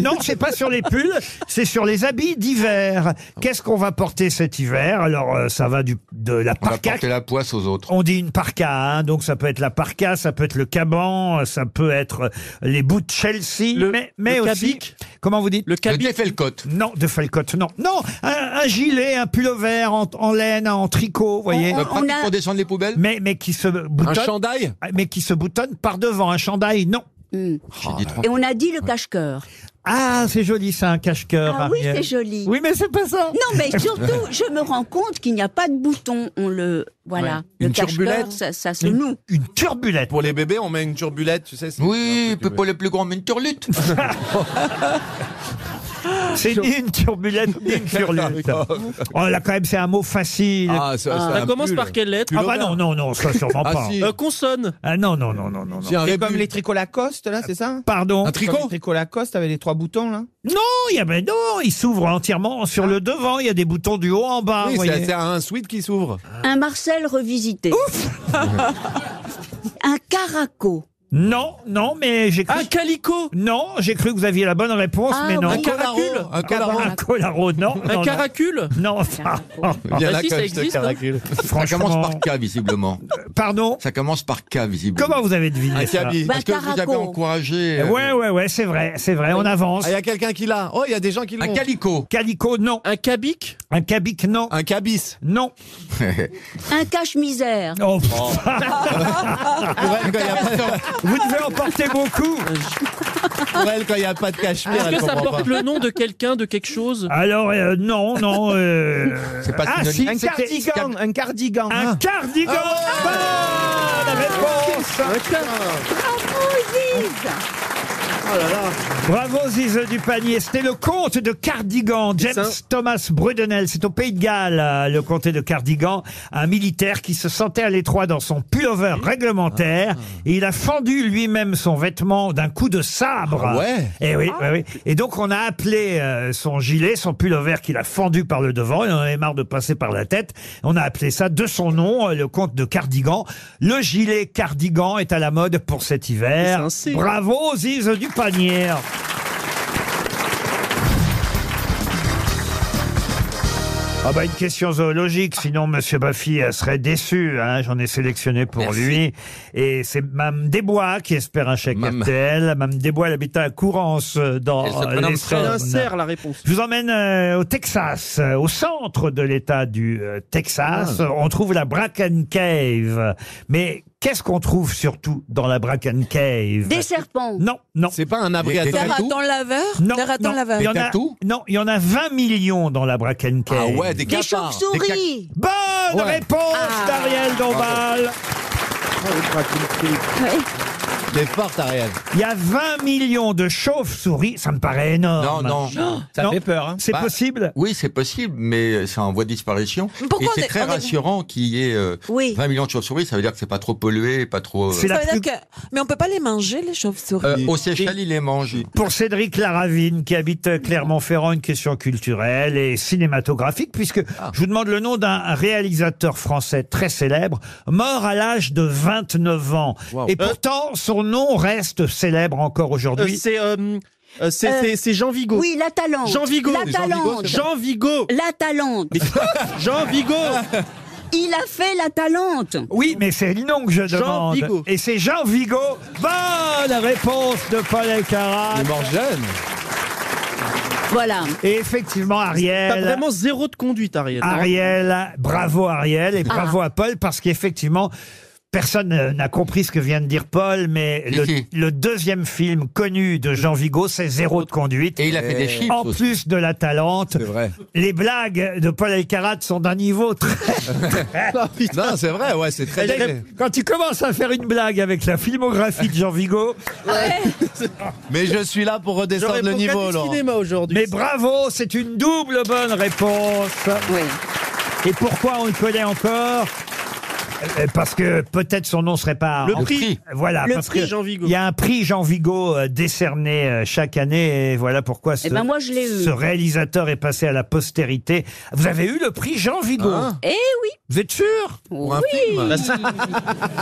[SPEAKER 2] Non, c'est pas sur les pulls, c'est sur les habits d'hiver. Qu'est-ce qu'on va porter cet hiver Alors, euh, ça va du, de la
[SPEAKER 5] On va
[SPEAKER 2] parka.
[SPEAKER 5] porter la poisse aux autres.
[SPEAKER 2] On dit une parka, hein, donc ça peut être la parka, ça peut être le caban, ça peut être euh, les bouts de Chelsea, mais, mais aussi... Comment vous dites
[SPEAKER 8] Le
[SPEAKER 5] cabic. Le défelcote.
[SPEAKER 2] Non, de Felcote, non. Non, un, un gilet, un pullover en, en laine, en tricot, vous voyez.
[SPEAKER 5] Le pratique pour descendre les poubelles
[SPEAKER 2] Mais, mais qui se boutonne... Ah,
[SPEAKER 5] chandail
[SPEAKER 2] Mais qui se boutonne par devant, un chandail, non. bah,
[SPEAKER 12] Et on a dit le cache-cœur.
[SPEAKER 2] Ah, c'est joli ça, un cache-cœur.
[SPEAKER 12] Ah oui,
[SPEAKER 2] Ariel.
[SPEAKER 12] c'est joli.
[SPEAKER 2] Oui, mais c'est pas ça.
[SPEAKER 12] Non, mais surtout, je me rends compte qu'il n'y a pas de bouton. On le, voilà.
[SPEAKER 3] Ouais.
[SPEAKER 12] Le
[SPEAKER 3] Une
[SPEAKER 12] cache-cœur,
[SPEAKER 3] turbulette
[SPEAKER 12] ça, ça se noue.
[SPEAKER 2] Une turbulette.
[SPEAKER 3] Pour les bébés, on met une turbulette, tu sais. c'est-
[SPEAKER 5] Oui, peut pas les plus grands, mais une turlute.
[SPEAKER 2] C'est ni une turbulette, ni une turlute. Oh là, quand même, c'est un mot facile.
[SPEAKER 3] Ah, ça- ça-
[SPEAKER 8] Ça
[SPEAKER 3] un
[SPEAKER 8] commence
[SPEAKER 3] pull.
[SPEAKER 8] par quelle lettre
[SPEAKER 2] Ah bah non, non, non, ça sûrement
[SPEAKER 3] Ah,
[SPEAKER 2] pas.
[SPEAKER 3] si.
[SPEAKER 8] Euh, Consonne.
[SPEAKER 2] Ah non, non, non, non, non. non.
[SPEAKER 3] C'est un
[SPEAKER 4] C'est
[SPEAKER 3] rébut.
[SPEAKER 4] comme les tricots Lacoste, là, c'est ça
[SPEAKER 2] Pardon
[SPEAKER 3] Un
[SPEAKER 4] Comme les
[SPEAKER 3] tricot
[SPEAKER 4] tricots Lacoste avec les trois boutons, là
[SPEAKER 2] Non, il y a, ben non, il s'ouvre entièrement
[SPEAKER 8] Ah.
[SPEAKER 2] sur le devant, il y a des boutons du haut en bas,
[SPEAKER 3] Oui,
[SPEAKER 2] vous
[SPEAKER 3] c'est
[SPEAKER 2] voyez.
[SPEAKER 3] c'est un sweat qui s'ouvre.
[SPEAKER 12] Un Marcel revisité. un caraco.
[SPEAKER 2] Non, non, mais j'ai cru...
[SPEAKER 8] Un calico
[SPEAKER 2] Non, j'ai cru que vous aviez la bonne réponse,
[SPEAKER 12] Ah
[SPEAKER 2] mais non.
[SPEAKER 12] oui.
[SPEAKER 8] Un caracule
[SPEAKER 3] Colaro, Un colaro.
[SPEAKER 2] Un colaro, non.
[SPEAKER 8] Un
[SPEAKER 2] non, non.
[SPEAKER 8] caracule
[SPEAKER 2] Non, Oh, enfin,
[SPEAKER 3] Bien
[SPEAKER 8] Ah,
[SPEAKER 3] là,
[SPEAKER 8] si, ça
[SPEAKER 3] comme je te
[SPEAKER 8] existe, hein.
[SPEAKER 3] caracule.
[SPEAKER 5] Ça commence
[SPEAKER 2] franchement... Euh,
[SPEAKER 5] par K, visiblement.
[SPEAKER 2] Pardon
[SPEAKER 5] Ça commence par K, visiblement.
[SPEAKER 2] Comment vous avez
[SPEAKER 3] Un
[SPEAKER 2] deviné ça
[SPEAKER 3] cabi.
[SPEAKER 12] Bah,
[SPEAKER 5] Parce que vous avez
[SPEAKER 12] Caraco.
[SPEAKER 5] encouragé euh,
[SPEAKER 2] Ouais, ouais, ouais, c'est vrai, c'est vrai, on avance.
[SPEAKER 3] Ah, il y a quelqu'un qui l'a. Oh, il y a des gens qui l'ont.
[SPEAKER 5] un calico.
[SPEAKER 2] Calico, non.
[SPEAKER 8] Un cabic
[SPEAKER 2] Un cabic, non.
[SPEAKER 3] Un cabis.
[SPEAKER 2] Non.
[SPEAKER 12] Un cache-misère.
[SPEAKER 2] Oh,
[SPEAKER 3] Pour elle, quand il n'y a, pas-
[SPEAKER 2] Vous devez en porter beaucoup.
[SPEAKER 3] pour elle, quand il y a pas de cachemire,
[SPEAKER 8] Est-ce
[SPEAKER 3] elle
[SPEAKER 8] que ça
[SPEAKER 3] comprend
[SPEAKER 8] porte
[SPEAKER 3] pas.
[SPEAKER 8] le nom de quelqu'un, de quelque chose
[SPEAKER 2] Alors, euh, non, non. euh,
[SPEAKER 5] C'est pas
[SPEAKER 2] ah, si,
[SPEAKER 5] synonyme.
[SPEAKER 4] Un
[SPEAKER 2] c'était-
[SPEAKER 4] cardigan, un cardigan. hein. Ah
[SPEAKER 2] Un cardigan. Bonne réponse. Bravo Zize du panier, c'était le comte de Cardigan, James Thomas Brudenel, c'est au Pays de Galles, euh, le comté de Cardigan, un militaire qui se sentait à l'étroit dans son pullover
[SPEAKER 3] Ah.
[SPEAKER 2] réglementaire et il a fendu lui-même son vêtement d'un coup de sabre.
[SPEAKER 3] Ah ouais
[SPEAKER 2] Et oui, oui, oui. Et donc on a appelé euh, son gilet, son pullover qu'il a fendu par le devant, il en avait marre de passer par la tête, on a appelé ça de son nom, euh, le comte de Cardigan. Le gilet Cardigan est à la mode pour cet hiver.
[SPEAKER 8] C'est un signe.
[SPEAKER 2] Bravo Zize du panier. Ah bah une question zoologique, sinon Monsieur Baffy euh, serait déçu. hein, J'en ai sélectionné pour
[SPEAKER 5] Merci.
[SPEAKER 2] lui. Et c'est Mme Desbois qui espère un chèque
[SPEAKER 5] Mme.
[SPEAKER 2] RTL. Mme Desbois, elle habite à Courance euh, dans
[SPEAKER 5] Elle se
[SPEAKER 2] euh,
[SPEAKER 5] prénomme
[SPEAKER 8] C'est
[SPEAKER 2] l'Essonne.
[SPEAKER 8] un cerf, la réponse.
[SPEAKER 2] Je vous emmène euh, au Texas, euh, au centre de l'État du euh, Texas.
[SPEAKER 3] Ah.
[SPEAKER 2] On trouve la Bracken Cave. Mais qu'est-ce qu'on trouve surtout dans la Bracken Cave
[SPEAKER 12] Des serpents.
[SPEAKER 2] Non, non.
[SPEAKER 3] C'est pas un abri
[SPEAKER 5] Les
[SPEAKER 3] à
[SPEAKER 7] Des
[SPEAKER 5] Des
[SPEAKER 7] ratons laveurs
[SPEAKER 2] Non,
[SPEAKER 7] Des ratons
[SPEAKER 2] non.
[SPEAKER 7] laveurs.
[SPEAKER 2] Il y en a,
[SPEAKER 5] tatous
[SPEAKER 2] non, il y en a 20 millions dans la Bracken Cave.
[SPEAKER 3] Ah ouais, des
[SPEAKER 12] Des
[SPEAKER 3] cafards.
[SPEAKER 12] chauves-souris.
[SPEAKER 2] Bonne
[SPEAKER 3] Ouais.
[SPEAKER 2] réponse
[SPEAKER 12] Ah.
[SPEAKER 2] d'Ariel Dombal.
[SPEAKER 3] Des portes, Ariel.
[SPEAKER 2] Il y a 20 millions de chauves-souris, ça me paraît énorme.
[SPEAKER 5] Non, non.
[SPEAKER 4] Ça
[SPEAKER 2] Oh, Non.
[SPEAKER 4] fait peur, hein
[SPEAKER 2] C'est
[SPEAKER 5] Bah,
[SPEAKER 2] possible
[SPEAKER 5] Oui, c'est possible, mais c'est en voie de disparition.
[SPEAKER 7] Pourquoi
[SPEAKER 5] Et
[SPEAKER 7] on est-
[SPEAKER 5] c'est très
[SPEAKER 7] on est-
[SPEAKER 5] rassurant qu'il y ait euh,
[SPEAKER 7] Oui.
[SPEAKER 5] 20 millions de chauves-souris. Ça veut dire que c'est pas trop pollué, pas trop. euh,
[SPEAKER 2] C'est la
[SPEAKER 7] Ça veut
[SPEAKER 2] plus-
[SPEAKER 7] dire que... Mais on peut pas les manger, les chauves-souris.
[SPEAKER 5] euh, au Seychelles, il les mange.
[SPEAKER 2] Pour Cédric Laravine, qui habite Clermont-Ferrand, une question culturelle et cinématographique, puisque
[SPEAKER 8] Ah.
[SPEAKER 2] je vous demande le nom d'un réalisateur français très célèbre, mort à l'âge de 29 ans. Et pourtant, son nom reste célèbre encore
[SPEAKER 8] Euh,
[SPEAKER 2] aujourd'hui.
[SPEAKER 8] C'est euh, euh, c'est-
[SPEAKER 12] Euh,
[SPEAKER 8] c'est- c'est Jean Vigo.
[SPEAKER 12] Oui, la talente.
[SPEAKER 8] Jean Vigo.
[SPEAKER 12] La talente.
[SPEAKER 8] Jean Vigo.
[SPEAKER 12] La talente.
[SPEAKER 8] Jean Vigo.
[SPEAKER 12] Il a fait la talente.
[SPEAKER 2] Oui, mais c'est le nom que je
[SPEAKER 8] Jean
[SPEAKER 2] demande.
[SPEAKER 8] Vigo.
[SPEAKER 2] Et c'est Jean Vigo. Bonne réponse de Paul Elkarat.
[SPEAKER 3] Il est mort jeune.
[SPEAKER 12] Voilà.
[SPEAKER 2] Et effectivement, Ariel.
[SPEAKER 8] T'as vraiment zéro de conduite, Ariel.
[SPEAKER 2] Ariel, bravo Ariel et
[SPEAKER 12] Ah.
[SPEAKER 2] bravo à Paul parce qu'effectivement, personne euh, n'a compris ce que vient de dire Paul, mais le, le deuxième film connu de Jean Vigo, c'est Zéro de conduite.
[SPEAKER 5] Et il a fait des chiffres
[SPEAKER 2] En
[SPEAKER 5] aussi.
[SPEAKER 2] plus de la talente. Les blagues de Paul Elkarat sont d'un niveau très.
[SPEAKER 3] non, c'est vrai, ouais, c'est très léger.
[SPEAKER 2] Quand tu commences à faire une blague avec la filmographie de Jean Vigo.
[SPEAKER 3] Mais je suis là pour redescendre le niveau, Laurent.
[SPEAKER 2] Mais bravo, c'est une double bonne réponse. Et pourquoi on le connaît encore Euh, parce que peut-être son nom serait pas
[SPEAKER 8] Le
[SPEAKER 2] en-
[SPEAKER 8] prix.
[SPEAKER 2] Voilà,
[SPEAKER 8] Le
[SPEAKER 2] parce
[SPEAKER 8] prix
[SPEAKER 2] que
[SPEAKER 8] Jean Vigo.
[SPEAKER 2] Il y a un prix Jean Vigo euh, décerné euh, chaque année, et voilà pourquoi ce,
[SPEAKER 12] ben moi, je l'ai eu.
[SPEAKER 2] ce réalisateur est passé à la postérité. Vous avez eu le prix Jean Vigo.
[SPEAKER 12] Eh oui.
[SPEAKER 2] Vous êtes sûr
[SPEAKER 12] Oui. Bah,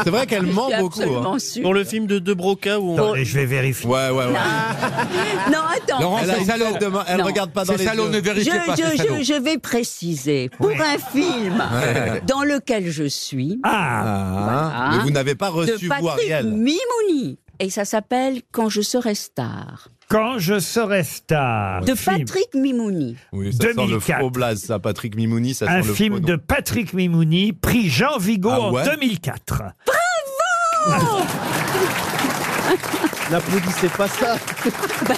[SPEAKER 3] C'est vrai qu'elle
[SPEAKER 12] Je
[SPEAKER 3] ment
[SPEAKER 12] suis
[SPEAKER 3] beaucoup.
[SPEAKER 12] absolument
[SPEAKER 3] hein.
[SPEAKER 12] sûre.
[SPEAKER 8] Pour le film de De Broca où on.
[SPEAKER 2] Attendez, je vais vérifier.
[SPEAKER 3] Ouais, ouais, Ah ouais.
[SPEAKER 12] Ah. Non, attends.
[SPEAKER 5] Laurent,
[SPEAKER 3] Elle a
[SPEAKER 5] c'est
[SPEAKER 3] une
[SPEAKER 5] salaud.
[SPEAKER 3] tête de ma- elle
[SPEAKER 12] Non.
[SPEAKER 3] regarde pas dans
[SPEAKER 5] C'est
[SPEAKER 3] les
[SPEAKER 5] salaud,
[SPEAKER 3] yeux.
[SPEAKER 5] ne vérifie
[SPEAKER 12] je,
[SPEAKER 5] pas, c'est
[SPEAKER 12] je-
[SPEAKER 5] salaud.
[SPEAKER 12] je- je vais préciser. Pour un film
[SPEAKER 3] Ouais.
[SPEAKER 12] dans lequel je suis,
[SPEAKER 3] Ah,
[SPEAKER 12] Voilà.
[SPEAKER 3] mais vous n'avez pas
[SPEAKER 12] de
[SPEAKER 3] reçu, vous,
[SPEAKER 12] Patrick
[SPEAKER 3] Ariel.
[SPEAKER 12] Mimouni. Et ça s'appelle Quand je serai star.
[SPEAKER 2] Quand je serai
[SPEAKER 3] Ah,
[SPEAKER 2] star.
[SPEAKER 12] De
[SPEAKER 2] film.
[SPEAKER 12] Patrick Mimouni.
[SPEAKER 3] Oui, ça sent le
[SPEAKER 2] 2004.
[SPEAKER 3] faux blaze, ça, Patrick Mimouni, ça sent
[SPEAKER 2] un
[SPEAKER 3] le faux
[SPEAKER 2] film
[SPEAKER 3] nom.
[SPEAKER 2] de Patrick Mimouni, prix Jean Vigo
[SPEAKER 3] Ah
[SPEAKER 2] en
[SPEAKER 3] ouais
[SPEAKER 2] 2004.
[SPEAKER 7] Oh.
[SPEAKER 8] N'applaudissez pas ça.
[SPEAKER 7] Bah,
[SPEAKER 12] Ben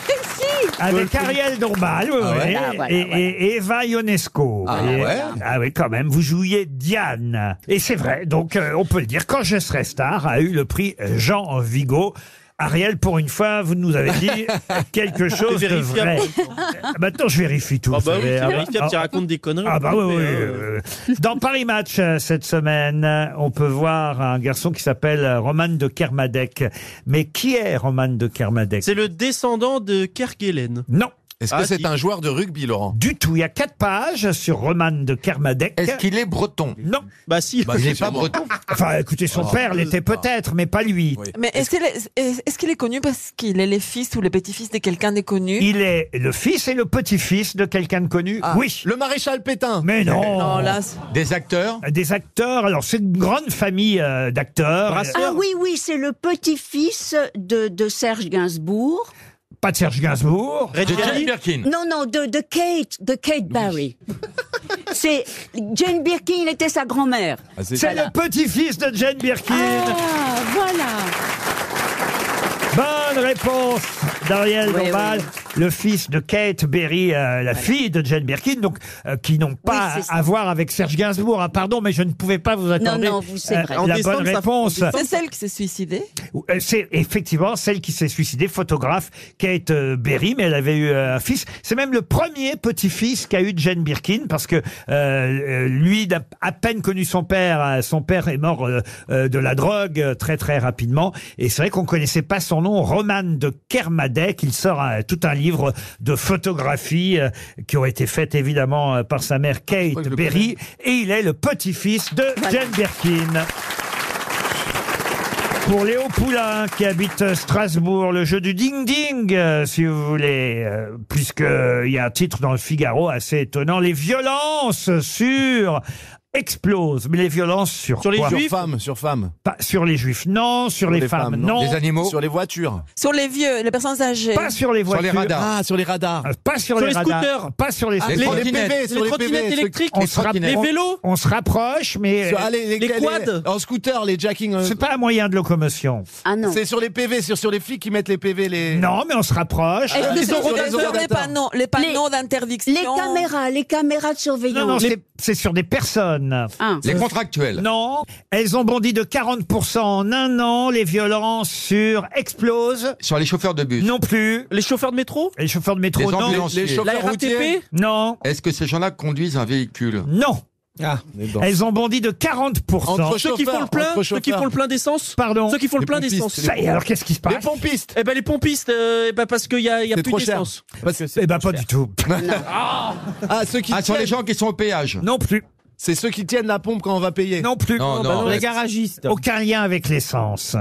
[SPEAKER 12] si
[SPEAKER 2] Avec Ariel Dombal oui,
[SPEAKER 3] Ah ouais.
[SPEAKER 2] oui,
[SPEAKER 12] Ah, voilà,
[SPEAKER 2] et,
[SPEAKER 12] voilà.
[SPEAKER 2] et- et Eva Ionesco.
[SPEAKER 5] Ah
[SPEAKER 2] vous voyez.
[SPEAKER 5] ouais.
[SPEAKER 2] Ah oui, quand même, vous jouiez Diane. Et c'est vrai, donc euh, on peut le dire, Quand je serai star a eu le prix Jean Vigo. Ariel, pour une fois, vous nous avez dit quelque chose de vrai.
[SPEAKER 8] vérifiable.
[SPEAKER 2] Maintenant, je vérifie tout.
[SPEAKER 8] Ah
[SPEAKER 2] vous
[SPEAKER 8] bah oui,
[SPEAKER 2] savez,
[SPEAKER 8] c'est
[SPEAKER 2] ah
[SPEAKER 8] vérifiable,
[SPEAKER 2] bah-
[SPEAKER 8] tu racontes des conneries.
[SPEAKER 2] ah bah oui, oui,
[SPEAKER 8] Mais,
[SPEAKER 2] oui,
[SPEAKER 8] euh,
[SPEAKER 2] oui, oui. Dans Paris Match euh, cette semaine, euh, on peut voir un garçon qui s'appelle euh, Roman de Kermadec. Mais qui est Roman de Kermadec
[SPEAKER 8] C'est le descendant de Kerguelen.
[SPEAKER 2] Non,
[SPEAKER 3] Est-ce que
[SPEAKER 8] Ah,
[SPEAKER 3] c'est
[SPEAKER 8] si.
[SPEAKER 3] un joueur de rugby, Laurent
[SPEAKER 2] du tout. Il y a quatre pages sur Roman de Kermadec.
[SPEAKER 5] Est-ce qu'il est breton
[SPEAKER 2] Non.
[SPEAKER 8] Bah si.
[SPEAKER 3] Bah,
[SPEAKER 5] Il
[SPEAKER 3] c'est
[SPEAKER 5] n'est pas
[SPEAKER 3] sûrement.
[SPEAKER 5] breton.
[SPEAKER 2] Enfin, écoutez, son
[SPEAKER 3] Oh.
[SPEAKER 2] père l'était peut-être, mais pas lui.
[SPEAKER 3] Oui.
[SPEAKER 7] Mais est-ce qu'il est, est-ce qu'il est connu parce qu'il est le fils ou le petit-fils de quelqu'un de connu
[SPEAKER 2] Il est le fils et le petit-fils de quelqu'un de connu. Oui.
[SPEAKER 3] Ah, Le maréchal Pétain
[SPEAKER 2] Mais non.
[SPEAKER 7] Non, là, c'est-
[SPEAKER 5] Des acteurs
[SPEAKER 2] Des acteurs. Alors, c'est une grande famille euh, d'acteurs.
[SPEAKER 12] Ah oui, oui, c'est le petit-fils de, de Serge Gainsbourg.
[SPEAKER 2] Pas de Serge Gainsbourg. Ah,
[SPEAKER 8] Red
[SPEAKER 5] De
[SPEAKER 8] Kelly.
[SPEAKER 5] Jane Birkin.
[SPEAKER 12] Non, non, de, de Kate, de Kate Barry. C'est Jane Birkin était sa grand-mère.
[SPEAKER 2] C'est le petit-fils de Jane Birkin.
[SPEAKER 12] Ah, voilà.
[SPEAKER 2] Bonne réponse d'Ariel
[SPEAKER 12] Oui,
[SPEAKER 2] Dombal,
[SPEAKER 12] oui,
[SPEAKER 2] le fils de Kate Berry, euh, la fille de Jane Birkin, donc euh, qui n'ont pas
[SPEAKER 12] c'est ça.
[SPEAKER 2] à voir avec Serge Gainsbourg. Ah, pardon, mais je ne pouvais pas vous attendre
[SPEAKER 12] non, vous, c'est vrai.
[SPEAKER 8] En
[SPEAKER 2] la
[SPEAKER 8] décembre,
[SPEAKER 2] bonne
[SPEAKER 8] ça-
[SPEAKER 2] réponse.
[SPEAKER 7] c'est celle qui s'est suicidée.
[SPEAKER 2] Euh, C'est effectivement celle qui s'est suicidée, photographe Kate euh, Berry, mais elle avait eu euh, un fils. C'est même le premier petit-fils qu'a eu Jane Birkin, parce que euh, euh, lui, d'à- à peine connu son père, euh, son père est mort euh, euh, de la drogue euh, très très rapidement. Et c'est vrai qu'on connaissait pas son nom, Roman de Kermadec. Il sort euh, tout un livre de photographies euh, qui ont été faites évidemment euh, par sa mère Kate Berry, et il est le petit-fils de Jane Birkin. Pour Léo Poulain, qui habite Strasbourg, le jeu du ding-ding, euh, si vous voulez, euh, puisqu'il y a un titre dans le Figaro assez étonnant, les violences sur explosent. Mais les violences sur,
[SPEAKER 8] Sur les
[SPEAKER 2] quoi
[SPEAKER 3] Sur
[SPEAKER 8] Juifs
[SPEAKER 3] femme, sur femme.
[SPEAKER 2] Pas sur les juifs, non. Sur, les, femmes, non.
[SPEAKER 5] Des animaux
[SPEAKER 3] Sur les voitures.
[SPEAKER 7] Sur les vieux, les personnes âgées.
[SPEAKER 2] Pas sur les
[SPEAKER 5] Sur
[SPEAKER 2] voitures.
[SPEAKER 5] les radars.
[SPEAKER 3] Ah, sur les radars.
[SPEAKER 2] Ah, Pas sur,
[SPEAKER 8] Sur les
[SPEAKER 2] radars.
[SPEAKER 8] scooters.
[SPEAKER 2] Pas sur les
[SPEAKER 5] les
[SPEAKER 2] scooters.
[SPEAKER 3] Ah, les
[SPEAKER 5] trottinettes.
[SPEAKER 3] PV,
[SPEAKER 8] Les
[SPEAKER 3] sur les
[SPEAKER 8] trottinettes
[SPEAKER 3] PV. ceux-
[SPEAKER 8] électriques,
[SPEAKER 2] on
[SPEAKER 8] les
[SPEAKER 2] se rappelle-
[SPEAKER 8] trottinettes- les vélos.
[SPEAKER 2] On se rapproche, mais
[SPEAKER 3] sur- ah, les,
[SPEAKER 8] Les quads.
[SPEAKER 3] En scooter, les jacking. euh,
[SPEAKER 2] c'est pas un moyen de locomotion.
[SPEAKER 12] Ah non.
[SPEAKER 3] C'est sur les PV, sur, sur les flics qui mettent les PV. Les...
[SPEAKER 2] Non, mais on se rapproche.
[SPEAKER 7] Est-ce que
[SPEAKER 3] Ah, les
[SPEAKER 7] c'est sur
[SPEAKER 3] ordinateurs.
[SPEAKER 7] Ah, les- sur les panneaux, les panneaux d'interdiction
[SPEAKER 12] Les caméras, les caméras de
[SPEAKER 2] Non,
[SPEAKER 12] surveillance.
[SPEAKER 2] non, c'est- c'est sur des personnes. Euh,
[SPEAKER 12] Ah.
[SPEAKER 5] Les contractuels.
[SPEAKER 2] Non, elles ont bondi de 40% en un an. Les violences sur explosent.
[SPEAKER 5] Sur les chauffeurs de bus.
[SPEAKER 2] Non plus.
[SPEAKER 8] Les chauffeurs de métro
[SPEAKER 2] Les chauffeurs de métro,
[SPEAKER 5] Les
[SPEAKER 2] non.
[SPEAKER 5] ambulanciers.
[SPEAKER 3] les chauffeurs-
[SPEAKER 8] La RATP
[SPEAKER 2] Non,
[SPEAKER 5] Est-ce que ces gens-là conduisent un véhicule
[SPEAKER 2] non.
[SPEAKER 3] Ah,
[SPEAKER 2] Elles ont bondi de 40%.
[SPEAKER 3] Entre
[SPEAKER 8] Ceux qui font le plein,
[SPEAKER 3] Entre
[SPEAKER 8] ceux qui
[SPEAKER 3] chauffeurs.
[SPEAKER 8] font le plein d'essence
[SPEAKER 2] Pardon.
[SPEAKER 8] Ceux qui font le
[SPEAKER 3] Les
[SPEAKER 8] plein
[SPEAKER 3] pompistes,
[SPEAKER 8] d'essence.
[SPEAKER 3] les
[SPEAKER 2] Ça, et alors, qu'est-ce qui se
[SPEAKER 3] Les
[SPEAKER 2] passe
[SPEAKER 3] pompistes.
[SPEAKER 8] Eh ben les pompistes, euh, eh ben parce qu'il y a, il y a
[SPEAKER 3] C'est
[SPEAKER 8] plus
[SPEAKER 3] trop cher.
[SPEAKER 8] d'essence.
[SPEAKER 3] Parce que
[SPEAKER 2] Eh
[SPEAKER 3] c'est-
[SPEAKER 2] ben, pas du tout.
[SPEAKER 3] Ah, ceux qui
[SPEAKER 5] Ah, sur les
[SPEAKER 3] tiennent.
[SPEAKER 5] gens qui sont au péage.
[SPEAKER 2] Non plus.
[SPEAKER 3] C'est ceux qui tiennent la pompe quand on va payer.
[SPEAKER 2] Non plus.
[SPEAKER 5] Non, non.
[SPEAKER 8] les garagistes.
[SPEAKER 2] Aucun lien avec l'essence.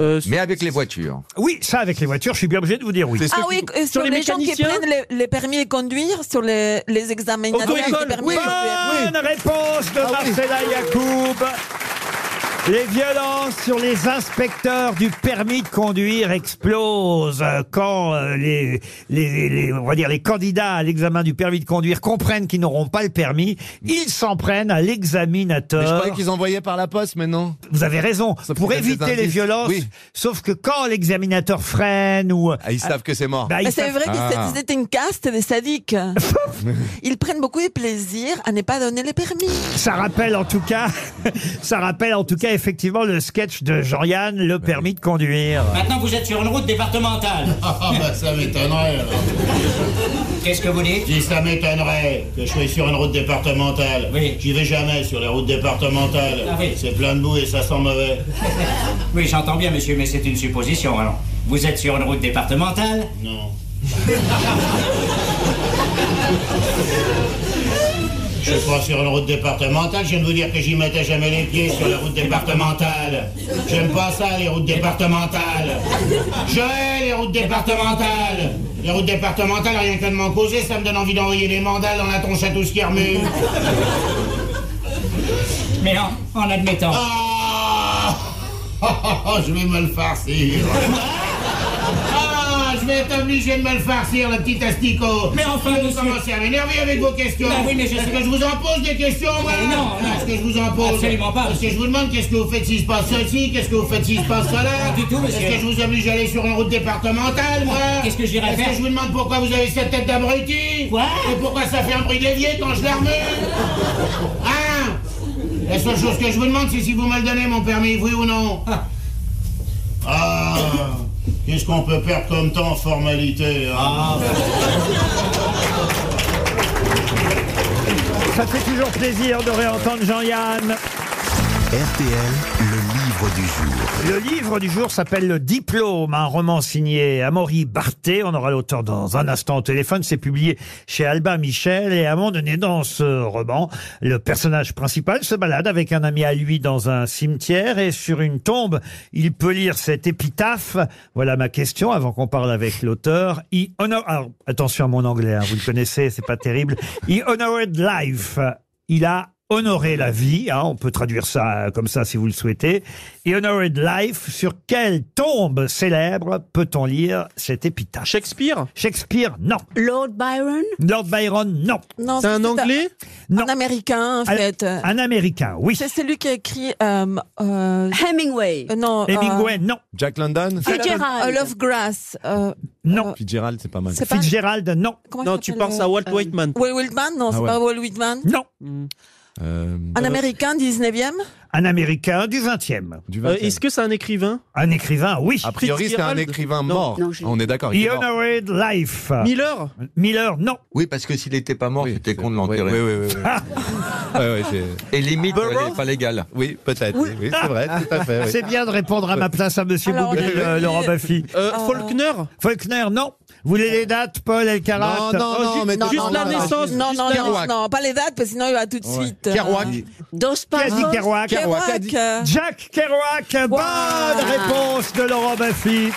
[SPEAKER 8] Euh,
[SPEAKER 5] Mais avec les voitures.
[SPEAKER 2] Oui, ça, avec les voitures, je suis bien obligé de vous dire oui.
[SPEAKER 3] C'est
[SPEAKER 7] Ah
[SPEAKER 3] ceux
[SPEAKER 7] oui,
[SPEAKER 3] qui-
[SPEAKER 7] et sur,
[SPEAKER 8] les
[SPEAKER 7] les, gens qui
[SPEAKER 8] mécaniciens
[SPEAKER 7] prennent les, les permis de conduire, sur les, les examinateurs
[SPEAKER 8] Auto-école,
[SPEAKER 7] des permis
[SPEAKER 8] oui.
[SPEAKER 7] de conduire.
[SPEAKER 2] Bonne réponse de
[SPEAKER 3] Ah oui.
[SPEAKER 2] Marcella Yacoub. Les violences sur les inspecteurs du permis de conduire explosent euh, quand euh, les, les, les- on va dire les candidats à l'examen du permis de conduire comprennent qu'ils n'auront pas le permis. Ils s'en prennent à l'examinateur.
[SPEAKER 3] Mais je croyais qu'ils envoyaient par la poste, mais non.
[SPEAKER 2] Vous avez raison.
[SPEAKER 3] Ça
[SPEAKER 2] pour
[SPEAKER 3] pourrait être des
[SPEAKER 2] éviter les
[SPEAKER 3] indices.
[SPEAKER 2] violences.
[SPEAKER 3] Oui.
[SPEAKER 2] Sauf que quand l'examinateur freine ou.
[SPEAKER 3] Ah, ils savent que c'est mort. Ah.
[SPEAKER 2] Bah, ils
[SPEAKER 7] Mais c'est
[SPEAKER 2] savent-
[SPEAKER 7] vrai qu'ils étaient une caste des sadiques. Ils prennent beaucoup de plaisir à ne pas donner les permis.
[SPEAKER 2] Ça rappelle en tout cas, ça rappelle en tout cas effectivement le sketch de Jean-Yann, le
[SPEAKER 3] Bah
[SPEAKER 2] permis de conduire.
[SPEAKER 14] Maintenant, vous êtes sur une route départementale.
[SPEAKER 15] Ah, bah ça m'étonnerait. alors.
[SPEAKER 14] Qu'est-ce que vous dites
[SPEAKER 15] Si ça m'étonnerait que je sois sur une route départementale. Oui. J'y vais jamais sur les routes départementales.
[SPEAKER 14] Ah oui.
[SPEAKER 15] C'est plein de boue et ça sent mauvais.
[SPEAKER 14] Oui, j'entends bien, monsieur, mais c'est une supposition, alors. Vous êtes sur une route départementale
[SPEAKER 15] Non. Je suis pas sur une route départementale, je viens de vous dire que j'y mettais jamais les pieds sur la route départementale. J'aime pas ça, les routes départementales. Je hais les routes départementales. Les routes départementales, rien que de m'en causer, ça me donne envie d'envoyer des mandales dans la tronche à tout ce qui remue.
[SPEAKER 14] Mais non, en admettant.
[SPEAKER 15] Ah Oh, oh, oh, je vais me le farcir. Ah, je vais être obligé de me le farcir, le petit asticot.
[SPEAKER 14] Mais enfin,
[SPEAKER 15] vous
[SPEAKER 14] monsieur-
[SPEAKER 15] commencez à m'énerver avec vos questions.
[SPEAKER 14] Bah oui, mais je-
[SPEAKER 15] Est-ce que je vous en pose des questions, moi
[SPEAKER 14] Mais non, non.
[SPEAKER 15] Est-ce que je vous en pose
[SPEAKER 14] Absolument pas,
[SPEAKER 15] Est-ce que je vous demande qu'est-ce que vous faites si se passe ceci Qu'est-ce que vous faites si se passe cela
[SPEAKER 14] Pas du tout, monsieur.
[SPEAKER 15] Est-ce que je vous oblige à aller sur une route départementale, moi
[SPEAKER 14] Qu'est-ce que j'irai
[SPEAKER 15] Est-ce
[SPEAKER 14] faire
[SPEAKER 15] que je vous demande pourquoi vous avez cette tête d'abruti Quoi Et pourquoi ça fait un bruit d'évier quand je la remue Hein la seule chose que je vous demande, c'est si vous me le donnez, mon permis, oui ou non Ah Qu'est-ce qu'on peut perdre comme temps en formalité
[SPEAKER 14] Ah,
[SPEAKER 15] hein
[SPEAKER 2] Ça fait toujours plaisir de réentendre Jean-Yann.
[SPEAKER 1] RTL, le livre du jour.
[SPEAKER 2] Le livre du jour s'appelle Le Diplôme, un roman signé Amaury Barthé. On aura l'auteur dans un instant au téléphone. C'est publié chez Albin Michel. Et à un moment donné, dans ce roman, le personnage principal se balade avec un ami à lui dans un cimetière et sur une tombe, il peut lire cette épitaphe. Voilà ma question avant qu'on parle avec l'auteur. He honor... Alors, attention à mon anglais, hein, vous le connaissez, c'est pas terrible. He honored life. Il a honorer la vie, hein, on peut traduire ça euh, comme ça si vous le souhaitez, et honored life, sur quelle tombe célèbre peut-on lire cet épitaphe
[SPEAKER 8] Shakespeare
[SPEAKER 2] Shakespeare, non.
[SPEAKER 12] Lord Byron
[SPEAKER 2] Lord Byron, non.
[SPEAKER 7] Non, C'est un c'est- Anglais
[SPEAKER 2] Non.
[SPEAKER 7] Un Américain, en
[SPEAKER 2] Un-
[SPEAKER 7] fait.
[SPEAKER 2] Un Américain, oui.
[SPEAKER 7] C'est celui qui a écrit... euh, euh,
[SPEAKER 12] Hemingway.
[SPEAKER 7] euh, non, euh,
[SPEAKER 2] Hemingway, non.
[SPEAKER 3] Jack London
[SPEAKER 7] Ah,
[SPEAKER 3] Ah,
[SPEAKER 7] A Oh, Love Grass. euh,
[SPEAKER 2] Non.
[SPEAKER 3] Fitzgerald, c'est pas mal.
[SPEAKER 7] C'est pas- Fitzgerald,
[SPEAKER 2] non.
[SPEAKER 7] comment il s'appelle, euh, euh, Walt Whitman, non,
[SPEAKER 3] Ah
[SPEAKER 7] c'est
[SPEAKER 3] ouais. Euh,
[SPEAKER 7] pas Walt Whitman.
[SPEAKER 2] Non. Bah,
[SPEAKER 7] Un Américain, 19e.
[SPEAKER 2] Un Américain du 20e.
[SPEAKER 8] Euh, Est-ce que c'est un écrivain
[SPEAKER 2] Un écrivain, oui.
[SPEAKER 3] A priori, c'est un
[SPEAKER 8] Fitzgerald
[SPEAKER 3] écrivain
[SPEAKER 8] Non.
[SPEAKER 3] mort.
[SPEAKER 8] Non, je-
[SPEAKER 3] On est d'accord. il
[SPEAKER 2] He
[SPEAKER 3] est mort.
[SPEAKER 2] honored life.
[SPEAKER 8] Miller
[SPEAKER 2] Miller, non.
[SPEAKER 5] Oui, parce que s'il n'était pas mort, c'était con de l'enterrer.
[SPEAKER 3] Oui, oui, oui. oui. Ouais, ouais, c'est-
[SPEAKER 5] Et limite, euh, elle n'est pas légale.
[SPEAKER 3] Oui, peut-être. Oui, oui, c'est
[SPEAKER 5] Eh,
[SPEAKER 3] vrai, tout à fait. oui.
[SPEAKER 2] Ah. C'est bien de répondre à ma place à Monsieur
[SPEAKER 7] Alors,
[SPEAKER 2] Boublil,
[SPEAKER 7] on a
[SPEAKER 2] euh,
[SPEAKER 7] dit-
[SPEAKER 2] Laurent Baffy.
[SPEAKER 8] Euh, Faulkner
[SPEAKER 2] Faulkner, non. Vous voulez les dates, Paul Oh, Elkarat
[SPEAKER 3] Non, non, non, mais
[SPEAKER 7] Non,
[SPEAKER 3] t'es-
[SPEAKER 7] non,
[SPEAKER 8] Juste la
[SPEAKER 7] non,
[SPEAKER 8] naissance,
[SPEAKER 7] Non,
[SPEAKER 8] juste
[SPEAKER 7] non, non,
[SPEAKER 3] Kerouac.
[SPEAKER 7] non, pas les dates, parce que sinon il va tout de suite. euh,
[SPEAKER 3] Kerouac.
[SPEAKER 12] Dos
[SPEAKER 2] Qui a dit
[SPEAKER 12] Passos.
[SPEAKER 2] Kerouac
[SPEAKER 7] Kerouac. euh,
[SPEAKER 2] Jack Kerouac, bonne réponse de Laurent Baffy.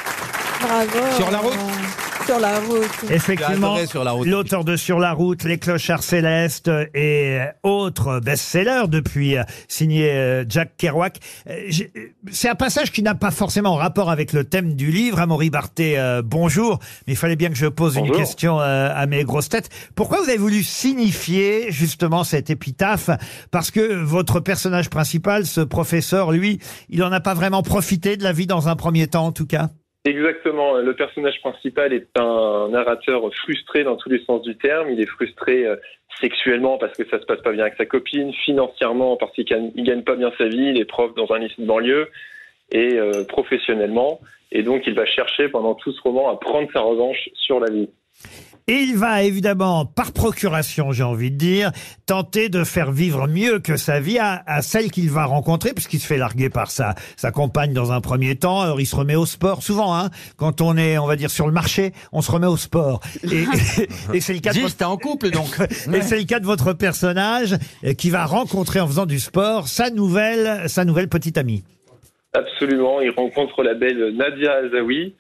[SPEAKER 7] Bravo.
[SPEAKER 5] Sur la route
[SPEAKER 7] Sur la route.
[SPEAKER 2] Effectivement,
[SPEAKER 3] J'ai adoré Sur la route.
[SPEAKER 2] l'auteur de Sur la route, Les Clochards célestes et autres best-sellers depuis, euh, signé euh, Jack Kerouac. Euh, j'ai- euh, C'est un passage qui n'a pas forcément rapport avec le thème du livre. Amaury Barthé, euh, bonjour. Mais il fallait bien que je pose une
[SPEAKER 16] Bonjour.
[SPEAKER 2] question euh, à mes grosses têtes. Pourquoi vous avez voulu signifier justement cette épitaphe Parce que votre personnage principal, ce professeur, lui, il n'en a pas vraiment profité de la vie dans un premier temps, en tout cas.
[SPEAKER 16] Exactement. Le personnage principal est un narrateur frustré dans tous les sens du terme. Il est frustré euh, sexuellement parce que ça se passe pas bien avec sa copine, financièrement parce qu'il gagne, il gagne pas bien sa vie, il est prof dans un lycée de banlieue, et euh, professionnellement. Et donc, il va chercher pendant tout ce roman à prendre sa revanche sur la vie.
[SPEAKER 2] Et il va évidemment, par procuration, j'ai envie de dire, tenter de faire vivre mieux que sa vie à, à celle qu'il va rencontrer, puisqu'il se fait larguer par sa, sa compagne dans un premier temps. Alors il se remet au sport, souvent, hein, quand on est, on va dire, sur le marché, on se remet au sport. Et, et c'est le cas de
[SPEAKER 5] Juste, t'es en couple, donc.
[SPEAKER 2] et c'est le cas de votre personnage euh, qui va rencontrer en faisant du sport sa nouvelle, sa nouvelle petite amie.
[SPEAKER 16] Absolument. Il rencontre la belle Nadia Azaoui,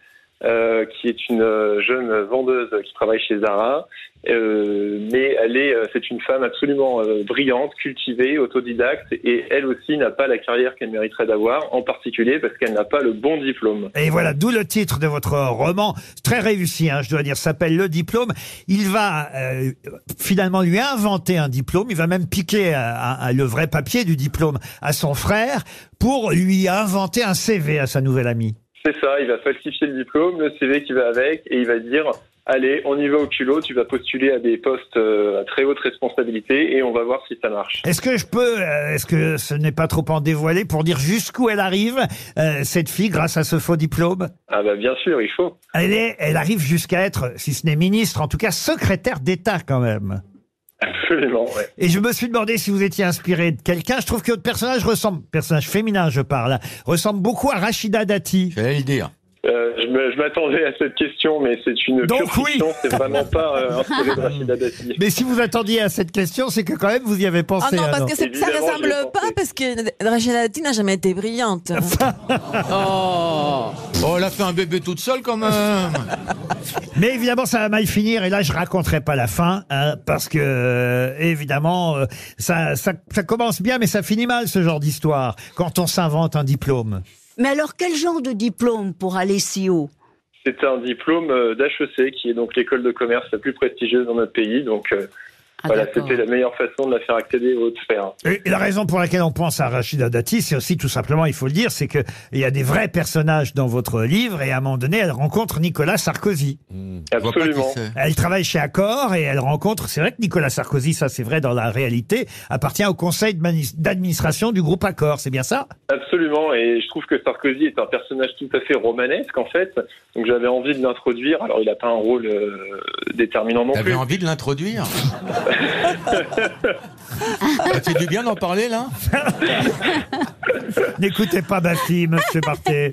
[SPEAKER 16] euh, qui est une euh, jeune vendeuse qui travaille chez Zara. Euh, mais elle est, euh, c'est une femme absolument euh, brillante, cultivée, autodidacte, et elle aussi n'a pas la carrière qu'elle mériterait d'avoir, en particulier parce qu'elle n'a pas le bon diplôme.
[SPEAKER 2] Et voilà, d'où le titre de votre roman, très réussi, hein, je dois dire, s'appelle Le Diplôme. Il va euh, finalement lui inventer un diplôme, il va même piquer euh, un- un- le vrai papier du diplôme à son frère pour lui inventer un CV à sa nouvelle amie.
[SPEAKER 16] C'est ça, il va falsifier le diplôme, le CV qui va avec, et il va dire Allez, on y va au culot, tu vas postuler à des postes euh, à très haute responsabilité et on va voir si ça marche.
[SPEAKER 2] Est-ce que je peux, euh, est-ce que ce n'est pas trop en dévoilé pour dire jusqu'où elle arrive, euh, cette fille, grâce à ce faux diplôme
[SPEAKER 16] Ah, bah bien sûr, il faut.
[SPEAKER 2] elle, est, elle arrive jusqu'à être, si ce n'est ministre, en tout cas secrétaire d'État quand même.
[SPEAKER 16] Absolument, ouais.
[SPEAKER 2] Et je me suis demandé si vous étiez inspiré de quelqu'un. Je trouve que votre personnage ressemble, personnage féminin, je parle, ressemble beaucoup à Rachida Dati.
[SPEAKER 5] J'allais le dire.
[SPEAKER 16] Euh, je me- je m'attendais à cette question, mais c'est une
[SPEAKER 2] Donc
[SPEAKER 16] pure fiction, c'est vraiment pas euh, inspiré de Rachida Dati.
[SPEAKER 2] Mais si vous attendiez à cette question, c'est que quand même vous y avez pensé.
[SPEAKER 7] Ah non, parce
[SPEAKER 2] alors.
[SPEAKER 7] que c'est- ça ne ressemble pas, parce que Rachel Dati n'a jamais été brillante.
[SPEAKER 5] Oh. oh, elle a fait un bébé toute seule quand même.
[SPEAKER 2] Mais évidemment, ça va mal finir. Et là, je raconterai pas la fin, hein, parce que euh, évidemment, euh, ça, ça, ça commence bien, mais ça finit mal ce genre d'histoire quand on s'invente un diplôme.
[SPEAKER 12] Mais alors, quel genre de diplôme pour aller si haut
[SPEAKER 16] C'est un diplôme euh, d'HEC, qui est donc l'école de commerce la plus prestigieuse dans notre pays. Donc euh, voilà, c'était la meilleure façon de la faire accéder aux hautes sphères.
[SPEAKER 2] Et la raison pour laquelle on pense à Rachida Dati, c'est aussi tout simplement, il faut le dire, c'est que il y a des vrais personnages dans votre livre et à un moment donné, elle rencontre Nicolas Sarkozy.
[SPEAKER 5] Hmm. vois pas qui
[SPEAKER 16] Absolument.
[SPEAKER 5] c'est.
[SPEAKER 2] Elle travaille chez Accor et elle rencontre, c'est vrai que Nicolas Sarkozy, ça c'est vrai dans la réalité, appartient au conseil de manis- d'administration du groupe Accor, c'est bien ça
[SPEAKER 16] Absolument, et je trouve que Sarkozy est un personnage tout à fait romanesque en fait. Donc j'avais envie de l'introduire. Alors il n'a pas un rôle euh, déterminant non
[SPEAKER 5] T'avais
[SPEAKER 16] plus.
[SPEAKER 5] envie de l'introduire Ça fait du bien d'en parler là
[SPEAKER 2] N'écoutez pas ma fille, monsieur Barthé.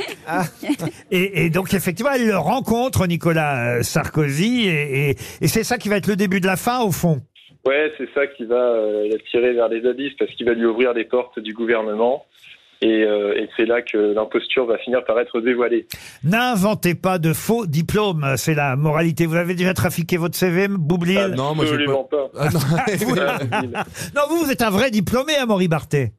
[SPEAKER 2] Et, et donc, effectivement, elle le rencontre, Nicolas euh, Sarkozy, et, et- et c'est ça qui va être le début de la fin, au fond.
[SPEAKER 16] Ouais, c'est ça qui va euh, l'attirer vers les abysses parce qu'il va lui ouvrir les portes du gouvernement. Et, euh, et c'est là que l'imposture va finir par être dévoilée.
[SPEAKER 2] N'inventez pas de faux diplômes, c'est la moralité. Vous avez déjà trafiqué votre CV, Boublil
[SPEAKER 5] Ah,
[SPEAKER 2] Ah,
[SPEAKER 5] Non,
[SPEAKER 16] moi, j'ai Absolument pas- pas.
[SPEAKER 2] vous... non, vous, vous êtes un vrai diplômé, Amaury Barthé.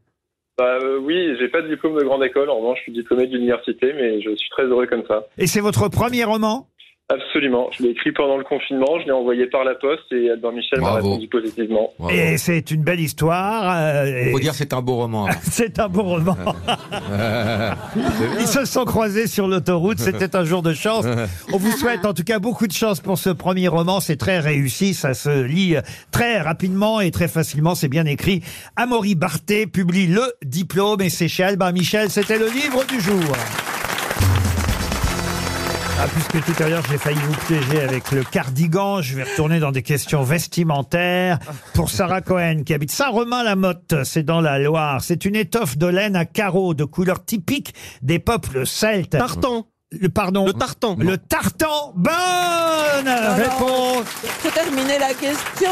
[SPEAKER 16] Bah, euh, oui, j'ai pas de diplôme de grande école. En revanche, je suis diplômé de l'université, mais je suis très heureux comme ça.
[SPEAKER 2] Et c'est votre premier roman
[SPEAKER 16] Absolument. Je l'ai écrit pendant le confinement, je l'ai envoyé par la poste et Albert Michel m'a répondu positivement.
[SPEAKER 2] Et c'est une belle histoire. euh, et-
[SPEAKER 5] Faut dire c'est un beau roman.
[SPEAKER 2] C'est un bon roman. Ils se sont croisés sur l'autoroute, c'était un jour de chance. On vous souhaite en tout cas beaucoup de chance pour ce premier roman, c'est très réussi, ça se lit très rapidement et très facilement, c'est bien écrit. Amaury Barthé publie Le Diplôme et c'est chez Albin Michel, c'était le livre du jour. Ah, puisque tout à l'heure j'ai failli vous piéger avec le cardigan, je vais retourner dans des questions vestimentaires pour Sarah Cohen qui habite Saint-Romain-la-Motte, c'est dans la Loire. C'est une étoffe de laine à carreaux de couleur typique des peuples celtes. Tartan. Le pardon. Le tartan. Le tartan. Bonne réponse.
[SPEAKER 7] Faut terminer la question.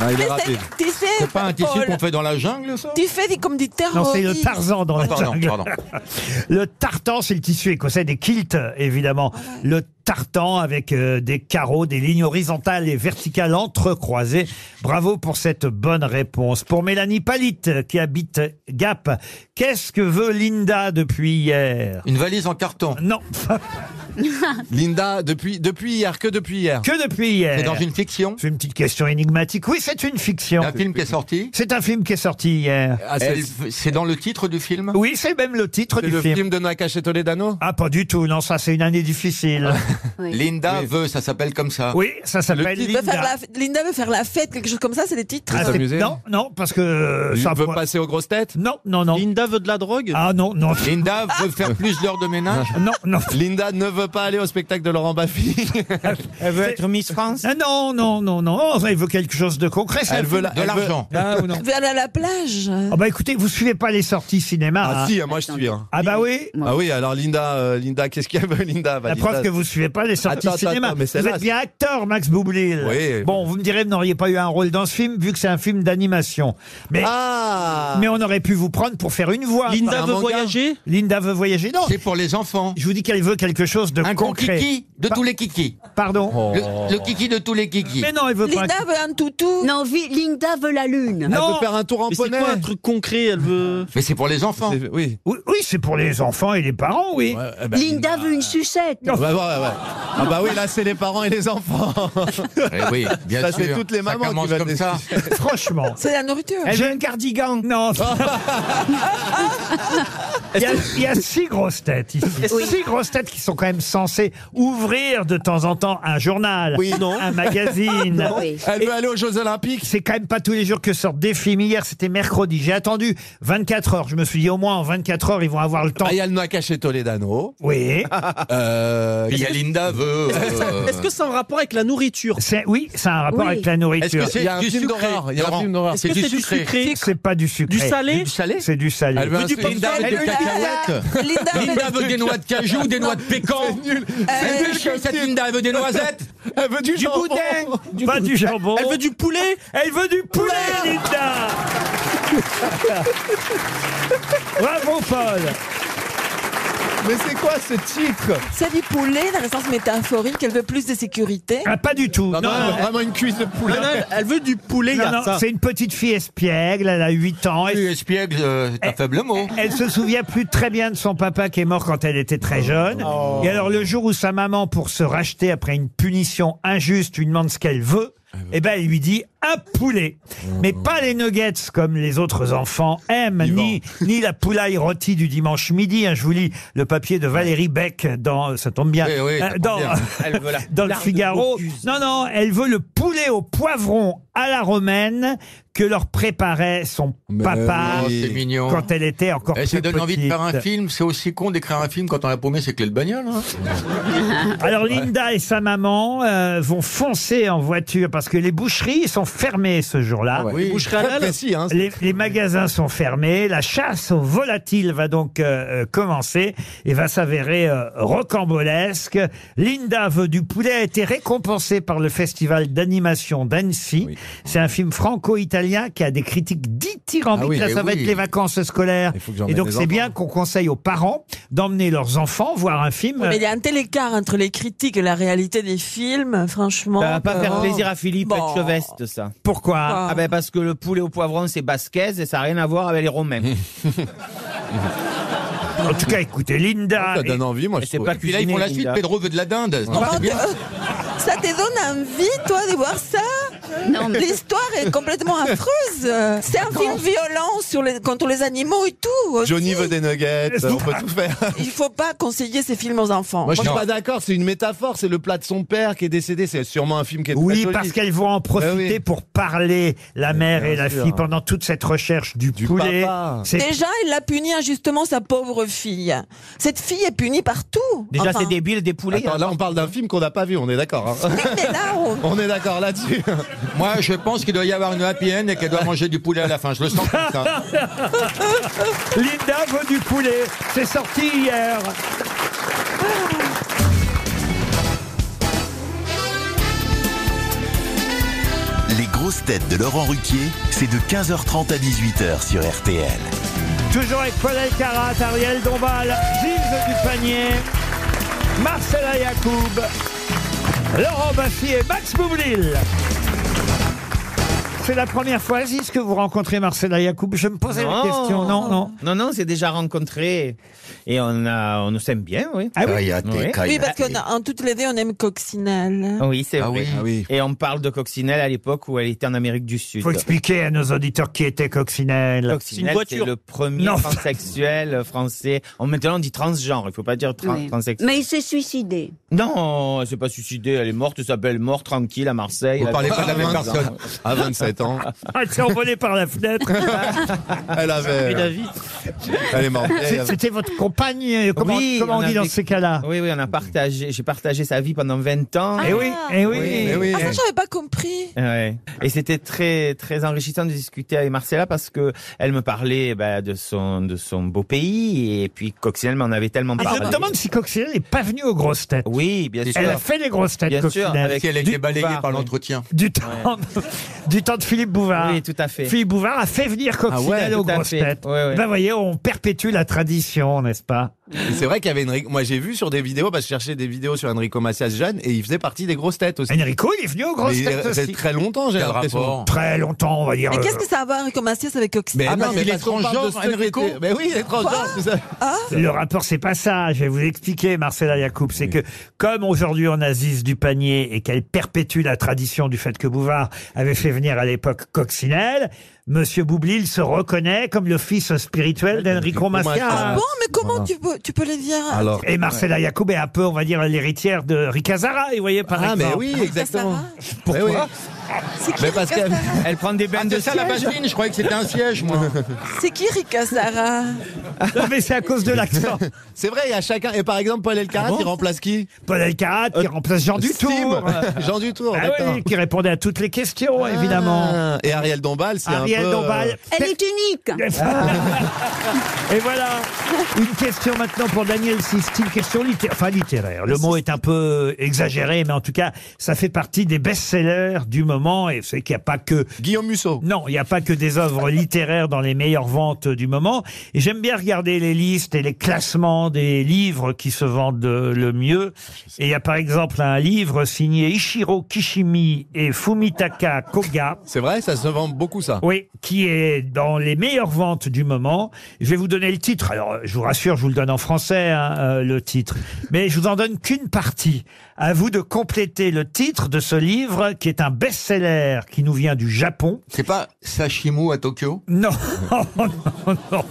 [SPEAKER 5] Ah, il est
[SPEAKER 7] Mais
[SPEAKER 5] rapide.
[SPEAKER 7] c'est- Tu sais,
[SPEAKER 5] C'est pas un tissu
[SPEAKER 7] Paul,
[SPEAKER 5] qu'on fait dans la jungle ça
[SPEAKER 7] Tu fais des- comme des terroristes.
[SPEAKER 2] Non, c'est le Tarzan dans la
[SPEAKER 5] Ah, pardon,
[SPEAKER 2] jungle.
[SPEAKER 5] pardon.
[SPEAKER 2] Le tartan, c'est le tissu écossais des kilts, évidemment. Le tartan avec euh, des carreaux, des lignes horizontales et verticales entrecroisées. Bravo pour cette bonne réponse. Pour Mélanie Palite, qui habite Gap, qu'est-ce que veut Linda depuis hier Euh,
[SPEAKER 5] Une valise en carton.
[SPEAKER 2] Non.
[SPEAKER 3] Linda, depuis, depuis hier, que depuis hier.
[SPEAKER 2] Que depuis hier.
[SPEAKER 5] C'est dans une fiction
[SPEAKER 2] C'est une petite question énigmatique. Oui, c'est une fiction.
[SPEAKER 5] Un film qui est sorti
[SPEAKER 2] C'est un film qui est sorti hier.
[SPEAKER 3] Ah,
[SPEAKER 5] Elle- Ah, C'est dans le titre du film
[SPEAKER 2] Oui, c'est même le titre
[SPEAKER 3] C'est
[SPEAKER 2] du
[SPEAKER 3] le
[SPEAKER 2] film.
[SPEAKER 3] film de Nakache Toledano
[SPEAKER 2] Ah, pas du tout. Non, ça, c'est une année difficile.
[SPEAKER 5] Linda veut, ça s'appelle comme
[SPEAKER 3] Ah.
[SPEAKER 5] ça.
[SPEAKER 2] Oui, ça s'appelle
[SPEAKER 7] Linda. Veut
[SPEAKER 2] Linda.
[SPEAKER 7] faire la f- Linda veut faire la fête, quelque chose comme ça, c'est le titre.
[SPEAKER 2] Ah, c'est- non, non, parce que euh, ça
[SPEAKER 3] veut
[SPEAKER 2] moi-
[SPEAKER 3] passer aux grosses têtes
[SPEAKER 2] Non, non, non.
[SPEAKER 8] Linda veut de la drogue
[SPEAKER 2] Ah non, non.
[SPEAKER 5] Linda veut faire plus d'heures de ménage
[SPEAKER 2] Non, non.
[SPEAKER 3] Linda ne veut pas aller au spectacle de Laurent Baffy.
[SPEAKER 4] Elle veut être Miss France
[SPEAKER 2] Ah, non, non, non, non. Elle veut quelque chose de concret. ça.
[SPEAKER 3] Elle veut la-
[SPEAKER 5] De
[SPEAKER 3] elle veut- Ah,
[SPEAKER 5] l'argent.
[SPEAKER 7] Elle veut aller à la plage.
[SPEAKER 2] Ah bah écoutez, vous suivez pas les sorties cinéma.
[SPEAKER 3] Ah
[SPEAKER 2] hein.
[SPEAKER 3] si, moi je suis. hein.
[SPEAKER 2] Ah bah oui.
[SPEAKER 3] Ah oui, alors Linda, euh, Linda, qu'est-ce qu'elle veut, Linda Bah,
[SPEAKER 2] La preuve
[SPEAKER 3] Linda-
[SPEAKER 2] que vous suivez pas les sorties
[SPEAKER 3] Attends, attends,
[SPEAKER 2] cinéma.
[SPEAKER 3] attends, mais
[SPEAKER 2] vous
[SPEAKER 3] celle-là,
[SPEAKER 2] êtes bien acteur, Max Boublil.
[SPEAKER 3] Oui.
[SPEAKER 2] Bon, vous me direz, vous n'auriez pas eu un rôle dans ce film, vu que c'est un film d'animation. Mais,
[SPEAKER 3] Ah
[SPEAKER 2] mais on aurait pu vous prendre pour faire une voix.
[SPEAKER 8] Linda
[SPEAKER 3] un
[SPEAKER 8] veut
[SPEAKER 3] manga
[SPEAKER 8] voyager
[SPEAKER 2] Linda veut voyager. Non,
[SPEAKER 5] C'est pour les enfants.
[SPEAKER 2] je vous dis qu'elle veut quelque chose chose de
[SPEAKER 5] Un gros
[SPEAKER 2] concret.
[SPEAKER 5] kiki de tous les kikis.
[SPEAKER 2] Pardon
[SPEAKER 5] Le,
[SPEAKER 3] Oh.
[SPEAKER 5] le kiki de tous les kikis.
[SPEAKER 2] Ah,
[SPEAKER 12] Linda veut un toutou. Non, vi- Linda veut la lune.
[SPEAKER 5] Mais c'est quoi un
[SPEAKER 8] truc concret, elle veut.
[SPEAKER 5] Mais c'est pour les enfants.
[SPEAKER 3] Oui,
[SPEAKER 2] oui, c'est pour les enfants et les parents, oui.
[SPEAKER 3] eh ben,
[SPEAKER 12] Linda veut une sucette.
[SPEAKER 3] Ah bah, ouais, ouais. Ah bah oui, là c'est les parents et les enfants.
[SPEAKER 5] Eh oui, bien
[SPEAKER 3] ça, c'est
[SPEAKER 5] sûr.
[SPEAKER 3] toutes les
[SPEAKER 5] Ça
[SPEAKER 3] mamans
[SPEAKER 5] commence
[SPEAKER 3] qui vont
[SPEAKER 5] comme ça.
[SPEAKER 2] Franchement.
[SPEAKER 7] C'est la nourriture.
[SPEAKER 2] Elle veut
[SPEAKER 4] un cardigan.
[SPEAKER 2] Non. Il y, a, il y a six grosses têtes ici.
[SPEAKER 4] Oui.
[SPEAKER 2] Six grosses têtes qui sont quand même censées ouvrir de temps en temps un journal,
[SPEAKER 3] Oui, non.
[SPEAKER 2] un magazine.
[SPEAKER 3] Non. Oui. Elle
[SPEAKER 2] veut
[SPEAKER 3] aller aux Jeux Olympiques.
[SPEAKER 2] C'est quand même pas tous les jours que sortent des films. Hier, c'était mercredi. J'ai attendu 24 heures. Je me suis dit, au moins en 24 heures, ils vont avoir le temps.
[SPEAKER 3] Ah, Il y a le Nakache Toledano.
[SPEAKER 2] Oui.
[SPEAKER 3] Euh,
[SPEAKER 5] Il y a Linda veut.
[SPEAKER 8] Est-ce que c'est en rapport avec la nourriture
[SPEAKER 2] Oui, Euh. c'est un rapport
[SPEAKER 8] Oui.
[SPEAKER 2] avec la nourriture.
[SPEAKER 5] Est-ce que c'est Il y a un du film sucré, d'horreur. Il y a un Laurent film d'horreur.
[SPEAKER 2] Est-ce que c'est du sucré C'est pas du sucré.
[SPEAKER 5] Du salé
[SPEAKER 2] Du salé C'est du salé.
[SPEAKER 5] Elle veut du Linda veut des cacahuètes. Linda veut des noix de cajou, des noix de pécan. C'est nul. C'est nul que cette Linda elle veut des noisettes.
[SPEAKER 3] Elle veut
[SPEAKER 2] Du boudin. Pas du jambon. Elle veut du poulet. Elle veut du poulet, Linda. Bravo, Paul.
[SPEAKER 3] Mais c'est quoi ce titre
[SPEAKER 7] C'est du poulet dans le sens métaphorique, elle veut plus de sécurité.
[SPEAKER 2] Ah, pas du tout. Non,
[SPEAKER 3] non, elle veut vraiment une cuisse de poulet.
[SPEAKER 2] Non, non, elle- elle veut
[SPEAKER 8] du poulet,
[SPEAKER 2] Non, non, c'est une petite fille espiègle, elle a 8 ans. Elle,
[SPEAKER 5] espiègle, euh,
[SPEAKER 3] Eh,
[SPEAKER 5] c'est un faible mot.
[SPEAKER 2] Elle se souvient plus très bien de son papa qui est mort quand elle était très jeune.
[SPEAKER 5] Oh.
[SPEAKER 2] Et alors le jour où sa maman, pour se racheter après une punition injuste, lui demande ce qu'elle veut, eh ben, elle lui dit un poulet.
[SPEAKER 5] Oh.
[SPEAKER 2] Mais pas les nuggets comme les autres enfants aiment, ni, ni la poulaille rôtie du dimanche midi. hein. je vous lis le papier de Valérie Beck dans, ça tombe bien,
[SPEAKER 5] Eh Oui, oui, ça
[SPEAKER 2] euh,
[SPEAKER 5] tombe
[SPEAKER 2] dans,
[SPEAKER 5] bien. Elle veut la
[SPEAKER 2] dans le
[SPEAKER 5] larve de
[SPEAKER 2] Figaro. Non, non, elle veut le poulet au poivron à la romaine que leur préparait son papa
[SPEAKER 5] oui. Oh, C'est mignon.
[SPEAKER 2] quand elle était encore
[SPEAKER 5] Et
[SPEAKER 2] plus
[SPEAKER 5] Eh, ça donne envie de
[SPEAKER 2] petite.
[SPEAKER 5] faire un film. C'est aussi con d'écrire un film quand on a paumé ses clés de bagnole. hein.
[SPEAKER 2] Alors Linda et sa maman euh, vont foncer en voiture parce que les boucheries sont fermées ce jour-là.
[SPEAKER 3] ouais. Oui, Les boucheries très halal précis, hein.
[SPEAKER 2] les, les magasins sont fermés. La chasse aux volatiles va donc euh, euh, commencer et va s'avérer euh, rocambolesque. Linda veut du poulet a été récompensée par le festival d'animation d'Annecy. C'est un film franco-italien qui a des critiques dithyrambiques.
[SPEAKER 3] Ah oui,
[SPEAKER 2] Là,
[SPEAKER 3] eh
[SPEAKER 2] ça va
[SPEAKER 3] oui.
[SPEAKER 2] être les vacances scolaires.
[SPEAKER 3] Il faut que j'emmène
[SPEAKER 2] Et donc
[SPEAKER 3] les
[SPEAKER 2] c'est
[SPEAKER 3] enfants.
[SPEAKER 2] bien qu'on conseille aux parents d'emmener leurs enfants voir un film.
[SPEAKER 7] Mais il y a un tel écart entre les critiques et la réalité des films, franchement. euh,
[SPEAKER 4] Ça va pas
[SPEAKER 7] que-
[SPEAKER 4] faire plaisir à Philippe
[SPEAKER 7] Bon.
[SPEAKER 4] Etcheveste,
[SPEAKER 2] euh,
[SPEAKER 4] ça.
[SPEAKER 2] Pourquoi
[SPEAKER 4] Ah ben parce que le poulet au poivron, c'est basquez et ça n'a rien à voir avec les Romains.
[SPEAKER 2] en tout cas, écoutez, Linda.
[SPEAKER 3] Ça donne envie, moi.
[SPEAKER 4] Et
[SPEAKER 3] je
[SPEAKER 4] c'est
[SPEAKER 3] trouve.
[SPEAKER 4] pas
[SPEAKER 5] Puis là, ils font la suite. Pedro veut de la dinde.
[SPEAKER 3] Ah,
[SPEAKER 5] Non,
[SPEAKER 7] Par
[SPEAKER 5] c'est
[SPEAKER 7] contre,
[SPEAKER 5] bien.
[SPEAKER 7] Oh, euh, ça te donne envie, toi, de voir ça
[SPEAKER 12] Non, mais-
[SPEAKER 7] L'histoire est complètement affreuse. C'est un film violent sur les- contre les animaux et tout. aussi.
[SPEAKER 3] Johnny veut des nuggets, on peut tout faire.
[SPEAKER 7] Il faut pas conseiller ces films aux enfants.
[SPEAKER 3] Moi, je suis pas d'accord, c'est une métaphore, c'est le plat de son père qui est décédé, c'est sûrement un film qui est
[SPEAKER 2] Oui,
[SPEAKER 3] très joli.
[SPEAKER 2] parce qu'elles vont en profiter
[SPEAKER 3] Ben oui.
[SPEAKER 2] pour parler, la mère et la
[SPEAKER 3] sûr.
[SPEAKER 2] fille, pendant toute cette recherche du, poulet.
[SPEAKER 3] papa.
[SPEAKER 2] C'est-
[SPEAKER 7] Déjà, il a puni injustement sa pauvre fille. Cette fille est punie partout. Enfin.
[SPEAKER 4] débile des poulets.
[SPEAKER 2] hein.
[SPEAKER 3] Attends, là, on parle d'un film qu'on n'a pas vu, on est d'accord. hein.
[SPEAKER 7] oh.
[SPEAKER 3] on est d'accord là-dessus.
[SPEAKER 5] Moi, je pense qu'il doit y avoir une happy end et qu'elle doit manger du poulet à la fin. Je le sens comme ça.
[SPEAKER 2] Linda veut du poulet. C'est sorti hier.
[SPEAKER 1] Les grosses têtes de Laurent Ruquier, c'est de 15h30 à 18h sur RTL.
[SPEAKER 2] Toujours avec Paul Elkarat, Ariel Dombal, Gilles Dupanier, Marcela Yacoub, Laurent Baffy et Max Boublil. C'est la première fois, Aziz, que vous rencontrez Marcela Yacoub. Je me posais la question. Non, non.
[SPEAKER 4] Non, non, c'est déjà rencontré et on, a, on nous aime bien, Eh oui.
[SPEAKER 2] Ah oui.
[SPEAKER 4] oui.
[SPEAKER 7] Oui, parce qu'en toutes les deux, on aime Coccinelle.
[SPEAKER 4] Oui, c'est
[SPEAKER 5] Ah
[SPEAKER 4] vrai.
[SPEAKER 5] oui.
[SPEAKER 4] Et on parle de Coccinelle à l'époque où elle était en Amérique du Sud.
[SPEAKER 2] Faut expliquer à nos auditeurs qui était Coccinelle.
[SPEAKER 4] Coccinelle, c'est le premier
[SPEAKER 2] Non.
[SPEAKER 4] transsexuel français. En maintenant, on dit transgenre. Il faut pas dire
[SPEAKER 5] Ah,
[SPEAKER 4] tran-
[SPEAKER 12] Oui.
[SPEAKER 4] transsexuel.
[SPEAKER 12] Mais il s'est suicidé.
[SPEAKER 4] Non, elle s'est pas suicidée. Elle est morte. Elle s'appelle mort tranquille à Marseille.
[SPEAKER 5] Vous
[SPEAKER 4] Elle a
[SPEAKER 5] parlez pas de la
[SPEAKER 4] 22
[SPEAKER 5] même
[SPEAKER 4] ans.
[SPEAKER 5] personne.
[SPEAKER 3] À 27 ans,
[SPEAKER 2] Elle s'est envolée Ah, par la fenêtre.
[SPEAKER 3] elle avait.
[SPEAKER 2] euh,
[SPEAKER 4] euh,
[SPEAKER 3] Elle est morte.
[SPEAKER 2] C'est- C'était votre compagne. euh, Comment,
[SPEAKER 4] Oui,
[SPEAKER 2] comment on, dit
[SPEAKER 4] a
[SPEAKER 2] dans
[SPEAKER 4] vécu-
[SPEAKER 2] ces cas-là
[SPEAKER 4] Oui, oui, on a partagé. J'ai partagé sa vie pendant 20 ans.
[SPEAKER 2] Eh oui, eh oui.
[SPEAKER 4] Eh oui.
[SPEAKER 7] Ah, ça, j'avais pas compris.
[SPEAKER 4] Ouais. Et c'était très très enrichissant de discuter avec Marcella parce que elle me parlait bah, de son de son beau pays et puis Coccinelle m'en avait tellement
[SPEAKER 2] Et
[SPEAKER 4] parlé.
[SPEAKER 2] je me demande si Coccinelle n'est pas venue aux grosses têtes.
[SPEAKER 4] Ah, bah, Oui, bien sûr.
[SPEAKER 2] Elle a fait les grosses têtes,
[SPEAKER 4] Bien sûr,
[SPEAKER 2] Coccinelle.
[SPEAKER 4] avec
[SPEAKER 5] Si elle a été
[SPEAKER 4] du
[SPEAKER 5] balayée
[SPEAKER 4] Bouvard,
[SPEAKER 5] par
[SPEAKER 4] oui.
[SPEAKER 5] l'entretien.
[SPEAKER 2] Du temps, du temps de Philippe Bouvard.
[SPEAKER 4] Oui, tout à fait.
[SPEAKER 2] Philippe Bouvard a fait venir Coccinelle
[SPEAKER 4] Ah ouais,
[SPEAKER 2] aux
[SPEAKER 4] tout à
[SPEAKER 2] grosses
[SPEAKER 4] fait.
[SPEAKER 2] têtes.
[SPEAKER 4] Ouais, ouais.
[SPEAKER 2] Ben voyez, on perpétue la tradition, n'est-ce pas
[SPEAKER 3] Et C'est vrai qu'il y avait Enrico. Moi, j'ai vu sur des vidéos, parce que je cherchais des vidéos sur Enrico Macias jeune, et il faisait partie des grosses têtes aussi.
[SPEAKER 2] Enrico, il est venu aux grosses têtes
[SPEAKER 3] C'est
[SPEAKER 2] aussi.
[SPEAKER 3] très longtemps, j'ai
[SPEAKER 2] Quel
[SPEAKER 3] l'impression.
[SPEAKER 2] rapport Très longtemps, on va dire. euh,
[SPEAKER 7] Mais qu'est-ce que ça a à voir avec Macias avec Oxy
[SPEAKER 3] Mais euh, Ah non, non, mais mais il est
[SPEAKER 7] est
[SPEAKER 3] parce qu'on transgenre, parle de ce qui Enrico. était- Mais oui, il est transgenre, c'est ça.
[SPEAKER 7] Ah.
[SPEAKER 2] Le rapport, c'est pas ça. Je vais vous expliquer, Marcela Yacoub. C'est que, comme aujourd'hui on a Ziz du panier et qu'elle perpétue la tradition du fait que Bouvard avait fait venir à l'époque Coccinelle, Monsieur Boublil se reconnaît comme le fils spirituel d'Enrico Macias.
[SPEAKER 7] Ah bon, mais comment tu, peux, tu peux le dire
[SPEAKER 2] et Marcela Yacoub est un peu, on va dire, l'héritière de Ricazara, vous voyez, par
[SPEAKER 3] Ah, mais
[SPEAKER 2] exemple.
[SPEAKER 3] oui, exactement.
[SPEAKER 2] Pourquoi
[SPEAKER 3] Mais parce qu'elle
[SPEAKER 4] elle prend des bains
[SPEAKER 5] Ah,
[SPEAKER 4] de
[SPEAKER 5] c'est ça la
[SPEAKER 4] siège.
[SPEAKER 5] bassine, je croyais que c'était un siège, moi.
[SPEAKER 7] C'est qui Rika Sarah
[SPEAKER 2] Non, mais c'est à cause de l'accent.
[SPEAKER 3] C'est vrai, il y a chacun. Et par exemple, Paul Elkarat, il remplace qui
[SPEAKER 2] Paul Elkarat, il remplace Jean
[SPEAKER 3] Steve.
[SPEAKER 2] Dutour.
[SPEAKER 3] Jean Dutour,
[SPEAKER 2] Ah
[SPEAKER 3] d'accord. Ah,
[SPEAKER 2] oui, qui répondait à toutes les questions, évidemment.
[SPEAKER 3] Et Ariel Dombal, c'est un peu.
[SPEAKER 2] Ariel
[SPEAKER 3] euh,
[SPEAKER 2] Dombal.
[SPEAKER 12] Elle est unique.
[SPEAKER 2] Et voilà. Une question maintenant pour Daniel Sisti, une question littéraire. Enfin, littéraire. Le mot est un peu exagéré, mais en tout cas, ça fait partie des best-sellers du moment. Et vous savez qu'il n'y a pas que.
[SPEAKER 3] Guillaume Musso.
[SPEAKER 2] Non, il n'y a pas que des œuvres littéraires dans les meilleures ventes du moment. Et j'aime bien regarder les listes et les classements des livres qui se vendent euh, le mieux. Et il y a par exemple un livre signé Ichiro Kishimi et Fumitaka Koga.
[SPEAKER 3] C'est vrai, ça se vend beaucoup, ça.
[SPEAKER 2] Oui, qui est dans les meilleures ventes du moment. Je vais vous donner le titre. Alors, euh, je vous rassure, je vous le donne en français, hein, euh, le titre. Mais je vous en donne qu'une partie. À vous de compléter le titre de ce livre, qui est un best-seller qui nous vient du Japon.
[SPEAKER 5] C'est pas Sashimu à Tokyo
[SPEAKER 2] Non, non, non.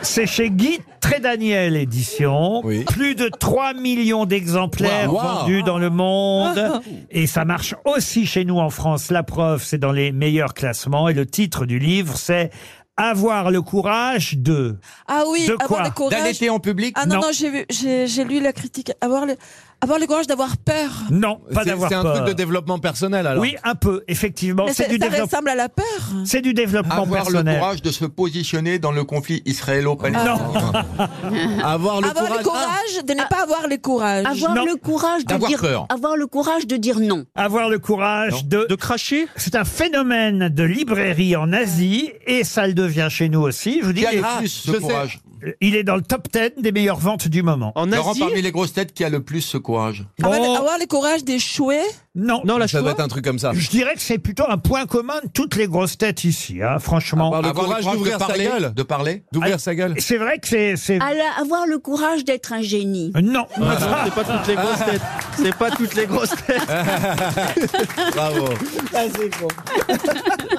[SPEAKER 2] C'est chez Guy Trédaniel Édition. Plus de 3 millions d'exemplaires
[SPEAKER 5] Wow, wow.
[SPEAKER 2] vendus dans le monde. Et ça marche aussi chez nous en France. La preuve, c'est dans les meilleurs classements. Et le titre du livre, c'est Avoir le courage de.
[SPEAKER 7] Ah oui,
[SPEAKER 2] De
[SPEAKER 7] avoir
[SPEAKER 2] quoi
[SPEAKER 7] le courage.
[SPEAKER 2] D'allaiter en public
[SPEAKER 7] Ah non, non,
[SPEAKER 2] Non.
[SPEAKER 7] j'ai vu- j'ai j'ai lu la critique. Avoir le, avoir le courage d'avoir peur.
[SPEAKER 2] Non, pas
[SPEAKER 3] C'est-
[SPEAKER 2] d'avoir
[SPEAKER 3] C'est un
[SPEAKER 2] peur.
[SPEAKER 3] truc de développement
[SPEAKER 5] Ah
[SPEAKER 3] personnel, alors.
[SPEAKER 2] Oui, un peu, effectivement.
[SPEAKER 7] Mais
[SPEAKER 2] C'est
[SPEAKER 7] ça
[SPEAKER 2] du,
[SPEAKER 7] ça
[SPEAKER 2] développe-
[SPEAKER 7] ressemble à la peur.
[SPEAKER 2] c'est du développement
[SPEAKER 5] Avoir
[SPEAKER 2] personnel.
[SPEAKER 5] le courage de se positionner dans le conflit israélo-palestinien.
[SPEAKER 3] Avoir
[SPEAKER 2] Ah.
[SPEAKER 7] avoir le courage de ne pas avoir le courage.
[SPEAKER 12] hein. Avoir le courage de
[SPEAKER 5] D'avoir
[SPEAKER 12] dire
[SPEAKER 5] peur.
[SPEAKER 12] avoir le courage de dire non.
[SPEAKER 2] Avoir le courage de... De cracher C'est un phénomène de librairie en Asie, et ça le devient chez nous aussi. Je vous dis,
[SPEAKER 5] Qui a le
[SPEAKER 2] il est-
[SPEAKER 5] plus ce
[SPEAKER 2] je sais.
[SPEAKER 5] courage
[SPEAKER 2] Il est dans le top 10 des meilleures ventes du moment. Oh.
[SPEAKER 8] En
[SPEAKER 5] Laurent, parmi les grosses têtes, qui a le plus ce courage
[SPEAKER 7] Avoir, le- avoir le courage d'échouer.
[SPEAKER 2] Non,
[SPEAKER 8] Non, la
[SPEAKER 3] Ça doit
[SPEAKER 8] choix.
[SPEAKER 3] être un truc comme ça.
[SPEAKER 2] je dirais que c'est plutôt un point commun de toutes les grosses têtes ici, hein, franchement.
[SPEAKER 3] Avoir le
[SPEAKER 5] Avoir
[SPEAKER 3] courage
[SPEAKER 5] le courage
[SPEAKER 3] d'ouvrir
[SPEAKER 5] de
[SPEAKER 3] sa
[SPEAKER 5] parler,
[SPEAKER 3] gueule.
[SPEAKER 5] de parler.
[SPEAKER 2] Ah.
[SPEAKER 3] D'ouvrir sa gueule.
[SPEAKER 2] C'est vrai que c'est... c'est-
[SPEAKER 12] À la- avoir le courage d'être un génie.
[SPEAKER 2] Non.
[SPEAKER 3] Ah.
[SPEAKER 8] C'est pas toutes les grosses têtes. C'est pas toutes les grosses têtes.
[SPEAKER 3] Bravo.
[SPEAKER 12] Ah,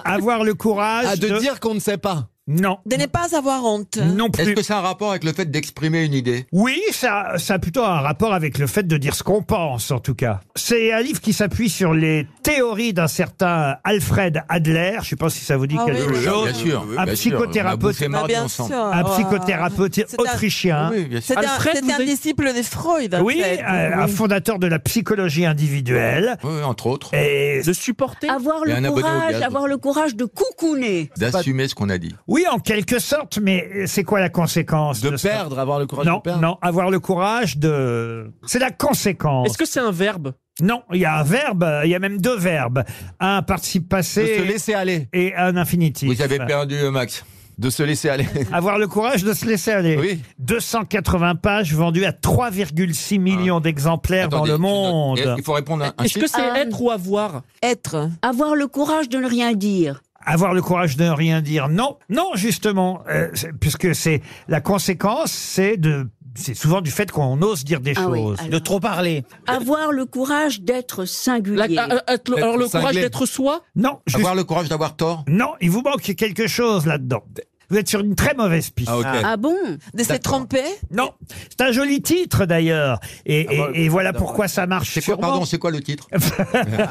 [SPEAKER 2] Avoir le courage
[SPEAKER 3] Ah, de dire qu'on ne sait pas.
[SPEAKER 2] Non.
[SPEAKER 7] De ne pas avoir honte.
[SPEAKER 2] Non
[SPEAKER 5] Est-ce
[SPEAKER 2] plus.
[SPEAKER 5] que c'est un rapport avec le fait d'exprimer une idée
[SPEAKER 2] Oui, ça, ça a plutôt un rapport avec le fait de dire ce qu'on pense, en tout cas. C'est un livre qui s'appuie sur les théories d'un certain Alfred Adler. Je ne sais pas si ça vous dit
[SPEAKER 7] Ah
[SPEAKER 2] quelque
[SPEAKER 7] oui, oui.
[SPEAKER 2] chose.
[SPEAKER 5] Bien sûr. oui,
[SPEAKER 2] un
[SPEAKER 5] bien sûr.
[SPEAKER 2] psychothérapeute.
[SPEAKER 5] On a bouffé
[SPEAKER 7] Bah,
[SPEAKER 5] mardi
[SPEAKER 7] bien
[SPEAKER 5] ensemble.
[SPEAKER 7] sûr. Ah,
[SPEAKER 2] Un psychothérapeute
[SPEAKER 7] C'est un-
[SPEAKER 2] autrichien.
[SPEAKER 5] Oui, bien sûr.
[SPEAKER 7] C'était un,
[SPEAKER 8] Alfred,
[SPEAKER 7] c'était
[SPEAKER 8] vous
[SPEAKER 7] un
[SPEAKER 8] avez-
[SPEAKER 7] disciple de Freud. en
[SPEAKER 2] Oui, euh,
[SPEAKER 7] fait.
[SPEAKER 2] un, un fondateur de la psychologie individuelle.
[SPEAKER 5] Oui, entre autres.
[SPEAKER 2] Et
[SPEAKER 8] De supporter.
[SPEAKER 12] Avoir
[SPEAKER 5] Et un abonné
[SPEAKER 12] le
[SPEAKER 5] au
[SPEAKER 12] courage,
[SPEAKER 5] gaz.
[SPEAKER 12] avoir le courage de coucouner.
[SPEAKER 5] D'assumer ce qu'on a dit.
[SPEAKER 2] oui, en quelque sorte, mais c'est quoi la conséquence
[SPEAKER 3] De
[SPEAKER 2] ça
[SPEAKER 3] perdre, avoir le courage
[SPEAKER 2] Non,
[SPEAKER 3] de perdre.
[SPEAKER 2] non, avoir le courage de. C'est la conséquence.
[SPEAKER 8] Est-ce que c'est un verbe
[SPEAKER 2] Non, il y a un verbe, il y a même deux verbes. Un participe
[SPEAKER 3] De
[SPEAKER 2] passé
[SPEAKER 3] se laisser aller.
[SPEAKER 2] et un infinitif.
[SPEAKER 5] Vous avez perdu, euh, Max.
[SPEAKER 3] De se laisser aller.
[SPEAKER 2] Avoir le courage de se laisser aller.
[SPEAKER 3] Oui.
[SPEAKER 2] 280 pages vendues à 3,6
[SPEAKER 3] Ah.
[SPEAKER 2] millions d'exemplaires
[SPEAKER 5] Attendez,
[SPEAKER 2] dans
[SPEAKER 5] je
[SPEAKER 2] le
[SPEAKER 5] note.
[SPEAKER 2] monde.
[SPEAKER 5] Et- Il faut répondre à un
[SPEAKER 8] Est-ce
[SPEAKER 5] chiffre.
[SPEAKER 8] que c'est
[SPEAKER 12] Euh,
[SPEAKER 8] être ou avoir
[SPEAKER 7] Être.
[SPEAKER 12] Avoir le courage de ne rien dire.
[SPEAKER 2] Avoir le courage de ne rien dire. Non, non, justement, euh, c'est- puisque c'est la conséquence, c'est de, c'est souvent du fait qu'on ose dire des
[SPEAKER 12] Ah oui,
[SPEAKER 2] choses.
[SPEAKER 12] alors.
[SPEAKER 4] De trop parler.
[SPEAKER 12] Avoir le courage d'être
[SPEAKER 8] La-
[SPEAKER 12] singulier.
[SPEAKER 8] ah, être- Alors le
[SPEAKER 3] cinglé.
[SPEAKER 8] courage d'être soi
[SPEAKER 2] Non, juste-
[SPEAKER 5] Avoir le courage d'avoir tort
[SPEAKER 2] non, il vous manque quelque chose là-dedans. Vous êtes sur une très mauvaise piste.
[SPEAKER 3] Ah, ok.
[SPEAKER 12] Ah bon
[SPEAKER 7] De se tromper.
[SPEAKER 2] Non, c'est un joli titre d'ailleurs, et,
[SPEAKER 3] Ah bah,
[SPEAKER 2] et- et voilà
[SPEAKER 3] bah,
[SPEAKER 2] pourquoi ça marche
[SPEAKER 5] C'est quoi,
[SPEAKER 2] sûrement.
[SPEAKER 5] pardon, c'est quoi le titre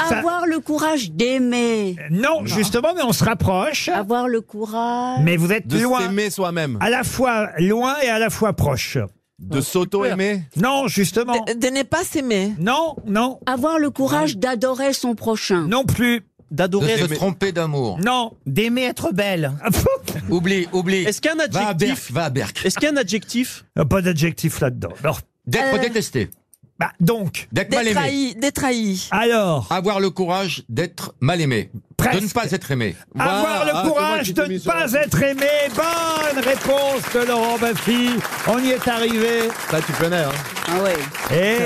[SPEAKER 12] Avoir le courage d'aimer.
[SPEAKER 2] non, justement, mais on se rapproche.
[SPEAKER 12] Avoir le courage.
[SPEAKER 2] Mais vous êtes
[SPEAKER 3] De
[SPEAKER 2] loin,
[SPEAKER 3] s'aimer soi-même.
[SPEAKER 2] à la fois loin et à la fois proche.
[SPEAKER 3] De s'auto-aimer.
[SPEAKER 2] Non, justement.
[SPEAKER 7] De, de ne pas s'aimer.
[SPEAKER 2] Non, non,
[SPEAKER 12] Avoir le courage d'adorer son prochain.
[SPEAKER 2] non plus.
[SPEAKER 5] De
[SPEAKER 8] D'adorer.
[SPEAKER 5] se
[SPEAKER 8] être-
[SPEAKER 5] tromper d'amour.
[SPEAKER 2] Non.
[SPEAKER 4] D'aimer être belle.
[SPEAKER 5] Oublie, oublie.
[SPEAKER 8] Est-ce qu'il y a un
[SPEAKER 5] Va à Berck,
[SPEAKER 8] adjectif
[SPEAKER 5] va à Berck.
[SPEAKER 8] Est-ce qu'il y a un adjectif
[SPEAKER 2] Pas d'adjectif là-dedans. Non.
[SPEAKER 5] D'être
[SPEAKER 12] Euh,
[SPEAKER 5] détesté,
[SPEAKER 2] Bah, donc,
[SPEAKER 5] d'être mal
[SPEAKER 7] D'être
[SPEAKER 5] aimé.
[SPEAKER 7] trahi. D'être trahi.
[SPEAKER 2] alors,
[SPEAKER 5] Avoir le courage d'être mal aimé. De ne pas être aimé.
[SPEAKER 2] Avoir le courage de ne pas être aimé. Bonne réponse de Laurent Baffy. On y est arrivé.
[SPEAKER 3] Ça, tu connais, hein
[SPEAKER 12] Ah ouais.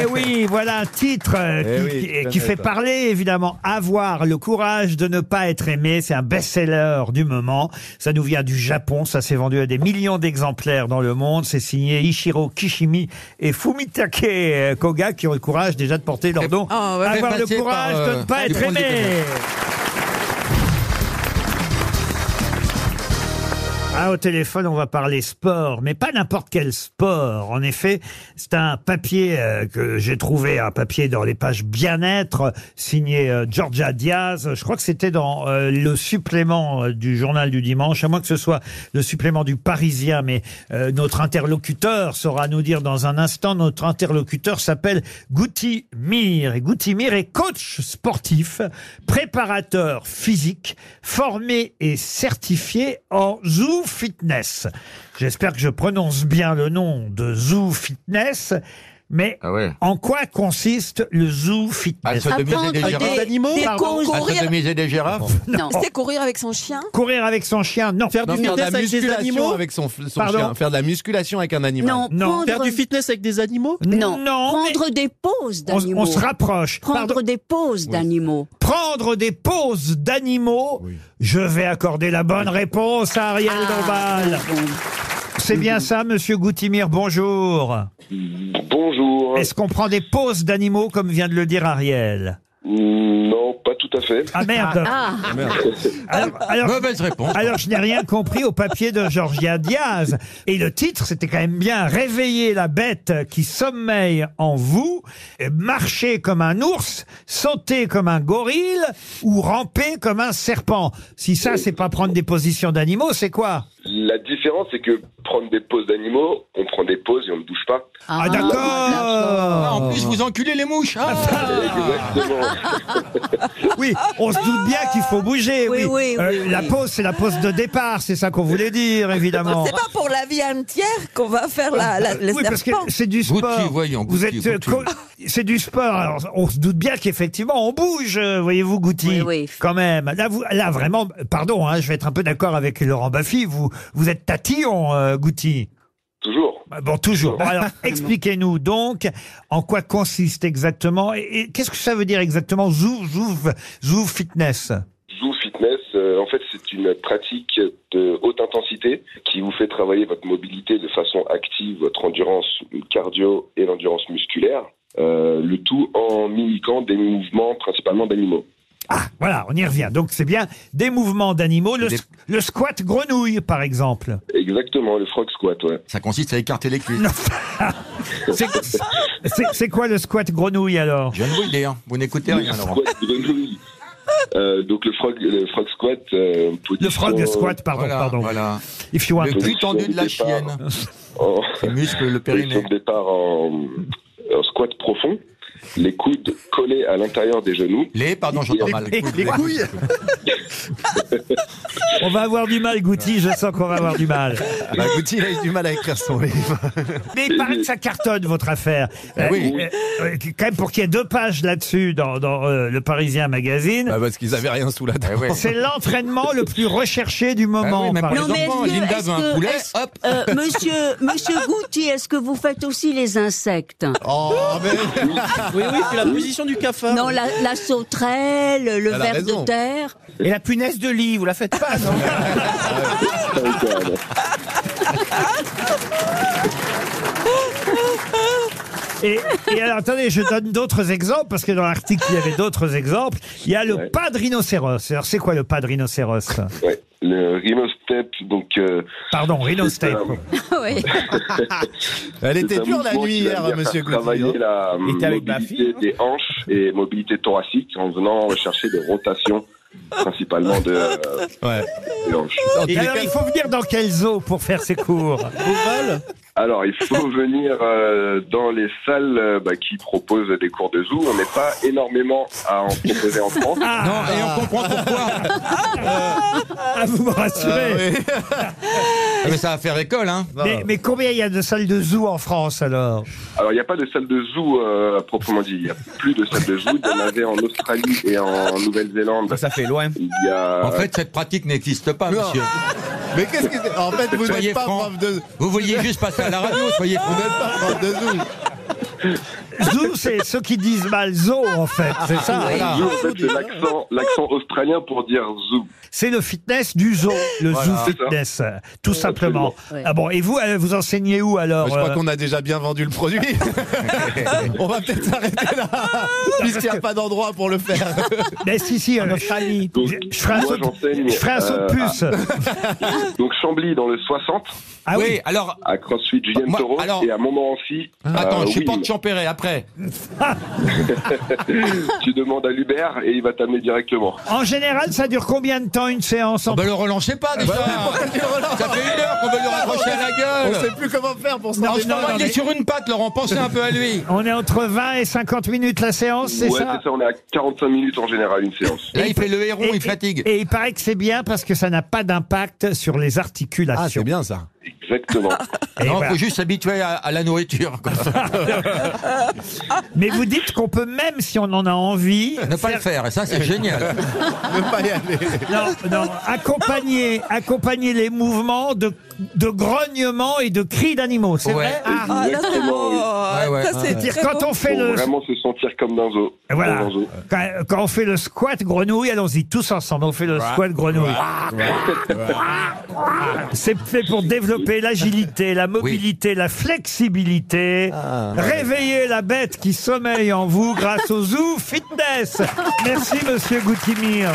[SPEAKER 2] Eh oui, voilà un titre euh,
[SPEAKER 3] Eh
[SPEAKER 2] qui,
[SPEAKER 3] oui,
[SPEAKER 2] qui-
[SPEAKER 3] je connais
[SPEAKER 2] qui fait
[SPEAKER 3] ça.
[SPEAKER 2] parler, évidemment. Avoir le courage de ne pas être aimé, c'est un best-seller du moment. Ça nous vient du Japon, ça s'est vendu à des millions d'exemplaires dans le monde. C'est signé Ichiro Kishimi et Fumitake euh, Koga qui ont le courage déjà de porter leur don.
[SPEAKER 5] Ah ouais,
[SPEAKER 2] Avoir
[SPEAKER 5] mais
[SPEAKER 2] le
[SPEAKER 5] passé par,
[SPEAKER 2] courage de ne
[SPEAKER 5] euh,
[SPEAKER 2] pas
[SPEAKER 5] du
[SPEAKER 2] être
[SPEAKER 5] point de
[SPEAKER 2] aimé. Ah, au téléphone, on va parler sport, mais pas n'importe quel sport. En effet, c'est un papier euh, que j'ai trouvé, un papier dans les pages bien-être, signé euh, Georgia Diaz. Je crois que c'était dans euh, le supplément euh, du journal du dimanche, à moins que ce soit le supplément du Parisien, mais euh, notre interlocuteur saura nous dire dans un instant. Notre interlocuteur s'appelle Gouti Mir. Et Gouti Mir est coach sportif, préparateur physique, formé et certifié en Zoo Fitness. J'espère que je prononce bien le nom de Zoo Fitness. Mais en quoi consiste le zoo
[SPEAKER 5] À
[SPEAKER 2] fitness
[SPEAKER 5] sodomiser des girafes. À
[SPEAKER 2] Pardon
[SPEAKER 5] sodomiser des girafes.
[SPEAKER 2] Non.
[SPEAKER 7] C'est courir avec son chien
[SPEAKER 2] Courir avec son chien, non.
[SPEAKER 3] Faire, du fitness
[SPEAKER 2] Non, faire de la
[SPEAKER 3] avec des
[SPEAKER 2] musculation
[SPEAKER 3] animaux avec son, f- son
[SPEAKER 2] Pardon
[SPEAKER 3] chien. Faire de la musculation avec un animal.
[SPEAKER 12] Non, prendre-
[SPEAKER 8] Faire du fitness avec des animaux
[SPEAKER 12] Non.
[SPEAKER 2] Non,
[SPEAKER 12] prendre des pauses
[SPEAKER 2] On-
[SPEAKER 12] d'animaux.
[SPEAKER 2] on se rapproche.
[SPEAKER 12] Prendre
[SPEAKER 2] Pardon.
[SPEAKER 12] des pauses d'animaux.
[SPEAKER 2] Prendre des pauses d'animaux. Je vais accorder la bonne réponse à Ariel
[SPEAKER 12] Ah,
[SPEAKER 2] Dombal. C'est bien ça, monsieur Goutimir, bonjour.
[SPEAKER 17] Bonjour.
[SPEAKER 2] Est-ce qu'on prend des pauses d'animaux, comme vient de le dire Ariel
[SPEAKER 17] Mm, Non, pas tout à fait.
[SPEAKER 2] Ah merde
[SPEAKER 5] Mauvaise réponse.
[SPEAKER 2] Alors, je n'ai rien compris au papier de Georgia Diaz. Et le titre, c'était quand même bien Réveillez la bête qui sommeille en vous, et marchez comme un ours, sauter comme un gorille ou ramper comme un serpent. Si ça, c'est pas prendre des positions d'animaux, c'est quoi
[SPEAKER 17] La différence, c'est que prendre des pauses d'animaux, on prend des pauses et on ne bouge pas.
[SPEAKER 2] Ah,
[SPEAKER 7] Ah,
[SPEAKER 2] d'accord
[SPEAKER 5] En plus, vous enculez les mouches. Ah.
[SPEAKER 17] Exactement.
[SPEAKER 2] Oui, on se doute bien qu'il faut bouger.
[SPEAKER 7] Oui,
[SPEAKER 2] Oui, Euh,
[SPEAKER 7] oui, oui, oui.
[SPEAKER 2] La pause, c'est la pause de départ, c'est ça qu'on voulait dire, évidemment.
[SPEAKER 7] C'est pas pour la vie entière qu'on va faire Ah, la, la, le
[SPEAKER 2] oui, parce que
[SPEAKER 7] serpent.
[SPEAKER 2] c'est du sport.
[SPEAKER 5] voyons,
[SPEAKER 2] Vous
[SPEAKER 5] Goutti,
[SPEAKER 2] êtes, euh,
[SPEAKER 5] Goutti.
[SPEAKER 2] co- c'est du sport. Alors, on se doute bien qu'effectivement, on bouge, euh, voyez-vous, Goutti. Quand même. Là, vous, là, vraiment, pardon, hein, je vais être un peu d'accord avec Laurent Baffy. Vous, vous êtes tatillon, euh, Goutti.
[SPEAKER 17] Toujours.
[SPEAKER 2] Bah, Bon, toujours. Bon, alors, expliquez-nous donc en quoi consiste exactement et, et qu'est-ce que ça veut dire exactement Zoo, zoo, zoo fitness.
[SPEAKER 17] Zoo Fitness, euh, en fait, c'est une pratique de haute intensité qui vous fait travailler votre mobilité de façon active, votre endurance cardio et l'endurance musculaire, euh, le tout en mimiquant des mouvements principalement d'animaux.
[SPEAKER 2] Voilà, on y revient. Donc, c'est bien des mouvements d'animaux. Le, s- le squat grenouille, par exemple.
[SPEAKER 17] Exactement, le frog squat, ouais.
[SPEAKER 5] Ça consiste à écarter les cuisses.
[SPEAKER 2] C'est- C'est c'est quoi le squat grenouille alors
[SPEAKER 5] Je viens de vous le dire. Vous n'écoutez rien, Laurent.
[SPEAKER 17] Squat grenouille. Euh, donc le frog, le frog squat. euh,
[SPEAKER 2] Le
[SPEAKER 17] position-
[SPEAKER 2] frog squat, pardon,
[SPEAKER 5] Voilà,
[SPEAKER 2] pardon.
[SPEAKER 5] voilà.
[SPEAKER 2] If you want
[SPEAKER 5] Le
[SPEAKER 2] to.
[SPEAKER 5] cul tendu de la chienne.
[SPEAKER 17] Les
[SPEAKER 5] muscles, le
[SPEAKER 17] périnée. Position de départ en, en squat profond, les coudes collés à l'intérieur des genoux.
[SPEAKER 5] Les, pardon, j'entends mal.
[SPEAKER 2] Les couilles. On va avoir du mal, Goutti, je sens qu'on va avoir du mal.
[SPEAKER 3] Bah, Goutti, il a eu du mal à écrire son livre.
[SPEAKER 2] Mais il paraît que ça cartonne, votre affaire. Euh,
[SPEAKER 3] Eh oui.
[SPEAKER 2] euh, euh, quand même, pour qu'il y ait deux pages là-dessus dans, dans, euh, le Parisien Magazine.
[SPEAKER 3] Bah, parce qu'ils avaient rien sous la tête.
[SPEAKER 2] C'est l'entraînement le plus recherché du moment.
[SPEAKER 5] Bah oui, même
[SPEAKER 2] par
[SPEAKER 5] pour les
[SPEAKER 2] exemple.
[SPEAKER 5] enfants,
[SPEAKER 12] est-ce que-
[SPEAKER 5] Linda
[SPEAKER 12] est-ce
[SPEAKER 5] veut un
[SPEAKER 12] que-
[SPEAKER 5] poulet,
[SPEAKER 12] est-ce-
[SPEAKER 5] hop.
[SPEAKER 12] euh, monsieur, monsieur Goutti, est-ce que vous faites aussi les insectes
[SPEAKER 5] Oh,
[SPEAKER 3] Ah,
[SPEAKER 8] Oui, oui, c'est la position du cafard.
[SPEAKER 12] Non, la, la sauterelle, le
[SPEAKER 8] Elle a
[SPEAKER 12] ver
[SPEAKER 8] raison.
[SPEAKER 12] de terre.
[SPEAKER 4] Et la punaise de lit, vous la faites pas, non
[SPEAKER 2] Et, et alors, attendez, je donne d'autres exemples, parce que dans l'article, il y avait d'autres exemples. Il y a le pas de rhinocéros. Alors, c'est quoi le pas de rhinocéros ça
[SPEAKER 17] Ouais, le rhino step, donc. euh,
[SPEAKER 2] Pardon, rhino
[SPEAKER 17] c'est
[SPEAKER 2] step.
[SPEAKER 17] un-
[SPEAKER 12] oui.
[SPEAKER 3] Elle
[SPEAKER 17] c'est
[SPEAKER 3] était
[SPEAKER 17] un
[SPEAKER 3] dure la
[SPEAKER 17] mouvement
[SPEAKER 3] nuit
[SPEAKER 17] qui va
[SPEAKER 3] hier,
[SPEAKER 17] venir
[SPEAKER 3] monsieur
[SPEAKER 17] faire
[SPEAKER 3] Goutti,
[SPEAKER 17] Travailler
[SPEAKER 3] hein.
[SPEAKER 17] la
[SPEAKER 3] Il était avec
[SPEAKER 17] mobilité
[SPEAKER 3] ma
[SPEAKER 17] des hanches et mobilité thoracique en venant chercher des rotations principalement de, euh, des hanches.
[SPEAKER 2] Et alors, il faut venir dans quel zoo pour faire ces cours
[SPEAKER 17] Alors, il faut venir euh, dans les salles euh, bah, qui proposent des cours de zoo. On n'est pas énormément à en proposer en France.
[SPEAKER 5] Non, et on comprend pourquoi.
[SPEAKER 2] Ah, vous me rassurez.
[SPEAKER 5] Mais ça va faire école, hein
[SPEAKER 2] Mais, mais combien il y a de salles de zoo en France alors
[SPEAKER 17] Alors, il n'y a pas de salle de zoo euh, à proprement dit. Il n'y a plus de salle de zoo. Il y en avait en Australie et en Nouvelle-Zélande.
[SPEAKER 5] Ça fait loin.
[SPEAKER 17] Il y a...
[SPEAKER 5] En fait, cette pratique n'existe pas,
[SPEAKER 17] Non.
[SPEAKER 5] monsieur.
[SPEAKER 17] Mais qu'est-ce que c'est- en fait, vous
[SPEAKER 5] Soyez
[SPEAKER 17] n'êtes pas
[SPEAKER 5] franc.
[SPEAKER 17] prof de- Ah.
[SPEAKER 5] Vous vouliez juste passer à la radio, soyez Vous n'êtes pas prof de zoo.
[SPEAKER 2] Zoo, c'est ceux qui disent mal zoo en fait, c'est ça voilà.
[SPEAKER 17] Zoo, en fait, c'est l'accent- l'accent australien pour dire zoo.
[SPEAKER 2] C'est le fitness du zoo, le
[SPEAKER 17] Voilà.
[SPEAKER 2] zoo
[SPEAKER 17] C'est ça.
[SPEAKER 2] fitness, euh, tout simplement.
[SPEAKER 17] absolument. Ouais.
[SPEAKER 2] Ah bon, et vous, euh, vous enseignez où alors
[SPEAKER 3] Je crois
[SPEAKER 2] euh,
[SPEAKER 3] qu'on a déjà bien vendu le produit. On va peut-être s'arrêter là, puisqu'il n'y a pas d'endroit pour le faire.
[SPEAKER 2] Mais si, si, en Australie. Je, je ferai un
[SPEAKER 17] moi,
[SPEAKER 2] saut de-
[SPEAKER 17] j'enseigne,
[SPEAKER 2] je ferai un saut de
[SPEAKER 17] euh,
[SPEAKER 2] puce.
[SPEAKER 17] Donc Chambly dans le 60.
[SPEAKER 2] Ah
[SPEAKER 5] oui, alors.
[SPEAKER 17] À CrossFit Julien
[SPEAKER 5] Moi,
[SPEAKER 17] Toro
[SPEAKER 5] alors-
[SPEAKER 17] et à Montmorency.
[SPEAKER 5] Attends,
[SPEAKER 17] euh,
[SPEAKER 5] je suis
[SPEAKER 17] Wim.
[SPEAKER 5] pas de Champéret après.
[SPEAKER 2] Ah.
[SPEAKER 17] tu demandes à l'Uber et il va t'amener directement.
[SPEAKER 2] En général, ça dure combien de temps une séance Ah bah en...
[SPEAKER 5] le relancez bah, pas déjà Ça fait une heure qu'on veut lui raccrocher à la gueule
[SPEAKER 3] On sait plus comment faire pour se
[SPEAKER 5] Non, en
[SPEAKER 3] rendre
[SPEAKER 5] ce moment, il est sur une patte, Laurent, pensez un peu à lui
[SPEAKER 2] On est entre 20 et 50 minutes la séance, Oh, c'est
[SPEAKER 17] ouais,
[SPEAKER 2] ça
[SPEAKER 17] c'est ça, on est à 45 minutes en général une séance.
[SPEAKER 5] Là, il fait le héron,
[SPEAKER 2] Et-
[SPEAKER 5] il fatigue.
[SPEAKER 2] Et il paraît que c'est bien parce que ça n'a pas d'impact sur les articulations. Ah, c'est
[SPEAKER 3] bien ça.
[SPEAKER 17] Exactement.
[SPEAKER 2] Et
[SPEAKER 5] non,
[SPEAKER 2] voilà.
[SPEAKER 5] faut juste s'habituer à, à la nourriture. quoi.
[SPEAKER 2] Mais vous dites qu'on peut même si on en a envie
[SPEAKER 5] ne pas le faire, et ça, c'est génial.
[SPEAKER 3] Ne pas y aller.
[SPEAKER 2] Non, non, accompagner, accompagner les mouvements de, de grognements et de cris d'animaux, c'est
[SPEAKER 5] Ouais.
[SPEAKER 2] vrai
[SPEAKER 7] Ah, là, c'est beau.
[SPEAKER 2] ah,
[SPEAKER 5] Ouais, ouais.
[SPEAKER 7] Ça, c'est
[SPEAKER 2] C'est-à-dire
[SPEAKER 7] très
[SPEAKER 2] quand
[SPEAKER 7] beau.
[SPEAKER 2] on fait
[SPEAKER 17] Pour
[SPEAKER 2] le
[SPEAKER 17] vraiment se sentir comme dans un zoo.
[SPEAKER 2] voilà.
[SPEAKER 17] Dans un zoo.
[SPEAKER 2] quand, quand on fait le squat grenouille, allons-y tous ensemble, on fait le squat grenouille. C'est fait pour développer l'agilité, la mobilité, la flexibilité. Réveillez la bête qui sommeille en vous grâce au Zoo Fitness. Merci monsieur Goutimir.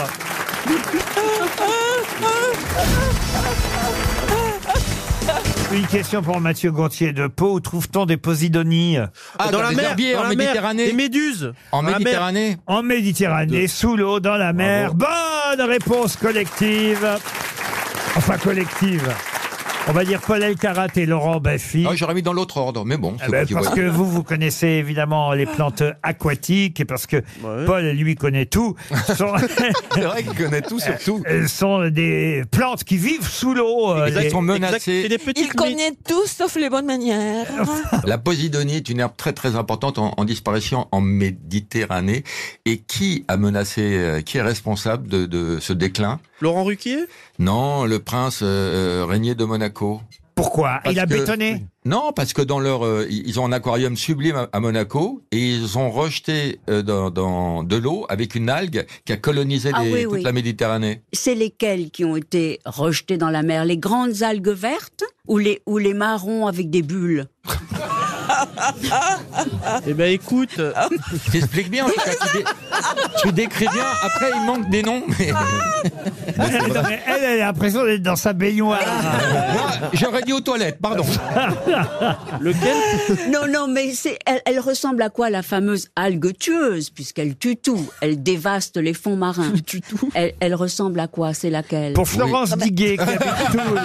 [SPEAKER 2] Une question pour Mathieu Gontier de Pau. Où trouve-t-on des posidonies
[SPEAKER 5] Ah, dans,
[SPEAKER 8] Dans la
[SPEAKER 5] les
[SPEAKER 8] mer,
[SPEAKER 5] herbiers,
[SPEAKER 8] dans
[SPEAKER 5] en
[SPEAKER 8] la mer,
[SPEAKER 5] Méditerranée
[SPEAKER 8] des méduses.
[SPEAKER 5] En
[SPEAKER 8] Dans la mer.
[SPEAKER 5] Méditerranée
[SPEAKER 2] En Méditerranée, sous l'eau, dans la mer. Bonne réponse collective. Enfin, collective. On va dire Paul Elkarat et Laurent Baffy.
[SPEAKER 5] Ah, J'aurais mis dans l'autre ordre, mais bon.
[SPEAKER 2] Eh
[SPEAKER 5] c'est
[SPEAKER 2] ben,
[SPEAKER 5] vous qui
[SPEAKER 2] parce
[SPEAKER 5] voyez.
[SPEAKER 2] que vous, vous connaissez évidemment les plantes aquatiques et parce que Paul, lui, connaît tout. Ce sont,
[SPEAKER 3] C'est vrai qu'il connaît tout sur tout.
[SPEAKER 2] ce sont des plantes qui vivent sous l'eau. euh,
[SPEAKER 5] Exact,
[SPEAKER 2] les-
[SPEAKER 5] Ils sont
[SPEAKER 8] Exact. C'est
[SPEAKER 5] menacés.
[SPEAKER 8] des
[SPEAKER 7] Il
[SPEAKER 8] petites mé-
[SPEAKER 7] connaît tout sauf les bonnes manières.
[SPEAKER 5] La posidonie est une herbe très très importante en, en disparition en Méditerranée. Et qui a menacé, euh, qui est responsable de, de ce déclin
[SPEAKER 8] Laurent Ruquier
[SPEAKER 5] Non, le prince euh, euh, régnier de Monaco.
[SPEAKER 2] Pourquoi
[SPEAKER 5] Parce
[SPEAKER 2] Il a
[SPEAKER 5] que-
[SPEAKER 2] bétonné
[SPEAKER 5] Non, parce que dans leur, euh, ils ont un aquarium sublime à- à Monaco et ils ont rejeté euh, dans, dans de l'eau avec une algue qui a colonisé
[SPEAKER 12] Ah
[SPEAKER 5] les-
[SPEAKER 12] oui,
[SPEAKER 5] toute
[SPEAKER 12] oui.
[SPEAKER 5] la Méditerranée.
[SPEAKER 12] C'est lesquels qui ont été rejetés dans la mer Les grandes algues vertes ou les, ou les marrons avec des bulles
[SPEAKER 8] Eh ben écoute, euh,
[SPEAKER 5] T'expliques bien, en tout cas, tu, dé- tu décris bien. Après, il manque des noms. mais-
[SPEAKER 2] Ah
[SPEAKER 5] Ah,
[SPEAKER 2] Non, mais Elle, elle a l'impression d'être dans sa baignoire.
[SPEAKER 5] Moi, Ah, j'aurais dit aux toilettes, pardon.
[SPEAKER 8] lequel
[SPEAKER 12] Non, non, mais c'est, elle, elle ressemble à quoi la fameuse algue tueuse Puisqu'elle tue tout, elle dévaste les fonds marins. Elle Elle, ressemble à quoi C'est laquelle
[SPEAKER 2] Pour Florence
[SPEAKER 5] Ah bah.
[SPEAKER 2] Diguet, qui habite Toul.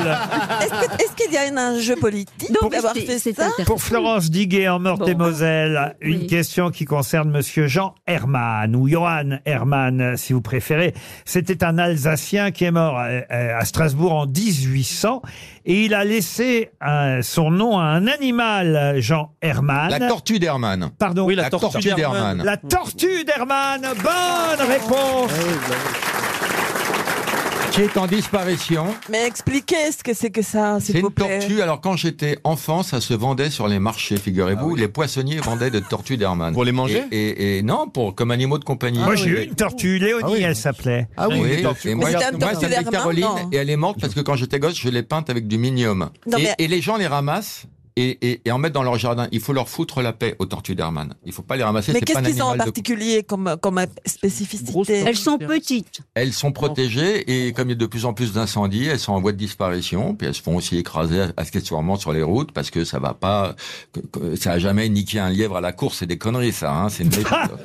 [SPEAKER 7] Est-ce que- est-ce qu'il y a un enjeu politique
[SPEAKER 12] Non, mais
[SPEAKER 7] d'avoir
[SPEAKER 12] c'est-
[SPEAKER 7] fait
[SPEAKER 12] c'est
[SPEAKER 7] ça
[SPEAKER 12] intéressant.
[SPEAKER 2] Pour Florence Diguet en Meurthe-et-Moselle, une
[SPEAKER 12] Oui.
[SPEAKER 2] question qui concerne Monsieur Jean Herman ou Johann Herman, si vous préférez. C'était un Alsacien qui est mort à, à Strasbourg en 1800 et il a laissé un- son nom à un animal, Jean Herman.
[SPEAKER 5] La tortue d'Hermann.
[SPEAKER 2] Pardon.
[SPEAKER 8] Oui,
[SPEAKER 5] La, tortue d'Hermann.
[SPEAKER 2] La tortue d'Herman. Bonne
[SPEAKER 7] Ah
[SPEAKER 2] réponse.
[SPEAKER 7] bah
[SPEAKER 5] qui est en disparition.
[SPEAKER 7] Mais expliquez ce que c'est que ça,
[SPEAKER 5] C'est
[SPEAKER 7] s'il vous
[SPEAKER 5] une
[SPEAKER 7] plaît.
[SPEAKER 5] tortue. Alors quand j'étais enfant, ça se vendait sur les marchés, figurez-vous.
[SPEAKER 7] Ah
[SPEAKER 5] Les poissonniers vendaient de tortues d'Hermann.
[SPEAKER 3] Pour les manger
[SPEAKER 5] et, et- et non, pour comme animaux de compagnie.
[SPEAKER 2] Moi,
[SPEAKER 7] Ah
[SPEAKER 2] j'ai eu une tortue. Léonie, elle s'appelait.
[SPEAKER 3] Ah oui, les tortues
[SPEAKER 5] et moi,
[SPEAKER 7] Mais c'est
[SPEAKER 5] moi,
[SPEAKER 7] un
[SPEAKER 5] ça
[SPEAKER 7] tortue
[SPEAKER 5] s'appelait
[SPEAKER 7] d'Hermann,
[SPEAKER 5] Caroline
[SPEAKER 7] non
[SPEAKER 5] et elle est morte parce que quand j'étais gosse, je les peinte avec du minium.
[SPEAKER 7] Non,
[SPEAKER 5] et,
[SPEAKER 7] mais-
[SPEAKER 5] et les gens les ramassent et, et- et en mettent dans leur jardin. Il faut leur foutre la paix aux tortues d'Hermann. Il faut pas les ramasser.
[SPEAKER 7] Mais
[SPEAKER 5] c'est pas
[SPEAKER 7] qu'est-ce
[SPEAKER 5] un
[SPEAKER 7] qu'ils ont en
[SPEAKER 5] animal de-
[SPEAKER 7] particulier comme, comme
[SPEAKER 8] Grosse
[SPEAKER 7] spécificité
[SPEAKER 8] tortue.
[SPEAKER 12] Elles sont petites.
[SPEAKER 5] Elles sont protégées et comme il y a de plus en plus d'incendies, elles sont en voie de disparition. Puis elles se font aussi écraser accessoirement sur les routes parce que ça va pas, que- que- ça a jamais niqué un lièvre à la course. C'est des conneries, ça. Hein, c'est une légende.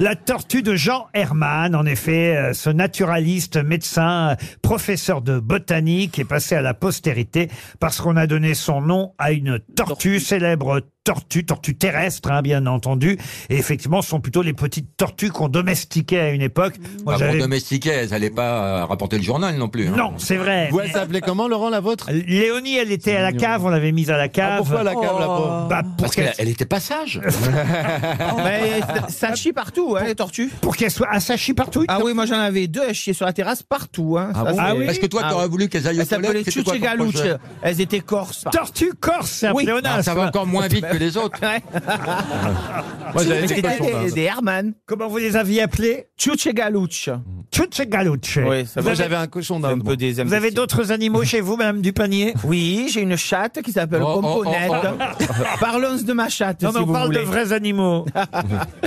[SPEAKER 2] La tortue de Jean Herman, en effet, euh, ce naturaliste, médecin, euh, professeur de botanique est passé à la postérité parce qu'on a donné son nom à une tortue, célèbre tortues, tortues terrestres, hein, bien entendu. Et effectivement, ce sont plutôt les petites tortues qu'on domestiquait à une époque. Moi,
[SPEAKER 5] Moi,
[SPEAKER 2] j'avais-
[SPEAKER 5] domestiquait, elles n'allaient pas euh, rapporter le journal non plus. hein.
[SPEAKER 2] Non, c'est vrai.
[SPEAKER 5] Vous,
[SPEAKER 2] mais-
[SPEAKER 5] elle s'appelait
[SPEAKER 2] comment, Laurent, la vôtre Léonie, elle était à la cave, on l'avait mise à la cave.
[SPEAKER 5] Ah, pourquoi à la cave, la
[SPEAKER 4] pauvre
[SPEAKER 2] Bah, pour
[SPEAKER 5] Parce qu'elle elle était pas sage.
[SPEAKER 4] Mais
[SPEAKER 5] Ah,
[SPEAKER 4] ça chie partout, hein, les tortues.
[SPEAKER 2] Pour qu'elles soient. Ah, ça chie partout
[SPEAKER 4] Ah oui, moi j'en avais deux, elles chiaient sur la terrasse partout. Hein.
[SPEAKER 5] Ah bon Parce que toi, t'aurais voulu qu'elles aillent aux
[SPEAKER 4] Elles s'appelaient
[SPEAKER 5] toilettes, c'était quoi
[SPEAKER 4] Chuche et
[SPEAKER 5] ton
[SPEAKER 4] Galouche.
[SPEAKER 5] projet
[SPEAKER 4] Elles étaient corses.
[SPEAKER 2] Tortues corses, c'est un
[SPEAKER 4] oui.
[SPEAKER 2] pléonasme. Ah, ça va encore moins vite que les autres.
[SPEAKER 4] Ouais.
[SPEAKER 2] Moi, j'avais
[SPEAKER 4] Mais
[SPEAKER 2] des
[SPEAKER 4] c'était
[SPEAKER 2] cochons
[SPEAKER 4] des,
[SPEAKER 2] d'Inde.
[SPEAKER 4] des Herman.
[SPEAKER 2] Comment vous les aviez appelés
[SPEAKER 4] Chuche et Galouche.
[SPEAKER 2] Chuche et Galouche.
[SPEAKER 4] Mm. Oui,
[SPEAKER 2] Vous avez-
[SPEAKER 4] cochon d'Inde. Un peu des
[SPEAKER 2] Vous avez
[SPEAKER 4] imbéciles.
[SPEAKER 2] d'autres animaux chez vous, Madame Dupanier
[SPEAKER 4] Oui, j'ai une chatte qui s'appelle
[SPEAKER 2] Oh, oh,
[SPEAKER 4] Pomponette.
[SPEAKER 2] oh,
[SPEAKER 4] Parlons de ma chatte.
[SPEAKER 2] Non, mais
[SPEAKER 4] si
[SPEAKER 2] on
[SPEAKER 4] vous
[SPEAKER 2] parle de
[SPEAKER 4] voulez.
[SPEAKER 2] vrais animaux.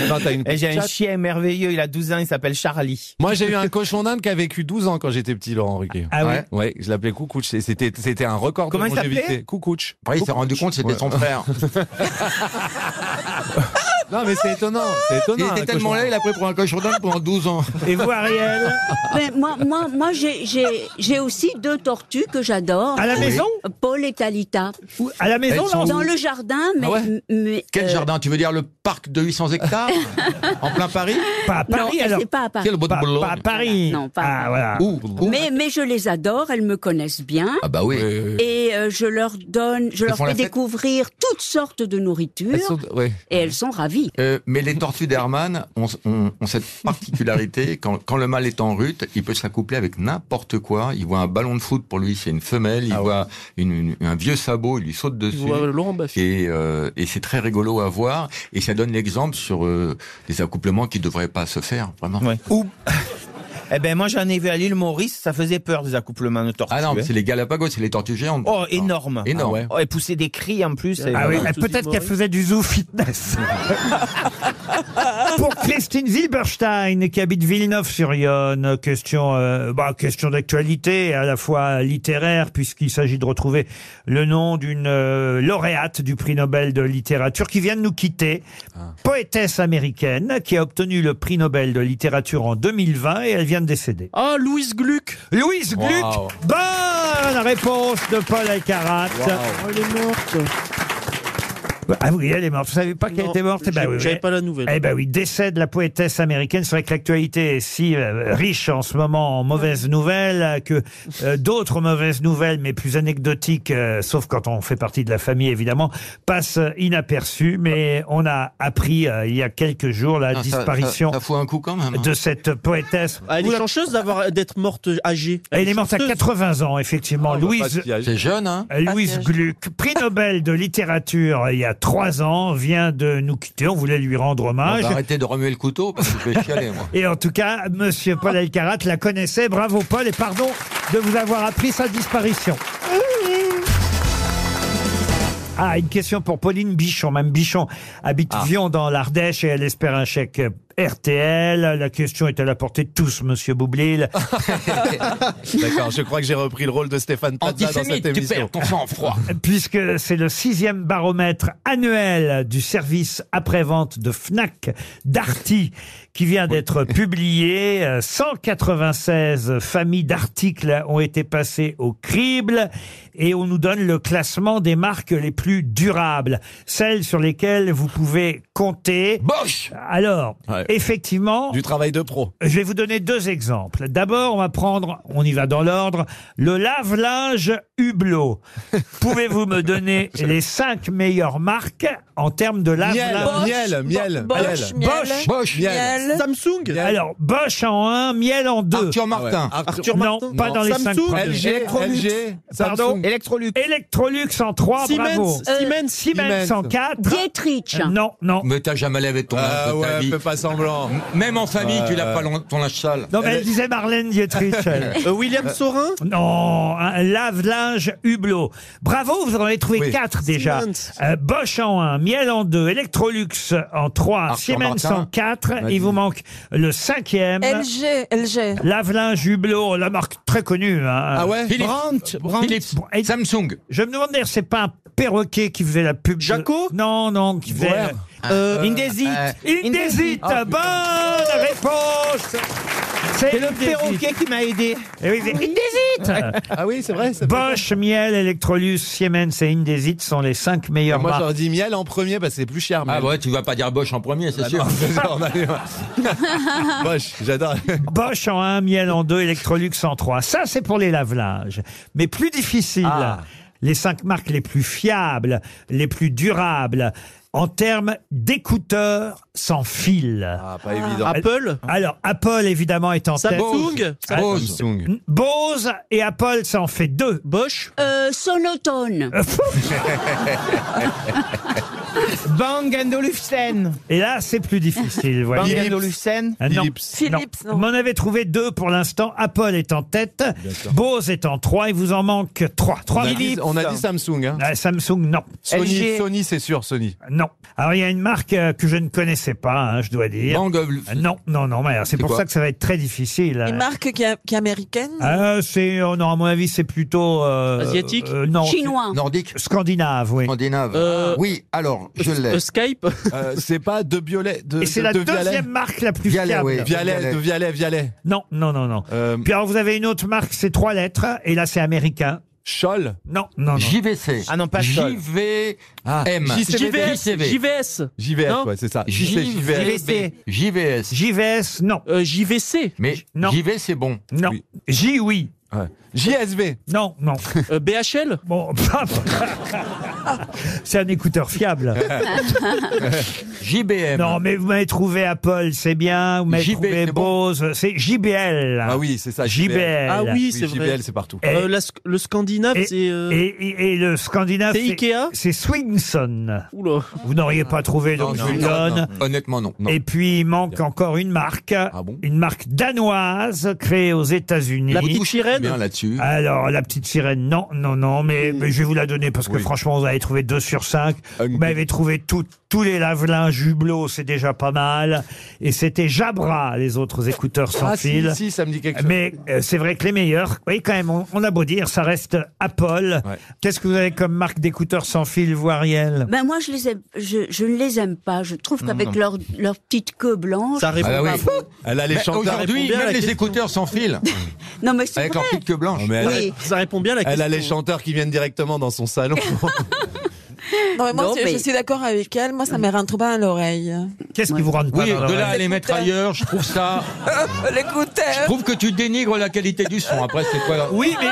[SPEAKER 3] Non, t'as une
[SPEAKER 4] Et j'ai
[SPEAKER 3] petite
[SPEAKER 4] un
[SPEAKER 3] chatte.
[SPEAKER 4] chien merveilleux, il a 12 ans, il s'appelle Charlie.
[SPEAKER 3] Moi, j'ai eu un cochon d'Inde qui a vécu 12 ans quand j'étais petit, Laurent Ruquier.
[SPEAKER 4] Ah oui
[SPEAKER 3] ouais Ouais, je l'appelais Coucouche. et C'était, c'était un record
[SPEAKER 4] Comment
[SPEAKER 3] de
[SPEAKER 4] il s'appelait
[SPEAKER 3] longévité. Coucouche.
[SPEAKER 5] Après, il s'est rendu compte que c'était son frère.
[SPEAKER 3] non, mais c'est étonnant. C'est étonnant.
[SPEAKER 5] Il
[SPEAKER 3] un
[SPEAKER 5] était tellement
[SPEAKER 3] cochon.
[SPEAKER 5] là, il a pris pour un cochon d'Inde pendant 12 ans.
[SPEAKER 2] Et vous, Ariel
[SPEAKER 12] Mais moi, moi, moi j'ai- j'ai j'ai aussi deux tortues que j'adore.
[SPEAKER 2] À la maison
[SPEAKER 12] Paul et Talita.
[SPEAKER 2] À la
[SPEAKER 5] maison, Elles sont là
[SPEAKER 12] Dans
[SPEAKER 5] où
[SPEAKER 12] le jardin, mais.
[SPEAKER 5] Ah ouais
[SPEAKER 12] mais,
[SPEAKER 5] Quel
[SPEAKER 12] euh,
[SPEAKER 5] jardin Tu veux dire le parc de 800 hectares En plein Paris
[SPEAKER 2] Pas à
[SPEAKER 12] Non, Paris, alors. c'est pas à Paris.
[SPEAKER 5] Quel bout de
[SPEAKER 12] Pas-
[SPEAKER 5] Boulogne
[SPEAKER 12] pas à Paris. Non, pas à
[SPEAKER 2] Ah, voilà.
[SPEAKER 5] Où
[SPEAKER 12] Mais, mais je les adore, elles me connaissent bien.
[SPEAKER 5] Ah bah oui.
[SPEAKER 12] Et euh, je leur donne, je
[SPEAKER 5] Elles
[SPEAKER 12] leur
[SPEAKER 5] font
[SPEAKER 12] fais
[SPEAKER 5] la fête
[SPEAKER 12] découvrir toutes sortes de nourriture.
[SPEAKER 5] Elles sont- ouais.
[SPEAKER 12] Et elles sont ravies.
[SPEAKER 5] Euh, mais les tortues d'Hermann ont, ont- ont cette particularité, quand, quand le mâle est en rut, il peut s'accoupler avec n'importe quoi. Il voit un ballon de foot, pour lui c'est une femelle, il voit une- une- un vieux sabot, Ah il lui saute dessus.
[SPEAKER 8] voit Laurent Baffie.
[SPEAKER 5] et euh, et c'est très rigolo à voir, et ça donne l'exemple sur euh, des accouplements qui ne devraient pas se faire, vraiment.
[SPEAKER 4] Ou. eh ben moi j'en ai vu à l'île Maurice, ça faisait peur des accouplements de tortues.
[SPEAKER 5] Ah non, mais
[SPEAKER 4] hein.
[SPEAKER 5] c'est les Galapagos, c'est les tortues géantes.
[SPEAKER 4] Oh, énorme.
[SPEAKER 5] Énorme.
[SPEAKER 4] Ah ouais. Oh, et pousser des cris en plus. et
[SPEAKER 2] Ah oui,
[SPEAKER 4] voilà.
[SPEAKER 2] eh, peut-être qu'elle faisait du zoo fitness. Pour Christine Silberstein, qui habite Villeneuve-sur-Yonne, question, euh, bah, question d'actualité, à la fois littéraire, puisqu'il s'agit de retrouver le nom d'une euh, lauréate du prix Nobel de littérature qui vient de nous quitter, poétesse américaine, qui a obtenu le prix Nobel de littérature en 2020 et elle vient de décéder.
[SPEAKER 8] Ah,
[SPEAKER 3] Oh,
[SPEAKER 8] Louise Gluck.
[SPEAKER 2] Louise Gluck,
[SPEAKER 8] Wow.
[SPEAKER 2] bonne réponse de Paul
[SPEAKER 3] Ah,
[SPEAKER 2] Alcarat.
[SPEAKER 3] oh,
[SPEAKER 8] elle est morte.
[SPEAKER 2] Bah, Ah oui, elle est morte. Vous savez pas qu'elle
[SPEAKER 8] Non,
[SPEAKER 2] était morte Eh ben
[SPEAKER 8] j'avais-
[SPEAKER 2] oui,
[SPEAKER 8] j'avais
[SPEAKER 2] oui.
[SPEAKER 8] pas la nouvelle.
[SPEAKER 2] Eh ben oui, décès de la poétesse américaine. C'est vrai que l'actualité est si euh, riche en ce moment en mauvaises nouvelles euh, que euh, d'autres mauvaises nouvelles, mais plus anecdotiques, euh, sauf quand on fait partie de la famille évidemment, passent euh, inaperçues. Mais on a appris euh, il y a quelques jours la
[SPEAKER 5] Ah, ça-
[SPEAKER 2] disparition
[SPEAKER 5] Ça, ça fout un coup quand même. hein.
[SPEAKER 2] de cette poétesse.
[SPEAKER 8] Ah, elle est chanceuse d'avoir, d'être morte âgée. Ah
[SPEAKER 2] Elle est morte à 80 ans, effectivement. Louise,
[SPEAKER 5] C'est jeune, hein
[SPEAKER 2] Euh, Louise Gluck, prix Nobel de littérature euh, il y a trois ans, vient de nous quitter. On voulait lui rendre
[SPEAKER 5] On
[SPEAKER 2] hommage. Euh,
[SPEAKER 5] va arrêter Ah bah, de remuer le couteau parce que je vais chialer, moi.
[SPEAKER 2] Et en tout cas, Monsieur Paul Elkarat la connaissait. Bravo Paul et pardon de vous avoir appris sa disparition. Ah, une question pour Pauline Bichon. Mme Bichon habite
[SPEAKER 5] Ah.
[SPEAKER 2] Vion dans l'Ardèche et elle espère un chèque euh, RTL. La question est à la portée de tous, Monsieur Boublil.
[SPEAKER 3] D'accord, je crois que j'ai repris le rôle de Stéphane Plaza dans cette
[SPEAKER 5] Antisémite, tu
[SPEAKER 3] émission.
[SPEAKER 5] perds ton sang-froid.
[SPEAKER 2] puisque c'est le sixième baromètre annuel du service après-vente de FNAC Darty qui vient d'être publié. Euh, 196 familles d'articles ont été passées au crible et on nous donne le classement des marques les plus durables, celles sur lesquelles vous pouvez compter.
[SPEAKER 5] Bosch
[SPEAKER 2] Alors,
[SPEAKER 3] Ouais.
[SPEAKER 2] effectivement...
[SPEAKER 3] Du travail de pro.
[SPEAKER 2] Je vais vous donner deux exemples. D'abord, on va prendre, on y va dans l'ordre, le lave-linge Hublot. Pouvez-vous me donner les cinq meilleures marques en termes de lave-linge
[SPEAKER 3] Miel, miel, miel,
[SPEAKER 2] Bosch,
[SPEAKER 3] miel.
[SPEAKER 2] miel, Bosch,
[SPEAKER 5] Bosch,
[SPEAKER 2] miel.
[SPEAKER 8] Samsung. Ah
[SPEAKER 2] Alors, Bosch en un, miel en deux.
[SPEAKER 5] Arthur Martin.
[SPEAKER 8] Arthur
[SPEAKER 2] non,
[SPEAKER 8] Martin.
[SPEAKER 2] pas
[SPEAKER 8] Non.
[SPEAKER 2] dans les cinq
[SPEAKER 8] Samsung.
[SPEAKER 2] premiers.
[SPEAKER 3] LG,
[SPEAKER 2] Electrolux.
[SPEAKER 3] LG,
[SPEAKER 2] Pardon
[SPEAKER 3] Samsung.
[SPEAKER 2] Electrolux. Electrolux en trois,
[SPEAKER 8] Siemens,
[SPEAKER 2] bravo.
[SPEAKER 8] Siemens.
[SPEAKER 2] Siemens en quatre. Euh,
[SPEAKER 12] Dietrich.
[SPEAKER 2] Non, non.
[SPEAKER 5] Mais t'as jamais lavé ton linge
[SPEAKER 3] Ah
[SPEAKER 5] de ta
[SPEAKER 3] ouais,
[SPEAKER 5] vie.
[SPEAKER 3] fais pas semblant.
[SPEAKER 5] Même en famille, tu l'as
[SPEAKER 3] Ouais. Eh,
[SPEAKER 5] pas long- ton linge sale.
[SPEAKER 2] Non, mais elle disait Marlène Dietrich. elle.
[SPEAKER 8] Euh, William Sorin.
[SPEAKER 2] Non, un lave-linge Hublot. Bravo, vous en avez trouvé
[SPEAKER 5] Oui.
[SPEAKER 2] quatre déjà.
[SPEAKER 8] Siemens.
[SPEAKER 2] Euh, Bosch en un, Miel en deux, Electrolux en trois,
[SPEAKER 5] Arthur
[SPEAKER 2] Siemens
[SPEAKER 5] Martin.
[SPEAKER 2] en quatre.
[SPEAKER 5] Vas-y.
[SPEAKER 2] Il vous manque le cinquième.
[SPEAKER 7] LG, LG.
[SPEAKER 2] Lave-linge Hublot, la marque très connue. hein.
[SPEAKER 3] Ah ouais
[SPEAKER 5] Philips.
[SPEAKER 4] Brandt, Brandt.
[SPEAKER 5] Philips.
[SPEAKER 2] Bon, et-
[SPEAKER 5] Samsung.
[SPEAKER 2] Je me demande d'ailleurs, c'est pas un perroquet qui faisait la pub. de-
[SPEAKER 8] Jaco
[SPEAKER 2] Non, non, qui faisait.
[SPEAKER 3] Brouwer.
[SPEAKER 2] euh,
[SPEAKER 4] Indesit.
[SPEAKER 2] Indesit,
[SPEAKER 4] Ah,
[SPEAKER 2] bonne réponse
[SPEAKER 4] C'est le perroquet qui m'a aidé.
[SPEAKER 2] Et Eh oui,
[SPEAKER 4] Il hésite
[SPEAKER 2] Ah oui, c'est vrai. Bosch, miel, Electrolux, Siemens et Indesit sont les cinq meilleures
[SPEAKER 3] Moi,
[SPEAKER 2] marques.
[SPEAKER 3] j'aurais dit miel en premier parce que bah, c'est plus cher. Bah
[SPEAKER 5] Ah ouais, tu vas pas dire Bosch en premier, c'est sûr.
[SPEAKER 3] Bosch, j'adore.
[SPEAKER 2] Bosch en 1, miel en 2, Electrolux en 3. Ça, c'est pour les lavelages. Mais plus difficile,
[SPEAKER 3] Ah.
[SPEAKER 2] les cinq marques les plus fiables, les plus durables, en termes d'écouteurs sans fil. Ah,
[SPEAKER 3] pas évident.
[SPEAKER 2] Apple Alors, Apple, évidemment, est en tête.
[SPEAKER 8] Samsung
[SPEAKER 2] Bose.
[SPEAKER 3] Samsung.
[SPEAKER 2] Bose et Apple, ça en fait deux.
[SPEAKER 8] Bosch
[SPEAKER 12] Euh, sonotone.
[SPEAKER 4] Bang Olufsen.
[SPEAKER 2] Et là, c'est plus difficile. Voilà.
[SPEAKER 4] Bang Olufsen.
[SPEAKER 2] Ah, non. Non. On en avait trouvé deux pour l'instant. Apple est en tête, Bose est en trois, il vous en manque trois.
[SPEAKER 3] On
[SPEAKER 2] trois
[SPEAKER 3] a, dit, on a dit Samsung. Hein.
[SPEAKER 2] Ah, Samsung, non.
[SPEAKER 3] Sony, Sony c'est sûr, Sony.
[SPEAKER 2] Non. Alors, il y a une marque euh, que je ne connaissais pas, hein, je dois dire.
[SPEAKER 5] Bang
[SPEAKER 2] Non, non, non, mais alors, c'est
[SPEAKER 5] C'est
[SPEAKER 2] pour
[SPEAKER 5] quoi
[SPEAKER 2] ça que ça va être très difficile. euh,
[SPEAKER 7] Une marque qui, est- qui est américaine
[SPEAKER 2] Ah, c'est, oh non, à mon avis, c'est plutôt. euh,
[SPEAKER 7] Asiatique
[SPEAKER 2] euh, Non.
[SPEAKER 7] Chinois.
[SPEAKER 5] Nordique
[SPEAKER 2] Scandinave, oui.
[SPEAKER 5] Scandinave. Oui, alors, je l'ai.
[SPEAKER 8] Euh, Skype
[SPEAKER 3] Euh, c'est pas de Violet. De,
[SPEAKER 2] Et c'est
[SPEAKER 3] de-
[SPEAKER 2] la
[SPEAKER 3] de
[SPEAKER 2] deuxième
[SPEAKER 3] Vialet.
[SPEAKER 2] marque la plus
[SPEAKER 3] Vialet,
[SPEAKER 2] fiable.
[SPEAKER 3] oui. Vialet, de Vialet, Vialet.
[SPEAKER 2] Non, non, non, non.
[SPEAKER 5] Euh,
[SPEAKER 2] Puis alors, vous avez une autre marque, c'est trois lettres, et là, c'est américain.
[SPEAKER 3] Scholl
[SPEAKER 2] Non, non, non.
[SPEAKER 5] JVC.
[SPEAKER 4] Ah non, pas Scholl.
[SPEAKER 5] JVM.
[SPEAKER 3] Ah, JCVD.
[SPEAKER 8] JVS.
[SPEAKER 3] JVS,
[SPEAKER 8] Non.
[SPEAKER 3] ouais, c'est ça.
[SPEAKER 5] JVC.
[SPEAKER 3] JVS.
[SPEAKER 5] JVS.
[SPEAKER 2] JVS, non.
[SPEAKER 8] Euh, JVC.
[SPEAKER 5] Mais
[SPEAKER 2] Non.
[SPEAKER 5] JV, c'est bon.
[SPEAKER 2] Non. J, oui.
[SPEAKER 3] Ouais. JSV.
[SPEAKER 2] Non, non.
[SPEAKER 8] Euh, BHL.
[SPEAKER 2] Bon, c'est un écouteur fiable.
[SPEAKER 5] JBM.
[SPEAKER 2] Non, mais vous m'avez trouvé Apple, c'est bien. Vous m'avez
[SPEAKER 5] JB,
[SPEAKER 2] trouvé
[SPEAKER 5] c'est
[SPEAKER 2] Bose, c'est JBL.
[SPEAKER 3] Ah oui, c'est ça.
[SPEAKER 2] JBL.
[SPEAKER 8] Ah oui, c'est vrai.
[SPEAKER 3] JBL, c'est partout.
[SPEAKER 2] Et-
[SPEAKER 8] Euh, la sc- le Scandinave, c'est. euh,
[SPEAKER 2] Et, et- et le Scandinave,
[SPEAKER 8] C'est Ikea
[SPEAKER 2] c'est Swinson.
[SPEAKER 8] Oula.
[SPEAKER 2] Vous n'auriez pas trouvé, donc je vous le donne.
[SPEAKER 5] Honnêtement, non. Ah
[SPEAKER 2] Et puis, il manque encore une marque. une marque danoise créée aux États-Unis.
[SPEAKER 8] La petite sirène.
[SPEAKER 5] Bien là-dessus.
[SPEAKER 2] Alors, la petite sirène, non, non, non, mais, mais je vais vous la donner parce que franchement, vous avez trouvé 2 sur 5. Vous m'avez trouvé tout- tous les lavelins, jublots, c'est déjà pas mal. Et c'était Jabra, les autres écouteurs sans
[SPEAKER 3] Ah, si,
[SPEAKER 2] fil.
[SPEAKER 3] si, ça me dit quelque chose.
[SPEAKER 2] Mais euh, c'est vrai que les meilleurs, oui, quand même, on, on a beau dire, ça reste Apple. Qu'est-ce que vous avez comme marque d'écouteurs sans fil, vous, Ariel
[SPEAKER 12] Ben moi, je, les aime- je, je ne les aime pas. Je trouve qu'avec
[SPEAKER 5] non.
[SPEAKER 12] leur, leur petite queue blanche.
[SPEAKER 8] Ça répond
[SPEAKER 5] Ah
[SPEAKER 8] pas.
[SPEAKER 5] oui.
[SPEAKER 3] Elle a les
[SPEAKER 5] Mais
[SPEAKER 3] chanteurs.
[SPEAKER 5] Aujourd'hui,
[SPEAKER 8] bien à
[SPEAKER 5] même
[SPEAKER 8] la
[SPEAKER 5] les
[SPEAKER 8] question.
[SPEAKER 5] écouteurs sans fil.
[SPEAKER 12] Non, mais c'est
[SPEAKER 5] Avec leur
[SPEAKER 12] vrai.
[SPEAKER 5] petite queue blanche.
[SPEAKER 3] Non, mais elle,
[SPEAKER 12] Oui.
[SPEAKER 8] Ça répond bien à la
[SPEAKER 3] elle
[SPEAKER 8] question.
[SPEAKER 3] a les chanteurs qui viennent directement dans son salon.
[SPEAKER 7] Non, mais moi,
[SPEAKER 12] Non,
[SPEAKER 7] je- je
[SPEAKER 12] mais- Mm.
[SPEAKER 7] suis d'accord avec elle. Moi, ça me rentre pas à l'oreille.
[SPEAKER 2] Qu'est-ce qui vous rend pas
[SPEAKER 5] Oui, de
[SPEAKER 2] dans
[SPEAKER 5] là à
[SPEAKER 2] l'oreille
[SPEAKER 5] les mettre ailleurs, je trouve ça. Je
[SPEAKER 7] L'écouteur
[SPEAKER 5] trouve que tu dénigres la qualité du son. Après, c'est quoi là
[SPEAKER 2] Oui, mais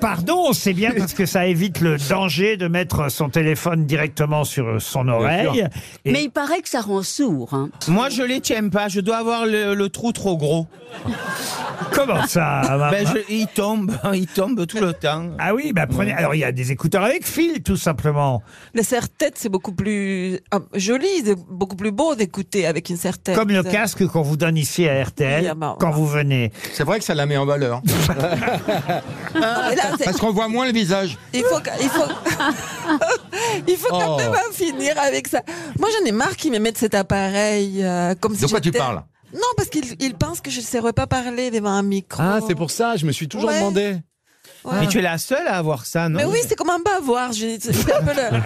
[SPEAKER 2] pardon, c'est bien parce que ça évite le danger de mettre son téléphone directement sur son oreille. Et-
[SPEAKER 12] Mais il paraît que ça rend sourd. hein.
[SPEAKER 4] Moi, je les tiens pas. Je dois avoir le, le trou trop gros.
[SPEAKER 2] Comment ça maman
[SPEAKER 4] Ben, je- il tombe, il tombe tout le temps.
[SPEAKER 2] Ah oui, bah prenez. Alors il y a des écouteurs avec fil, tout simplement.
[SPEAKER 7] Le serre-tête, c'est beaucoup plus ah, joli, c'est beaucoup plus beau d'écouter avec une serre-tête.
[SPEAKER 2] Comme le casque qu'on vous donne ici à RTL
[SPEAKER 7] Oui, bah,
[SPEAKER 2] quand
[SPEAKER 7] bah.
[SPEAKER 2] vous venez.
[SPEAKER 5] C'est vrai que ça la met en valeur.
[SPEAKER 7] Non, mais là, c'est-
[SPEAKER 5] Parce qu'on voit moins le visage.
[SPEAKER 7] Il faut, que- il faut, il faut quand
[SPEAKER 5] Oh.
[SPEAKER 7] même en finir avec ça. Moi, j'en ai marre qu'ils me mettent cet appareil euh, comme si.
[SPEAKER 5] De quoi tu
[SPEAKER 7] j'étais-
[SPEAKER 5] parles
[SPEAKER 7] Non, parce qu'ils ils pensent que je ne saurais pas parler devant un micro.
[SPEAKER 3] Ah, c'est pour ça, je me suis toujours
[SPEAKER 7] Ouais.
[SPEAKER 3] demandé.
[SPEAKER 7] Ouais.
[SPEAKER 4] Mais tu es la seule à avoir ça, non
[SPEAKER 7] Mais oui, c'est comme un bavoir. je- C'est un peu le-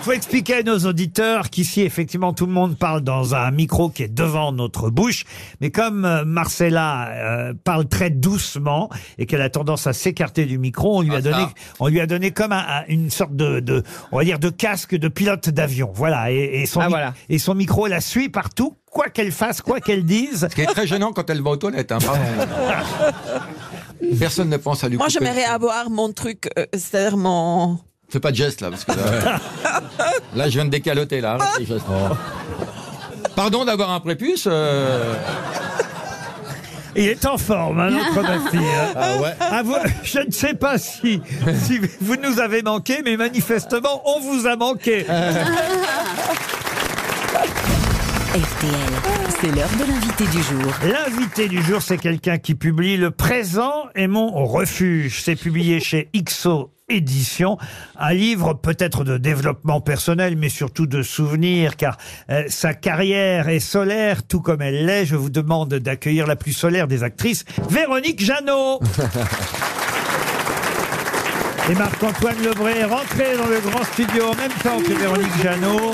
[SPEAKER 2] faut expliquer à nos auditeurs qu'ici, effectivement, tout le monde parle dans un micro qui est devant notre bouche. Mais comme euh, Marcella euh, parle très doucement et qu'elle a tendance à s'écarter du micro, on lui, a,
[SPEAKER 4] Ah,
[SPEAKER 5] ça.
[SPEAKER 2] donné, on lui a donné comme un- un- une sorte de, de- on va dire, de casque de pilote d'avion. Voilà. Et, et son,
[SPEAKER 4] Ah,
[SPEAKER 2] mi-
[SPEAKER 4] voilà.
[SPEAKER 2] et son micro la suit partout, quoi qu'elle fasse, quoi qu'elle dise.
[SPEAKER 5] Ce qui est très gênant quand elle va aux toilettes. hein, pardon. Personne ne pense à lui
[SPEAKER 7] Moi,
[SPEAKER 5] couper.
[SPEAKER 7] j'aimerais avoir mon truc, euh, c'est-à-dire mon.
[SPEAKER 5] Fais pas de gestes là, parce que là, là, je viens de décaloter là. Arrête les gestes. Pardon d'avoir un prépuce. euh,
[SPEAKER 2] Il est en forme, hein, notre ma fille, hein.
[SPEAKER 3] Ah ouais.
[SPEAKER 2] Ah, vous- je ne sais pas si, si vous nous avez manqué, mais manifestement, on vous a manqué.
[SPEAKER 10] RTL, c'est l'heure de l'invité du jour.
[SPEAKER 2] L'invité du jour, c'est quelqu'un qui publie Le présent est mon refuge. C'est publié chez Ixo Édition, un livre peut-être de développement personnel, mais surtout de souvenirs, car euh, sa carrière est solaire, tout comme elle l'est. Je vous demande d'accueillir la plus solaire des actrices, Véronique Jeannot. Et Marc-Antoine Lebré est rentré dans le grand studio en même temps que Véronique Jeannot.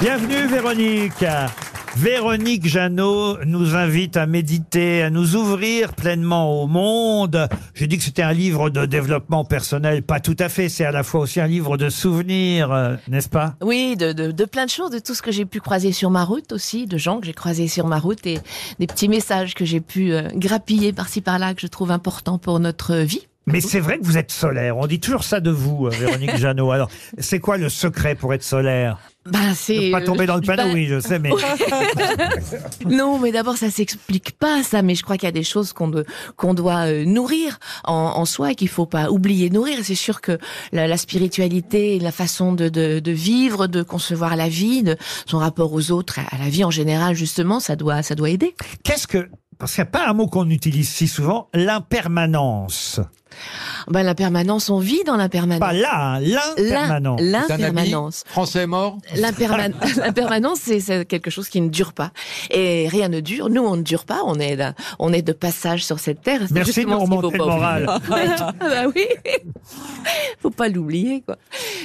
[SPEAKER 2] Bienvenue Véronique. Véronique Jeannot nous invite à méditer, à nous ouvrir pleinement au monde. J'ai dit que c'était un livre de développement personnel, pas tout à fait, c'est à la fois aussi un livre de souvenirs, euh, n'est-ce pas
[SPEAKER 18] Oui, de, de- de plein de choses, de tout ce que j'ai pu croiser sur ma route aussi, de gens que j'ai croisés sur ma route et des petits messages que j'ai pu euh, grappiller par-ci par-là que je trouve importants pour notre vie.
[SPEAKER 2] Mais c'est vrai que vous êtes solaire, on dit toujours ça de vous, euh, Véronique Jeannot. Alors, c'est quoi le secret pour être solaire
[SPEAKER 18] Bah, c'est
[SPEAKER 2] Ne pas tomber dans le panneau,
[SPEAKER 18] bah-
[SPEAKER 2] oui, je sais, mais...
[SPEAKER 18] non, mais d'abord ça s'explique pas ça, mais je crois qu'il y a des choses qu'on de- qu'on doit euh, nourrir en, en soi et qu'il faut pas oublier de nourrir. Et C'est sûr que la, la spiritualité, et la façon de, de, de vivre, de concevoir la vie, de son rapport aux autres, à la vie en général justement, ça doit ça doit aider.
[SPEAKER 2] Qu'est-ce que... Parce qu'il n'y a pas un mot qu'on utilise si souvent, l'impermanence.
[SPEAKER 18] Ben, l'impermanence, on vit dans l'impermanence.
[SPEAKER 2] Pas là, hein, l'impermanence.
[SPEAKER 18] L'im-
[SPEAKER 5] C'est un ami
[SPEAKER 18] L'impermanence.
[SPEAKER 5] Français mort
[SPEAKER 18] L'imperman- L'impermanence, c'est- c'est quelque chose qui ne dure pas. Et rien ne dure. Nous, on ne dure pas. On est, là- on est de passage sur cette terre. C'est
[SPEAKER 2] Merci de
[SPEAKER 18] justement
[SPEAKER 2] nous
[SPEAKER 18] ce qu'il faut
[SPEAKER 2] remonter le
[SPEAKER 18] pas
[SPEAKER 2] moral.
[SPEAKER 18] oublier. Ah bah oui. Faut pas l'oublier, quoi.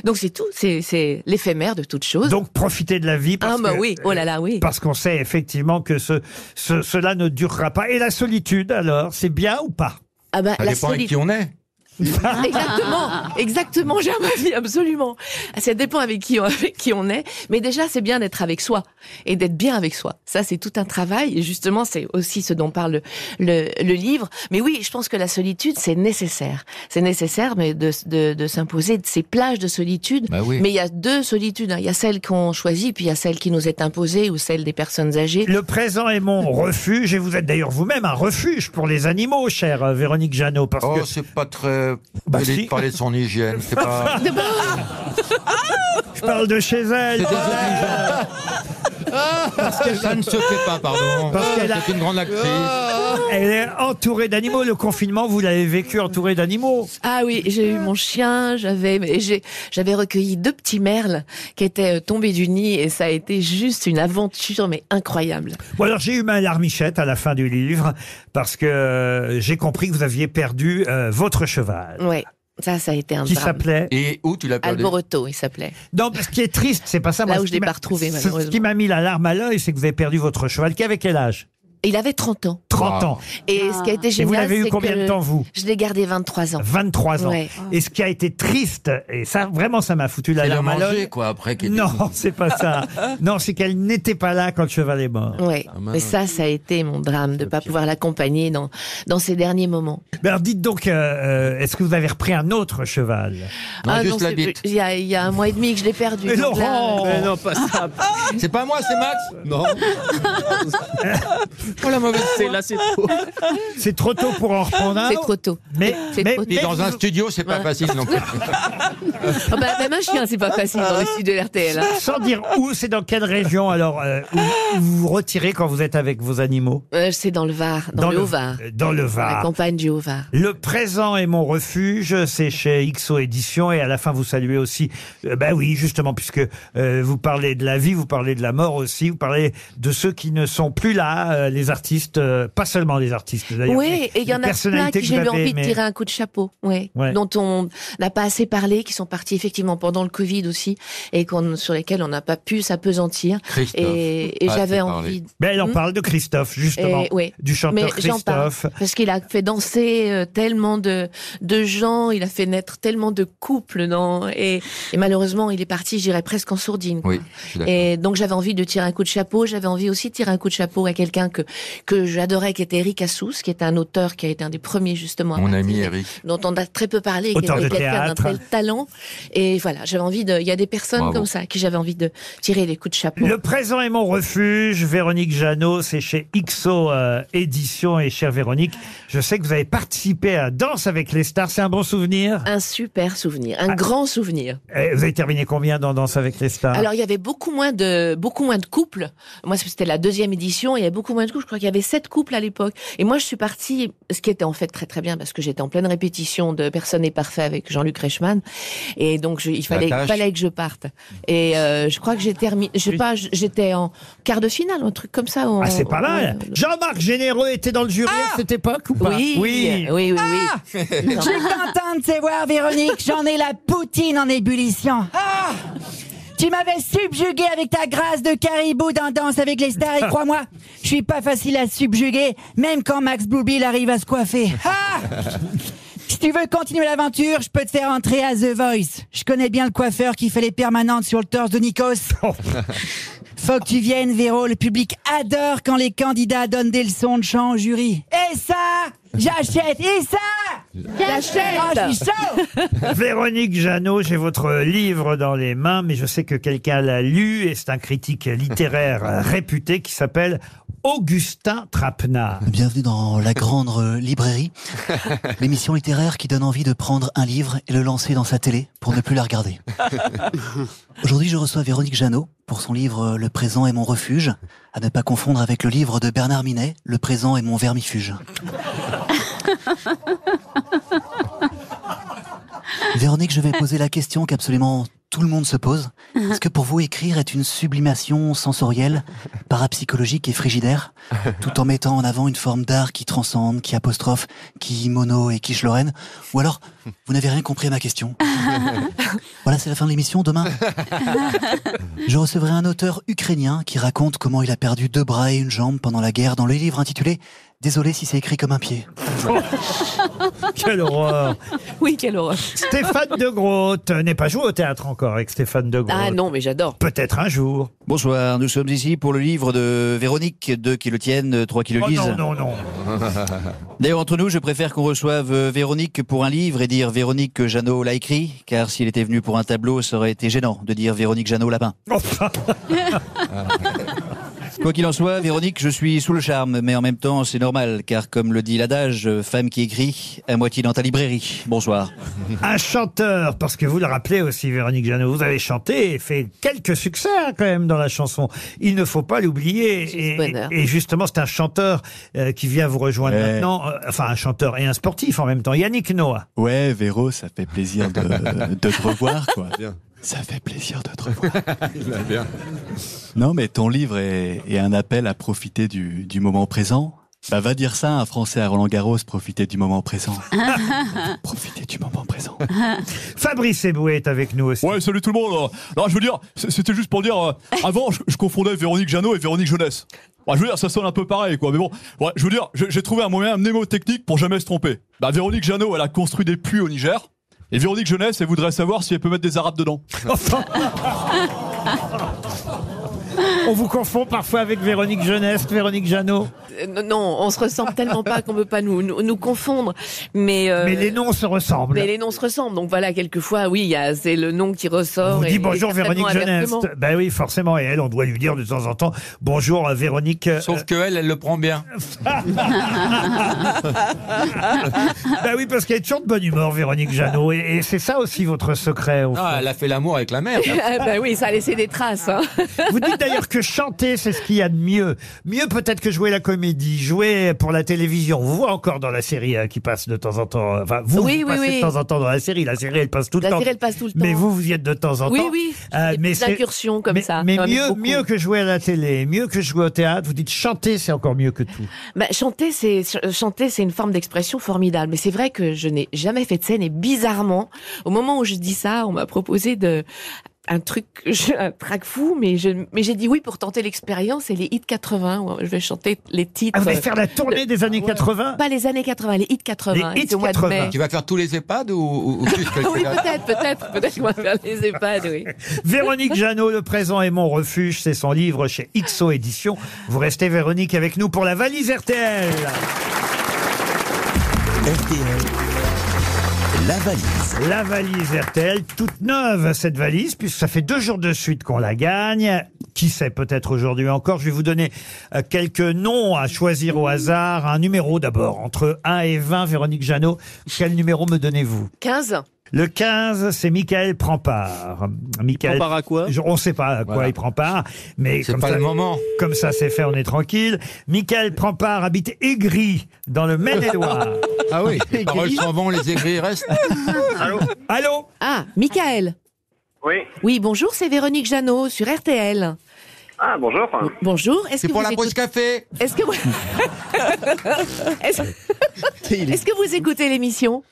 [SPEAKER 18] Donc c'est tout. C'est- C'est l'éphémère de toute chose.
[SPEAKER 2] Donc profiter de la vie parce
[SPEAKER 18] Ah bah
[SPEAKER 2] que-
[SPEAKER 18] oui. Oh là là, oui.
[SPEAKER 2] Parce qu'on sait effectivement que ce, ce- cela ne durera pas. Et la solitude, alors, c'est bien ou pas
[SPEAKER 18] Ah bah,
[SPEAKER 5] Ça
[SPEAKER 18] la
[SPEAKER 5] dépend avec
[SPEAKER 18] solitude-
[SPEAKER 5] qui on est.
[SPEAKER 18] exactement, exactement, j'ai un avis, absolument. Ça dépend avec qui, on, avec qui on est, mais déjà c'est bien d'être avec soi et d'être bien avec soi. Ça c'est tout un travail et justement c'est aussi ce dont parle le, le livre. Mais oui, je pense que la solitude c'est nécessaire. C'est nécessaire mais de, de, de s'imposer de ces plages de solitude.
[SPEAKER 5] Bah oui.
[SPEAKER 18] Mais il y a deux solitudes, hein. il y a celle qu'on choisit puis il y a celle qui nous est imposée ou celle des personnes âgées.
[SPEAKER 2] Le présent est mon refuge, et vous êtes d'ailleurs vous-même un refuge pour les animaux, chère euh, Véronique Jeannot, parce
[SPEAKER 5] Oh,
[SPEAKER 2] que...
[SPEAKER 5] c'est pas très.
[SPEAKER 2] Bah,
[SPEAKER 5] poli
[SPEAKER 2] si.
[SPEAKER 5] de parler de son hygiène. C'est
[SPEAKER 3] Ah.
[SPEAKER 5] pas.
[SPEAKER 2] Je parle de chez elle.
[SPEAKER 5] Parce que ça ne se fait pas, pardon.
[SPEAKER 2] Parce qu'elle a-
[SPEAKER 5] C'est une grande actrice.
[SPEAKER 2] Elle est entourée d'animaux. Le confinement, vous l'avez vécu entourée d'animaux.
[SPEAKER 18] Ah oui, j'ai eu mon chien, j'avais mais j'ai- j'avais recueilli deux petits merles qui étaient euh, tombés du nid et ça a été juste une aventure mais incroyable.
[SPEAKER 2] Bon, alors j'ai eu ma larmichette à la fin du livre, parce que euh, j'ai compris que vous aviez perdu euh, votre cheval.
[SPEAKER 18] Ouais, ça ça a été un
[SPEAKER 2] Qui
[SPEAKER 18] drame.
[SPEAKER 2] s'appelait
[SPEAKER 5] Et où tu l'as
[SPEAKER 18] Alboroto, il s'appelait.
[SPEAKER 2] Non, parce qu'il est triste, c'est pas ça.
[SPEAKER 18] Là
[SPEAKER 2] moi,
[SPEAKER 18] où
[SPEAKER 2] ce
[SPEAKER 18] je
[SPEAKER 2] qui
[SPEAKER 18] l'ai
[SPEAKER 2] m'a-
[SPEAKER 18] pas retrouvé,
[SPEAKER 2] ce- Ce
[SPEAKER 18] malheureusement.
[SPEAKER 2] qui m'a mis la larme à l'œil, c'est que vous avez perdu votre cheval. Qui avait quel âge
[SPEAKER 18] Il avait 30 ans.
[SPEAKER 2] 30 ans.
[SPEAKER 18] Et ce qui a été
[SPEAKER 2] Et
[SPEAKER 18] génial,
[SPEAKER 2] vous l'avez eu
[SPEAKER 18] c'est
[SPEAKER 2] combien
[SPEAKER 18] que Ah.
[SPEAKER 2] de temps, vous
[SPEAKER 18] Je l'ai gardé 23 ans.
[SPEAKER 2] 23 ans.
[SPEAKER 18] Ouais.
[SPEAKER 2] Et ce qui a été triste, et ça, vraiment, ça m'a foutu la
[SPEAKER 5] Elle a
[SPEAKER 2] larme à
[SPEAKER 5] mangé,
[SPEAKER 2] l'œil.
[SPEAKER 5] quoi, après. qui était-
[SPEAKER 2] Non, c'est pas ça. Non, c'est qu'elle n'était pas là quand le cheval est mort.
[SPEAKER 18] Ouais,
[SPEAKER 5] Ah,
[SPEAKER 18] mais ça, ça a été mon drame de pas pouvoir l'accompagner dans dans ces derniers moments.
[SPEAKER 2] Mais alors, dites donc, euh, euh, est-ce que vous avez repris un autre cheval
[SPEAKER 18] Ah non, c'est- Il y a, il y a un mois et demi que je l'ai perdu.
[SPEAKER 2] Mais
[SPEAKER 18] donc là,
[SPEAKER 2] Laurent
[SPEAKER 18] euh,
[SPEAKER 2] pas
[SPEAKER 5] ça. C'est pas moi, c'est Max Non. oh la mauvaise foi.
[SPEAKER 2] C'est trop tôt pour en reprendre un.
[SPEAKER 18] C'est trop tôt.
[SPEAKER 2] Mais,
[SPEAKER 18] C'est
[SPEAKER 2] mais,
[SPEAKER 18] trop
[SPEAKER 2] mais
[SPEAKER 5] Et dans un
[SPEAKER 2] vous-
[SPEAKER 5] studio, c'est pas facile non plus.
[SPEAKER 18] Ah bah, même un chien, c'est pas facile dans le sud de RTL. hein.
[SPEAKER 2] Sans dire où, c'est dans quelle région alors euh, où vous vous retirez quand vous êtes avec vos animaux
[SPEAKER 18] Euh, c'est dans le Var, dans,
[SPEAKER 2] Dans
[SPEAKER 18] le
[SPEAKER 2] le-
[SPEAKER 18] Haut-Var.
[SPEAKER 2] euh, dans le Var.
[SPEAKER 18] La campagne du Haut-Var.
[SPEAKER 2] Le présent est mon refuge, c'est chez XO Édition et à la fin vous saluez aussi, euh, ben oui justement puisque euh, vous parlez de la vie, vous parlez de la mort aussi, vous parlez de ceux qui ne sont plus là, euh, les artistes, euh, pas seulement les artistes d'ailleurs.
[SPEAKER 18] Oui, et il y en a plein qui j'ai eu envie de tirer
[SPEAKER 2] tirer
[SPEAKER 18] un coup de chapeau, ouais,
[SPEAKER 2] Ouais.
[SPEAKER 18] dont on n'a pas assez parlé, qui sont partis effectivement pendant le Covid aussi, et qu'on- sur lesquels on n'a pas pu s'apesantir.
[SPEAKER 5] Christophe,
[SPEAKER 18] Et, et
[SPEAKER 5] pas assez
[SPEAKER 18] j'avais
[SPEAKER 5] parlé.
[SPEAKER 18] envie.
[SPEAKER 2] Ben elle en
[SPEAKER 18] Hmm
[SPEAKER 2] parle de Christophe justement,
[SPEAKER 18] Et- ouais.
[SPEAKER 2] du chanteur
[SPEAKER 18] Mais j'en parle,
[SPEAKER 2] Christophe.
[SPEAKER 18] parce qu'il a fait danser euh, tellement de, de gens, il a fait naître tellement de couples, non et, et malheureusement, il est parti, j'irais presque en sourdine. quoi.
[SPEAKER 5] Oui, je suis d'accord.
[SPEAKER 18] Et donc j'avais envie de tirer un coup de chapeau, j'avais envie aussi de tirer un coup de chapeau à quelqu'un que que j'adorais, qui était Eric Assous, qui est un auteur qui a été un des premiers justement, à
[SPEAKER 5] Mon
[SPEAKER 18] partir,
[SPEAKER 5] ami
[SPEAKER 18] mais
[SPEAKER 5] Eric.
[SPEAKER 18] dont on a très peu parlé, et qui
[SPEAKER 5] Auteur
[SPEAKER 18] était
[SPEAKER 5] de
[SPEAKER 18] quelqu'un d'un
[SPEAKER 5] théâtre.
[SPEAKER 18] tel talent. Et voilà, j'avais envie de, il y a des personnes
[SPEAKER 2] Bravo.
[SPEAKER 18] comme ça à qui j'avais envie de tirer les coups de chapeau.
[SPEAKER 2] Le présent est mon refuge, Véronique Jeannot, c'est chez XO euh, Édition et chère Véronique, je sais que vous avez participé à Danse avec les stars, c'est un bon souvenir
[SPEAKER 18] Un super souvenir, un
[SPEAKER 2] Ah.
[SPEAKER 18] grand souvenir.
[SPEAKER 2] Eh, Vous avez terminé combien dans Danse avec les stars
[SPEAKER 18] Alors il y avait beaucoup moins de beaucoup moins de couples. Moi c'était la deuxième édition, il y avait beaucoup moins de couples. Je crois qu'il y avait sept couples à l'époque. Et moi je suis partie, ce qui était en fait très très bien parce que j'étais en pleine répétition de Personne n'est parfait avec Jean-Luc Reichmann. Et donc je- il fallait
[SPEAKER 5] tâche.
[SPEAKER 18] fallait que je parte. Et euh, je crois que j'ai terminé, je sais pas, j'étais en quart de finale, un truc comme ça.
[SPEAKER 2] Ah,
[SPEAKER 18] en-
[SPEAKER 2] c'est pas mal.
[SPEAKER 18] ouais.
[SPEAKER 2] Jean-Marc Généreux était dans le jury à cette époque ou pas
[SPEAKER 18] oh, Oui, oui, oui, oui.
[SPEAKER 19] Je suis content de te voir, Véronique. J'en ai la poutine en ébullition. Ah Tu m'avais subjugué avec ta grâce de caribou dans Danse avec les stars et crois-moi, je suis pas facile à subjuguer, même quand Max Bluebill arrive à se coiffer. Ah si tu veux continuer l'aventure, je peux te faire entrer à The Voice. Je connais bien le coiffeur qui fait les permanentes sur le torse de Nikos. Faut que tu viennes, Véro. Le public adore quand les candidats donnent des leçons de chant au jury. Et ça, j'achète. Et ça,
[SPEAKER 2] J'achète.
[SPEAKER 19] Oh, je suis chaud.
[SPEAKER 2] Véronique Jeannot, j'ai votre livre dans les mains, mais je sais que quelqu'un l'a lu et c'est un critique littéraire réputé qui s'appelle Augustin Trapenard.
[SPEAKER 9] Bienvenue dans la grande euh, librairie, l'émission littéraire qui donne envie de prendre un livre et le lancer dans sa télé pour ne plus la regarder. Aujourd'hui, je reçois Véronique Jeannot pour son livre euh, Le présent est mon refuge, à ne pas confondre avec le livre de Bernard Minet, Le présent est mon vermifuge. Véronique, je vais poser la question qu'absolument tout le monde se pose. Est-ce que pour vous, écrire est une sublimation sensorielle, parapsychologique et frigidaire, tout en mettant en avant une forme d'art qui transcende, qui apostrophe, qui mono et qui lorraine Ou alors, vous n'avez rien compris à ma question Voilà, c'est la fin de l'émission. Demain, je recevrai un auteur ukrainien qui raconte comment il a perdu deux bras et une jambe pendant la guerre dans le livre intitulé Désolé si c'est écrit comme un pied.
[SPEAKER 2] Quelle horreur
[SPEAKER 18] Oui, quelle horreur.
[SPEAKER 2] Stéphane de Groot euh, n'est pas joué au théâtre encore avec Stéphane de Groot.
[SPEAKER 18] Ah non, mais j'adore.
[SPEAKER 2] Peut-être un jour.
[SPEAKER 20] Bonsoir, nous sommes ici pour le livre de Véronique, deux qui le tiennent, trois qui le
[SPEAKER 2] Oh
[SPEAKER 20] lisent.
[SPEAKER 2] non, non, non.
[SPEAKER 20] D'ailleurs, entre nous, je préfère qu'on reçoive euh, Véronique pour un livre et dire Véronique que Jeannot l'a écrit, car s'il était venu pour un tableau, ça aurait été gênant de dire Véronique Jeannot Lapin.
[SPEAKER 2] Oh.
[SPEAKER 20] Quoi qu'il en soit, Véronique, je suis sous le charme, mais en même temps, c'est normal, car comme le dit l'adage, euh, femme qui écrit, à moitié dans ta librairie. Bonsoir.
[SPEAKER 2] Un chanteur, parce que vous le rappelez aussi, Véronique Jeannot, vous avez chanté et fait quelques succès hein, quand même dans la chanson. Il ne faut pas l'oublier. Et, et justement, c'est un chanteur euh, qui vient vous rejoindre
[SPEAKER 21] Ouais.
[SPEAKER 2] maintenant. euh, enfin, un chanteur et un sportif en même temps. Yannick Noah.
[SPEAKER 21] Ouais, Véro, ça fait plaisir de, de te revoir, quoi. Ça fait plaisir de te revoir. Non, mais ton livre est, est un appel à profiter du, du moment présent. Bah, va dire ça à un Français à Roland Garros, profiter du moment présent.
[SPEAKER 2] Profitez du moment présent. Fabrice Eboué est avec nous aussi.
[SPEAKER 22] Ouais, salut tout le monde. Non, je veux dire, c- c'était juste pour dire, euh, avant, je, je confondais Véronique Jeannot et Véronique Jeunesse. Ouais, je veux dire, ça sonne un peu pareil, quoi. Mais bon, ouais, je veux dire, je- j'ai trouvé un moyen mnémotechnique pour jamais se tromper. Bah, Véronique Jeannot, elle a construit des puits au Niger. Et Véronique Jeunesse, elle voudrait savoir si elle peut mettre des Arabes dedans.
[SPEAKER 2] On vous confond parfois avec Véronique Jeunesse, Véronique Jeannot.
[SPEAKER 18] Euh, non, non, on se ressemble tellement pas qu'on peut pas nous, nous, nous confondre. Mais, euh,
[SPEAKER 2] Mais les noms se ressemblent.
[SPEAKER 18] Mais les noms se ressemblent. Donc voilà, quelquefois, oui, il y a- c'est le nom qui ressort.
[SPEAKER 2] On vous
[SPEAKER 18] et-
[SPEAKER 2] dit
[SPEAKER 18] et
[SPEAKER 2] bonjour
[SPEAKER 18] certainement
[SPEAKER 2] Véronique Jeunesse.
[SPEAKER 18] inversement.
[SPEAKER 2] Ben oui, forcément. Et elle, on doit lui dire de temps en temps bonjour à Véronique. euh,
[SPEAKER 5] Sauf que elle, elle le prend bien.
[SPEAKER 2] Bah oui, parce qu'elle est toujours de bonne humeur, Véronique Jeannot. Et, et c'est ça aussi votre secret. au fond.
[SPEAKER 5] Ah, elle a fait l'amour avec la mère.
[SPEAKER 18] Ah, bah oui, ça a laissé des traces. hein.
[SPEAKER 2] Vous dites d'ailleurs que chanter, c'est ce qu'il y a de mieux. Mieux peut-être que jouer la comédie, jouer pour la télévision. On vous voit encore dans la série hein, qui passe de temps en temps. euh, Enfin, vous,
[SPEAKER 18] Oui,
[SPEAKER 2] vous
[SPEAKER 18] oui,
[SPEAKER 2] passez
[SPEAKER 18] oui.
[SPEAKER 2] de temps en temps dans la série. La série, elle passe tout le
[SPEAKER 18] La
[SPEAKER 2] temps.
[SPEAKER 18] série, elle passe tout le
[SPEAKER 2] Mais
[SPEAKER 18] temps.
[SPEAKER 2] vous, vous y êtes de temps en
[SPEAKER 18] Oui,
[SPEAKER 2] temps.
[SPEAKER 18] oui. Des petites incursions comme
[SPEAKER 2] mais-
[SPEAKER 18] ça.
[SPEAKER 2] Mais
[SPEAKER 18] Non, mais
[SPEAKER 2] mieux,
[SPEAKER 18] beaucoup.
[SPEAKER 2] mieux que jouer à la télé, mieux que jouer au théâtre. Vous dites chanter, c'est encore mieux que tout.
[SPEAKER 18] Bah, chanter, c'est ch- chanter, c'est une forme d'expression formidable. Mais c'est vrai que je n'ai jamais fait de scène et bizarrement, au moment où je dis ça, on m'a proposé de un truc, je- un track fou, mais je, mais j'ai dit oui pour tenter l'expérience et les hits 80. où Je vais chanter les titres.
[SPEAKER 2] Ah, vous allez faire la tournée des années 80
[SPEAKER 18] Pas les années 80, les hits 80. c'est au mois de mai.
[SPEAKER 5] Tu vas faire tous les EHPAD ou, ou- ou juste que-
[SPEAKER 18] Ah Oui, peut-être, peut-être, peut-être qu'on va faire les EHPAD, oui.
[SPEAKER 2] Véronique Jeannot, Le présent est mon refuge, c'est son livre chez XO Édition. Vous restez Véronique avec nous pour la valise RTL. La valise. La valise RTL, toute neuve cette valise, puisque ça fait deux jours de suite qu'on la gagne. Qui sait, peut-être aujourd'hui encore. Je vais vous donner euh, quelques noms à choisir au hasard. Un numéro d'abord, entre 1 et 20, Véronique Jeannot. Quel numéro me donnez-vous
[SPEAKER 18] 15
[SPEAKER 2] le 15, c'est Michael prend part. Michael,
[SPEAKER 8] prend part à quoi
[SPEAKER 2] Je- On ne sait pas à quoi il prend part, mais
[SPEAKER 5] C'est
[SPEAKER 2] comme
[SPEAKER 5] pas
[SPEAKER 2] ça,
[SPEAKER 5] le moment.
[SPEAKER 2] Comme ça, c'est fait, on est tranquille. Michael prend part habite Aigri dans le Maine-et-Loire.
[SPEAKER 5] Ah oui, les paroles s'en vont, les aigris restent.
[SPEAKER 2] Allô. Allô.
[SPEAKER 18] Ah, Michael.
[SPEAKER 23] Oui.
[SPEAKER 18] Oui, bonjour, c'est Véronique Jeannot sur RTL.
[SPEAKER 23] Ah, bonjour.
[SPEAKER 18] Bonjour. Est-ce
[SPEAKER 23] C'est
[SPEAKER 18] que
[SPEAKER 23] pour
[SPEAKER 18] vous
[SPEAKER 23] la
[SPEAKER 18] écoute-
[SPEAKER 23] pause
[SPEAKER 5] café.
[SPEAKER 18] Est-ce que vous... Est-ce Est-ce que vous écoutez l'émission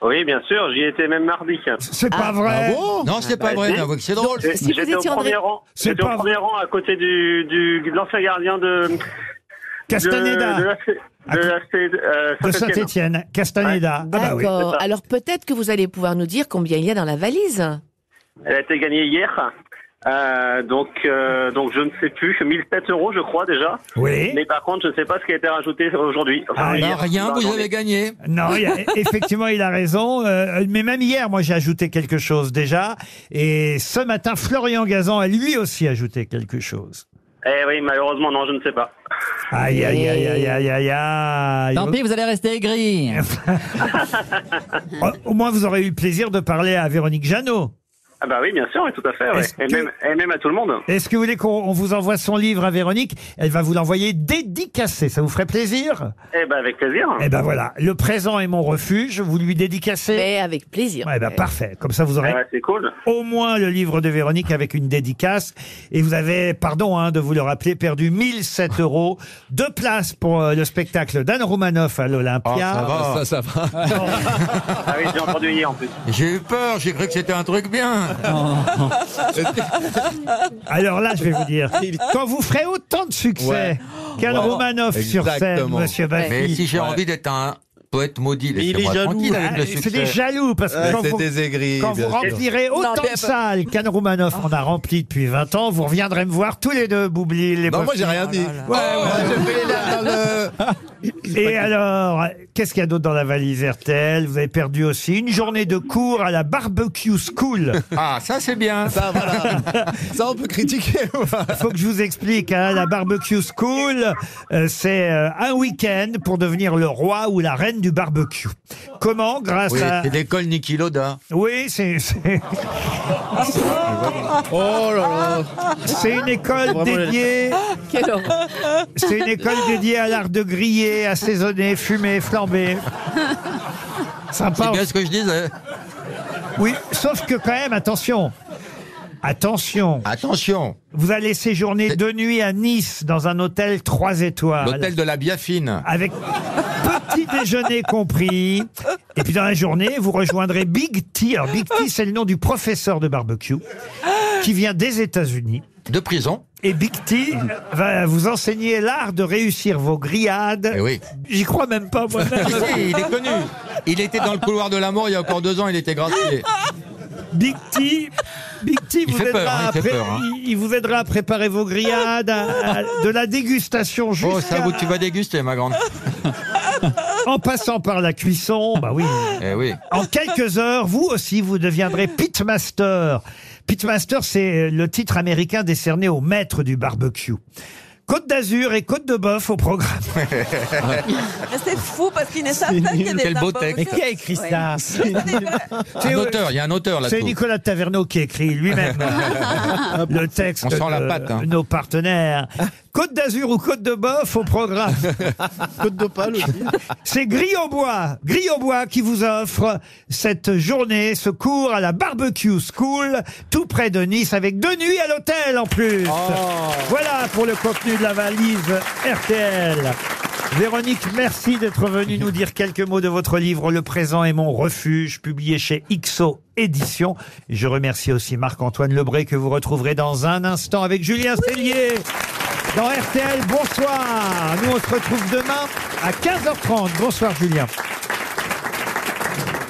[SPEAKER 6] Oui, bien sûr, j'y étais même mardi.
[SPEAKER 2] C'est pas vrai.
[SPEAKER 5] Non, c'est pas vrai, mais c'est drôle.
[SPEAKER 6] J'ai-
[SPEAKER 5] Si vous
[SPEAKER 6] J'étais au
[SPEAKER 5] étiez
[SPEAKER 6] premier
[SPEAKER 5] André-
[SPEAKER 6] rang.
[SPEAKER 5] C'est
[SPEAKER 6] J'étais au
[SPEAKER 5] pas
[SPEAKER 6] premier rang à côté du, du de l'ancien gardien de
[SPEAKER 2] Castaneda.
[SPEAKER 6] De, de, la- de, la- euh,
[SPEAKER 2] De
[SPEAKER 6] Saint-Étienne.
[SPEAKER 2] Saint-Etienne, Castaneda. Ah bah oui.
[SPEAKER 18] D'accord. Alors peut-être que vous allez pouvoir nous dire combien il y a dans la valise.
[SPEAKER 6] Elle a été gagnée hier. Euh, donc, euh, donc je ne sais plus, 1007 euros je crois déjà.
[SPEAKER 2] Oui. Ah,
[SPEAKER 6] Mais par contre, je ne sais pas ce qui a été rajouté aujourd'hui.
[SPEAKER 5] Ah,
[SPEAKER 6] Enfin,
[SPEAKER 5] bah,
[SPEAKER 6] hier. Dans la journée.
[SPEAKER 5] gagné.
[SPEAKER 2] Non, il y a- effectivement, il a raison. Euh, mais même hier, moi, j'ai ajouté quelque chose déjà. Et ce matin, Florian Gazan a lui aussi ajouté quelque chose.
[SPEAKER 6] Eh oui, malheureusement, non, je ne sais pas.
[SPEAKER 2] Aïe, aïe, aïe, aïe, aïe, aïe, aïe.
[SPEAKER 20] Tant pis, vous allez rester aigri.
[SPEAKER 2] Au- Au moins, vous aurez eu plaisir de parler à Véronique Jeannot.
[SPEAKER 6] Ah bah oui, bien sûr, oui, tout à fait. ouais.
[SPEAKER 2] Est-ce
[SPEAKER 6] Et,
[SPEAKER 2] que-
[SPEAKER 6] même, et même à tout le monde.
[SPEAKER 2] Est-ce que vous voulez qu'on on vous envoie son livre à Véronique Elle va vous l'envoyer dédicacé. Ça vous ferait plaisir
[SPEAKER 6] Eh ben avec plaisir.
[SPEAKER 2] Eh ben voilà, le présent est mon refuge. Vous lui dédicacez
[SPEAKER 18] Mais avec plaisir.
[SPEAKER 2] Eh ben parfait. Comme ça, vous aurez
[SPEAKER 6] Ah, c'est cool.
[SPEAKER 2] au moins le livre de Véronique avec une dédicace. Et vous avez, pardon hein, de vous le rappeler, perdu 1007 euros. Deux places pour euh, le spectacle d'Anne Roumanoff à l'Olympia.
[SPEAKER 5] Ah, ça va.
[SPEAKER 6] Ah oui, j'ai entendu hier en plus.
[SPEAKER 5] J'ai eu peur, j'ai cru que c'était un truc bien. Oh.
[SPEAKER 2] Alors là, je vais vous dire, quand vous ferez autant de succès
[SPEAKER 5] Ouais.
[SPEAKER 2] qu'Anne
[SPEAKER 5] Wow.
[SPEAKER 2] Roumanoff sur scène,
[SPEAKER 5] Exactement.
[SPEAKER 2] monsieur Baffy.
[SPEAKER 5] Mais si j'ai
[SPEAKER 2] Ouais.
[SPEAKER 5] envie d'être un poète maudit,
[SPEAKER 2] Mais il est
[SPEAKER 5] laissez-moi
[SPEAKER 2] jaloux.
[SPEAKER 5] tranquille avec
[SPEAKER 2] Ah,
[SPEAKER 5] le
[SPEAKER 2] c'est
[SPEAKER 5] succès.
[SPEAKER 2] des jaloux, parce que Ouais, quand c'est vous- des
[SPEAKER 5] aigris.
[SPEAKER 2] Quand vous remplirez autant de salles qu'Anne Roumanoff en a rempli depuis 20 ans, vous reviendrez me voir tous les deux, Boubli. Les
[SPEAKER 3] Non, moi,
[SPEAKER 2] Baffy.
[SPEAKER 3] j'ai rien dit. Ah,
[SPEAKER 2] Oh,
[SPEAKER 3] hein.
[SPEAKER 2] Et alors, qu'est-ce qu'il y a d'autre dans la valise RTL Vous avez perdu aussi une journée de cours à la Barbecue School.
[SPEAKER 5] Ah, ça c'est bien.
[SPEAKER 2] Ça,
[SPEAKER 3] on peut critiquer.
[SPEAKER 2] Faut que je vous explique. hein, la Barbecue School, euh, c'est euh, un week-end pour devenir le roi ou la reine du barbecue. Comment Grâce
[SPEAKER 5] Oui,
[SPEAKER 2] à...
[SPEAKER 5] c'est l'école Niki Loda.
[SPEAKER 2] Oui, c'est... c'est-
[SPEAKER 5] Oh là
[SPEAKER 2] C'est une école dédiée. C'est une école dédiée à l'art de griller, assaisonner, fumer, flamber. Sympa.
[SPEAKER 5] C'est bien ce que je disais.
[SPEAKER 2] Oui, sauf que quand même, attention. Attention.
[SPEAKER 5] Attention.
[SPEAKER 2] Vous allez séjourner deux nuits à Nice dans un hôtel trois étoiles.
[SPEAKER 5] L'hôtel de la Biafine.
[SPEAKER 2] Avec petit déjeuner compris. Et puis dans la journée, vous rejoindrez Big T. Alors Big T, c'est le nom du professeur de barbecue qui vient des États-Unis.
[SPEAKER 5] De prison.
[SPEAKER 2] Et Big T va vous enseigner l'art de réussir vos grillades. J'y crois même pas moi-même.
[SPEAKER 5] Eh Si, si, il est connu. Il était dans le couloir de la mort il y a encore deux ans, il était gracié.
[SPEAKER 2] Big T, Big T
[SPEAKER 5] Il
[SPEAKER 2] vous,
[SPEAKER 5] fait
[SPEAKER 2] aidera
[SPEAKER 5] peur, hein, il
[SPEAKER 2] à
[SPEAKER 5] fait
[SPEAKER 2] pré-
[SPEAKER 5] peur, hein.
[SPEAKER 2] il- il vous aidera à préparer vos grillades, à- à- de la dégustation jusqu'à...
[SPEAKER 5] Oh, ça vous, tu vas déguster, ma grande.
[SPEAKER 2] en passant par la cuisson, bah oui.
[SPEAKER 5] Eh oui.
[SPEAKER 2] En quelques heures, vous aussi, vous deviendrez pitmaster. Pitmaster, c'est le titre américain décerné au maître du barbecue. Côte d'Azur et Côte de Boeuf au programme.
[SPEAKER 7] Mais C'est fou parce qu'il ne savent pas qu'il y a des
[SPEAKER 2] Quel beau
[SPEAKER 7] barbecues.
[SPEAKER 2] texte. Mais qui a écrit ça
[SPEAKER 7] Ouais.
[SPEAKER 5] Un
[SPEAKER 2] C'est
[SPEAKER 5] auteur, il y a un auteur
[SPEAKER 2] C'est
[SPEAKER 5] là-dessous.
[SPEAKER 2] Nicolas Taverneau qui écrit lui-même euh, le texte
[SPEAKER 5] On sent la
[SPEAKER 2] de
[SPEAKER 5] patte, hein.
[SPEAKER 2] nos partenaires. Côte d'Azur ou Côte de Boeuf au programme.
[SPEAKER 8] Côte d'Opale aussi.
[SPEAKER 2] C'est Grillebois, Grillebois qui vous offre cette journée, ce cours à la Barbecue School, tout près de Nice, avec deux nuits à l'hôtel en plus.
[SPEAKER 8] Oh.
[SPEAKER 2] Voilà pour le contenu de la valise RTL. Véronique, merci d'être venue nous dire quelques mots de votre livre Le présent est mon refuge, publié chez IXO Éditions. Je remercie aussi Marc-Antoine Lebré que vous retrouverez dans un instant avec Julien Cellier dans RTL. Bonsoir. Nous, on se retrouve demain à 15h30. Bonsoir, Julien.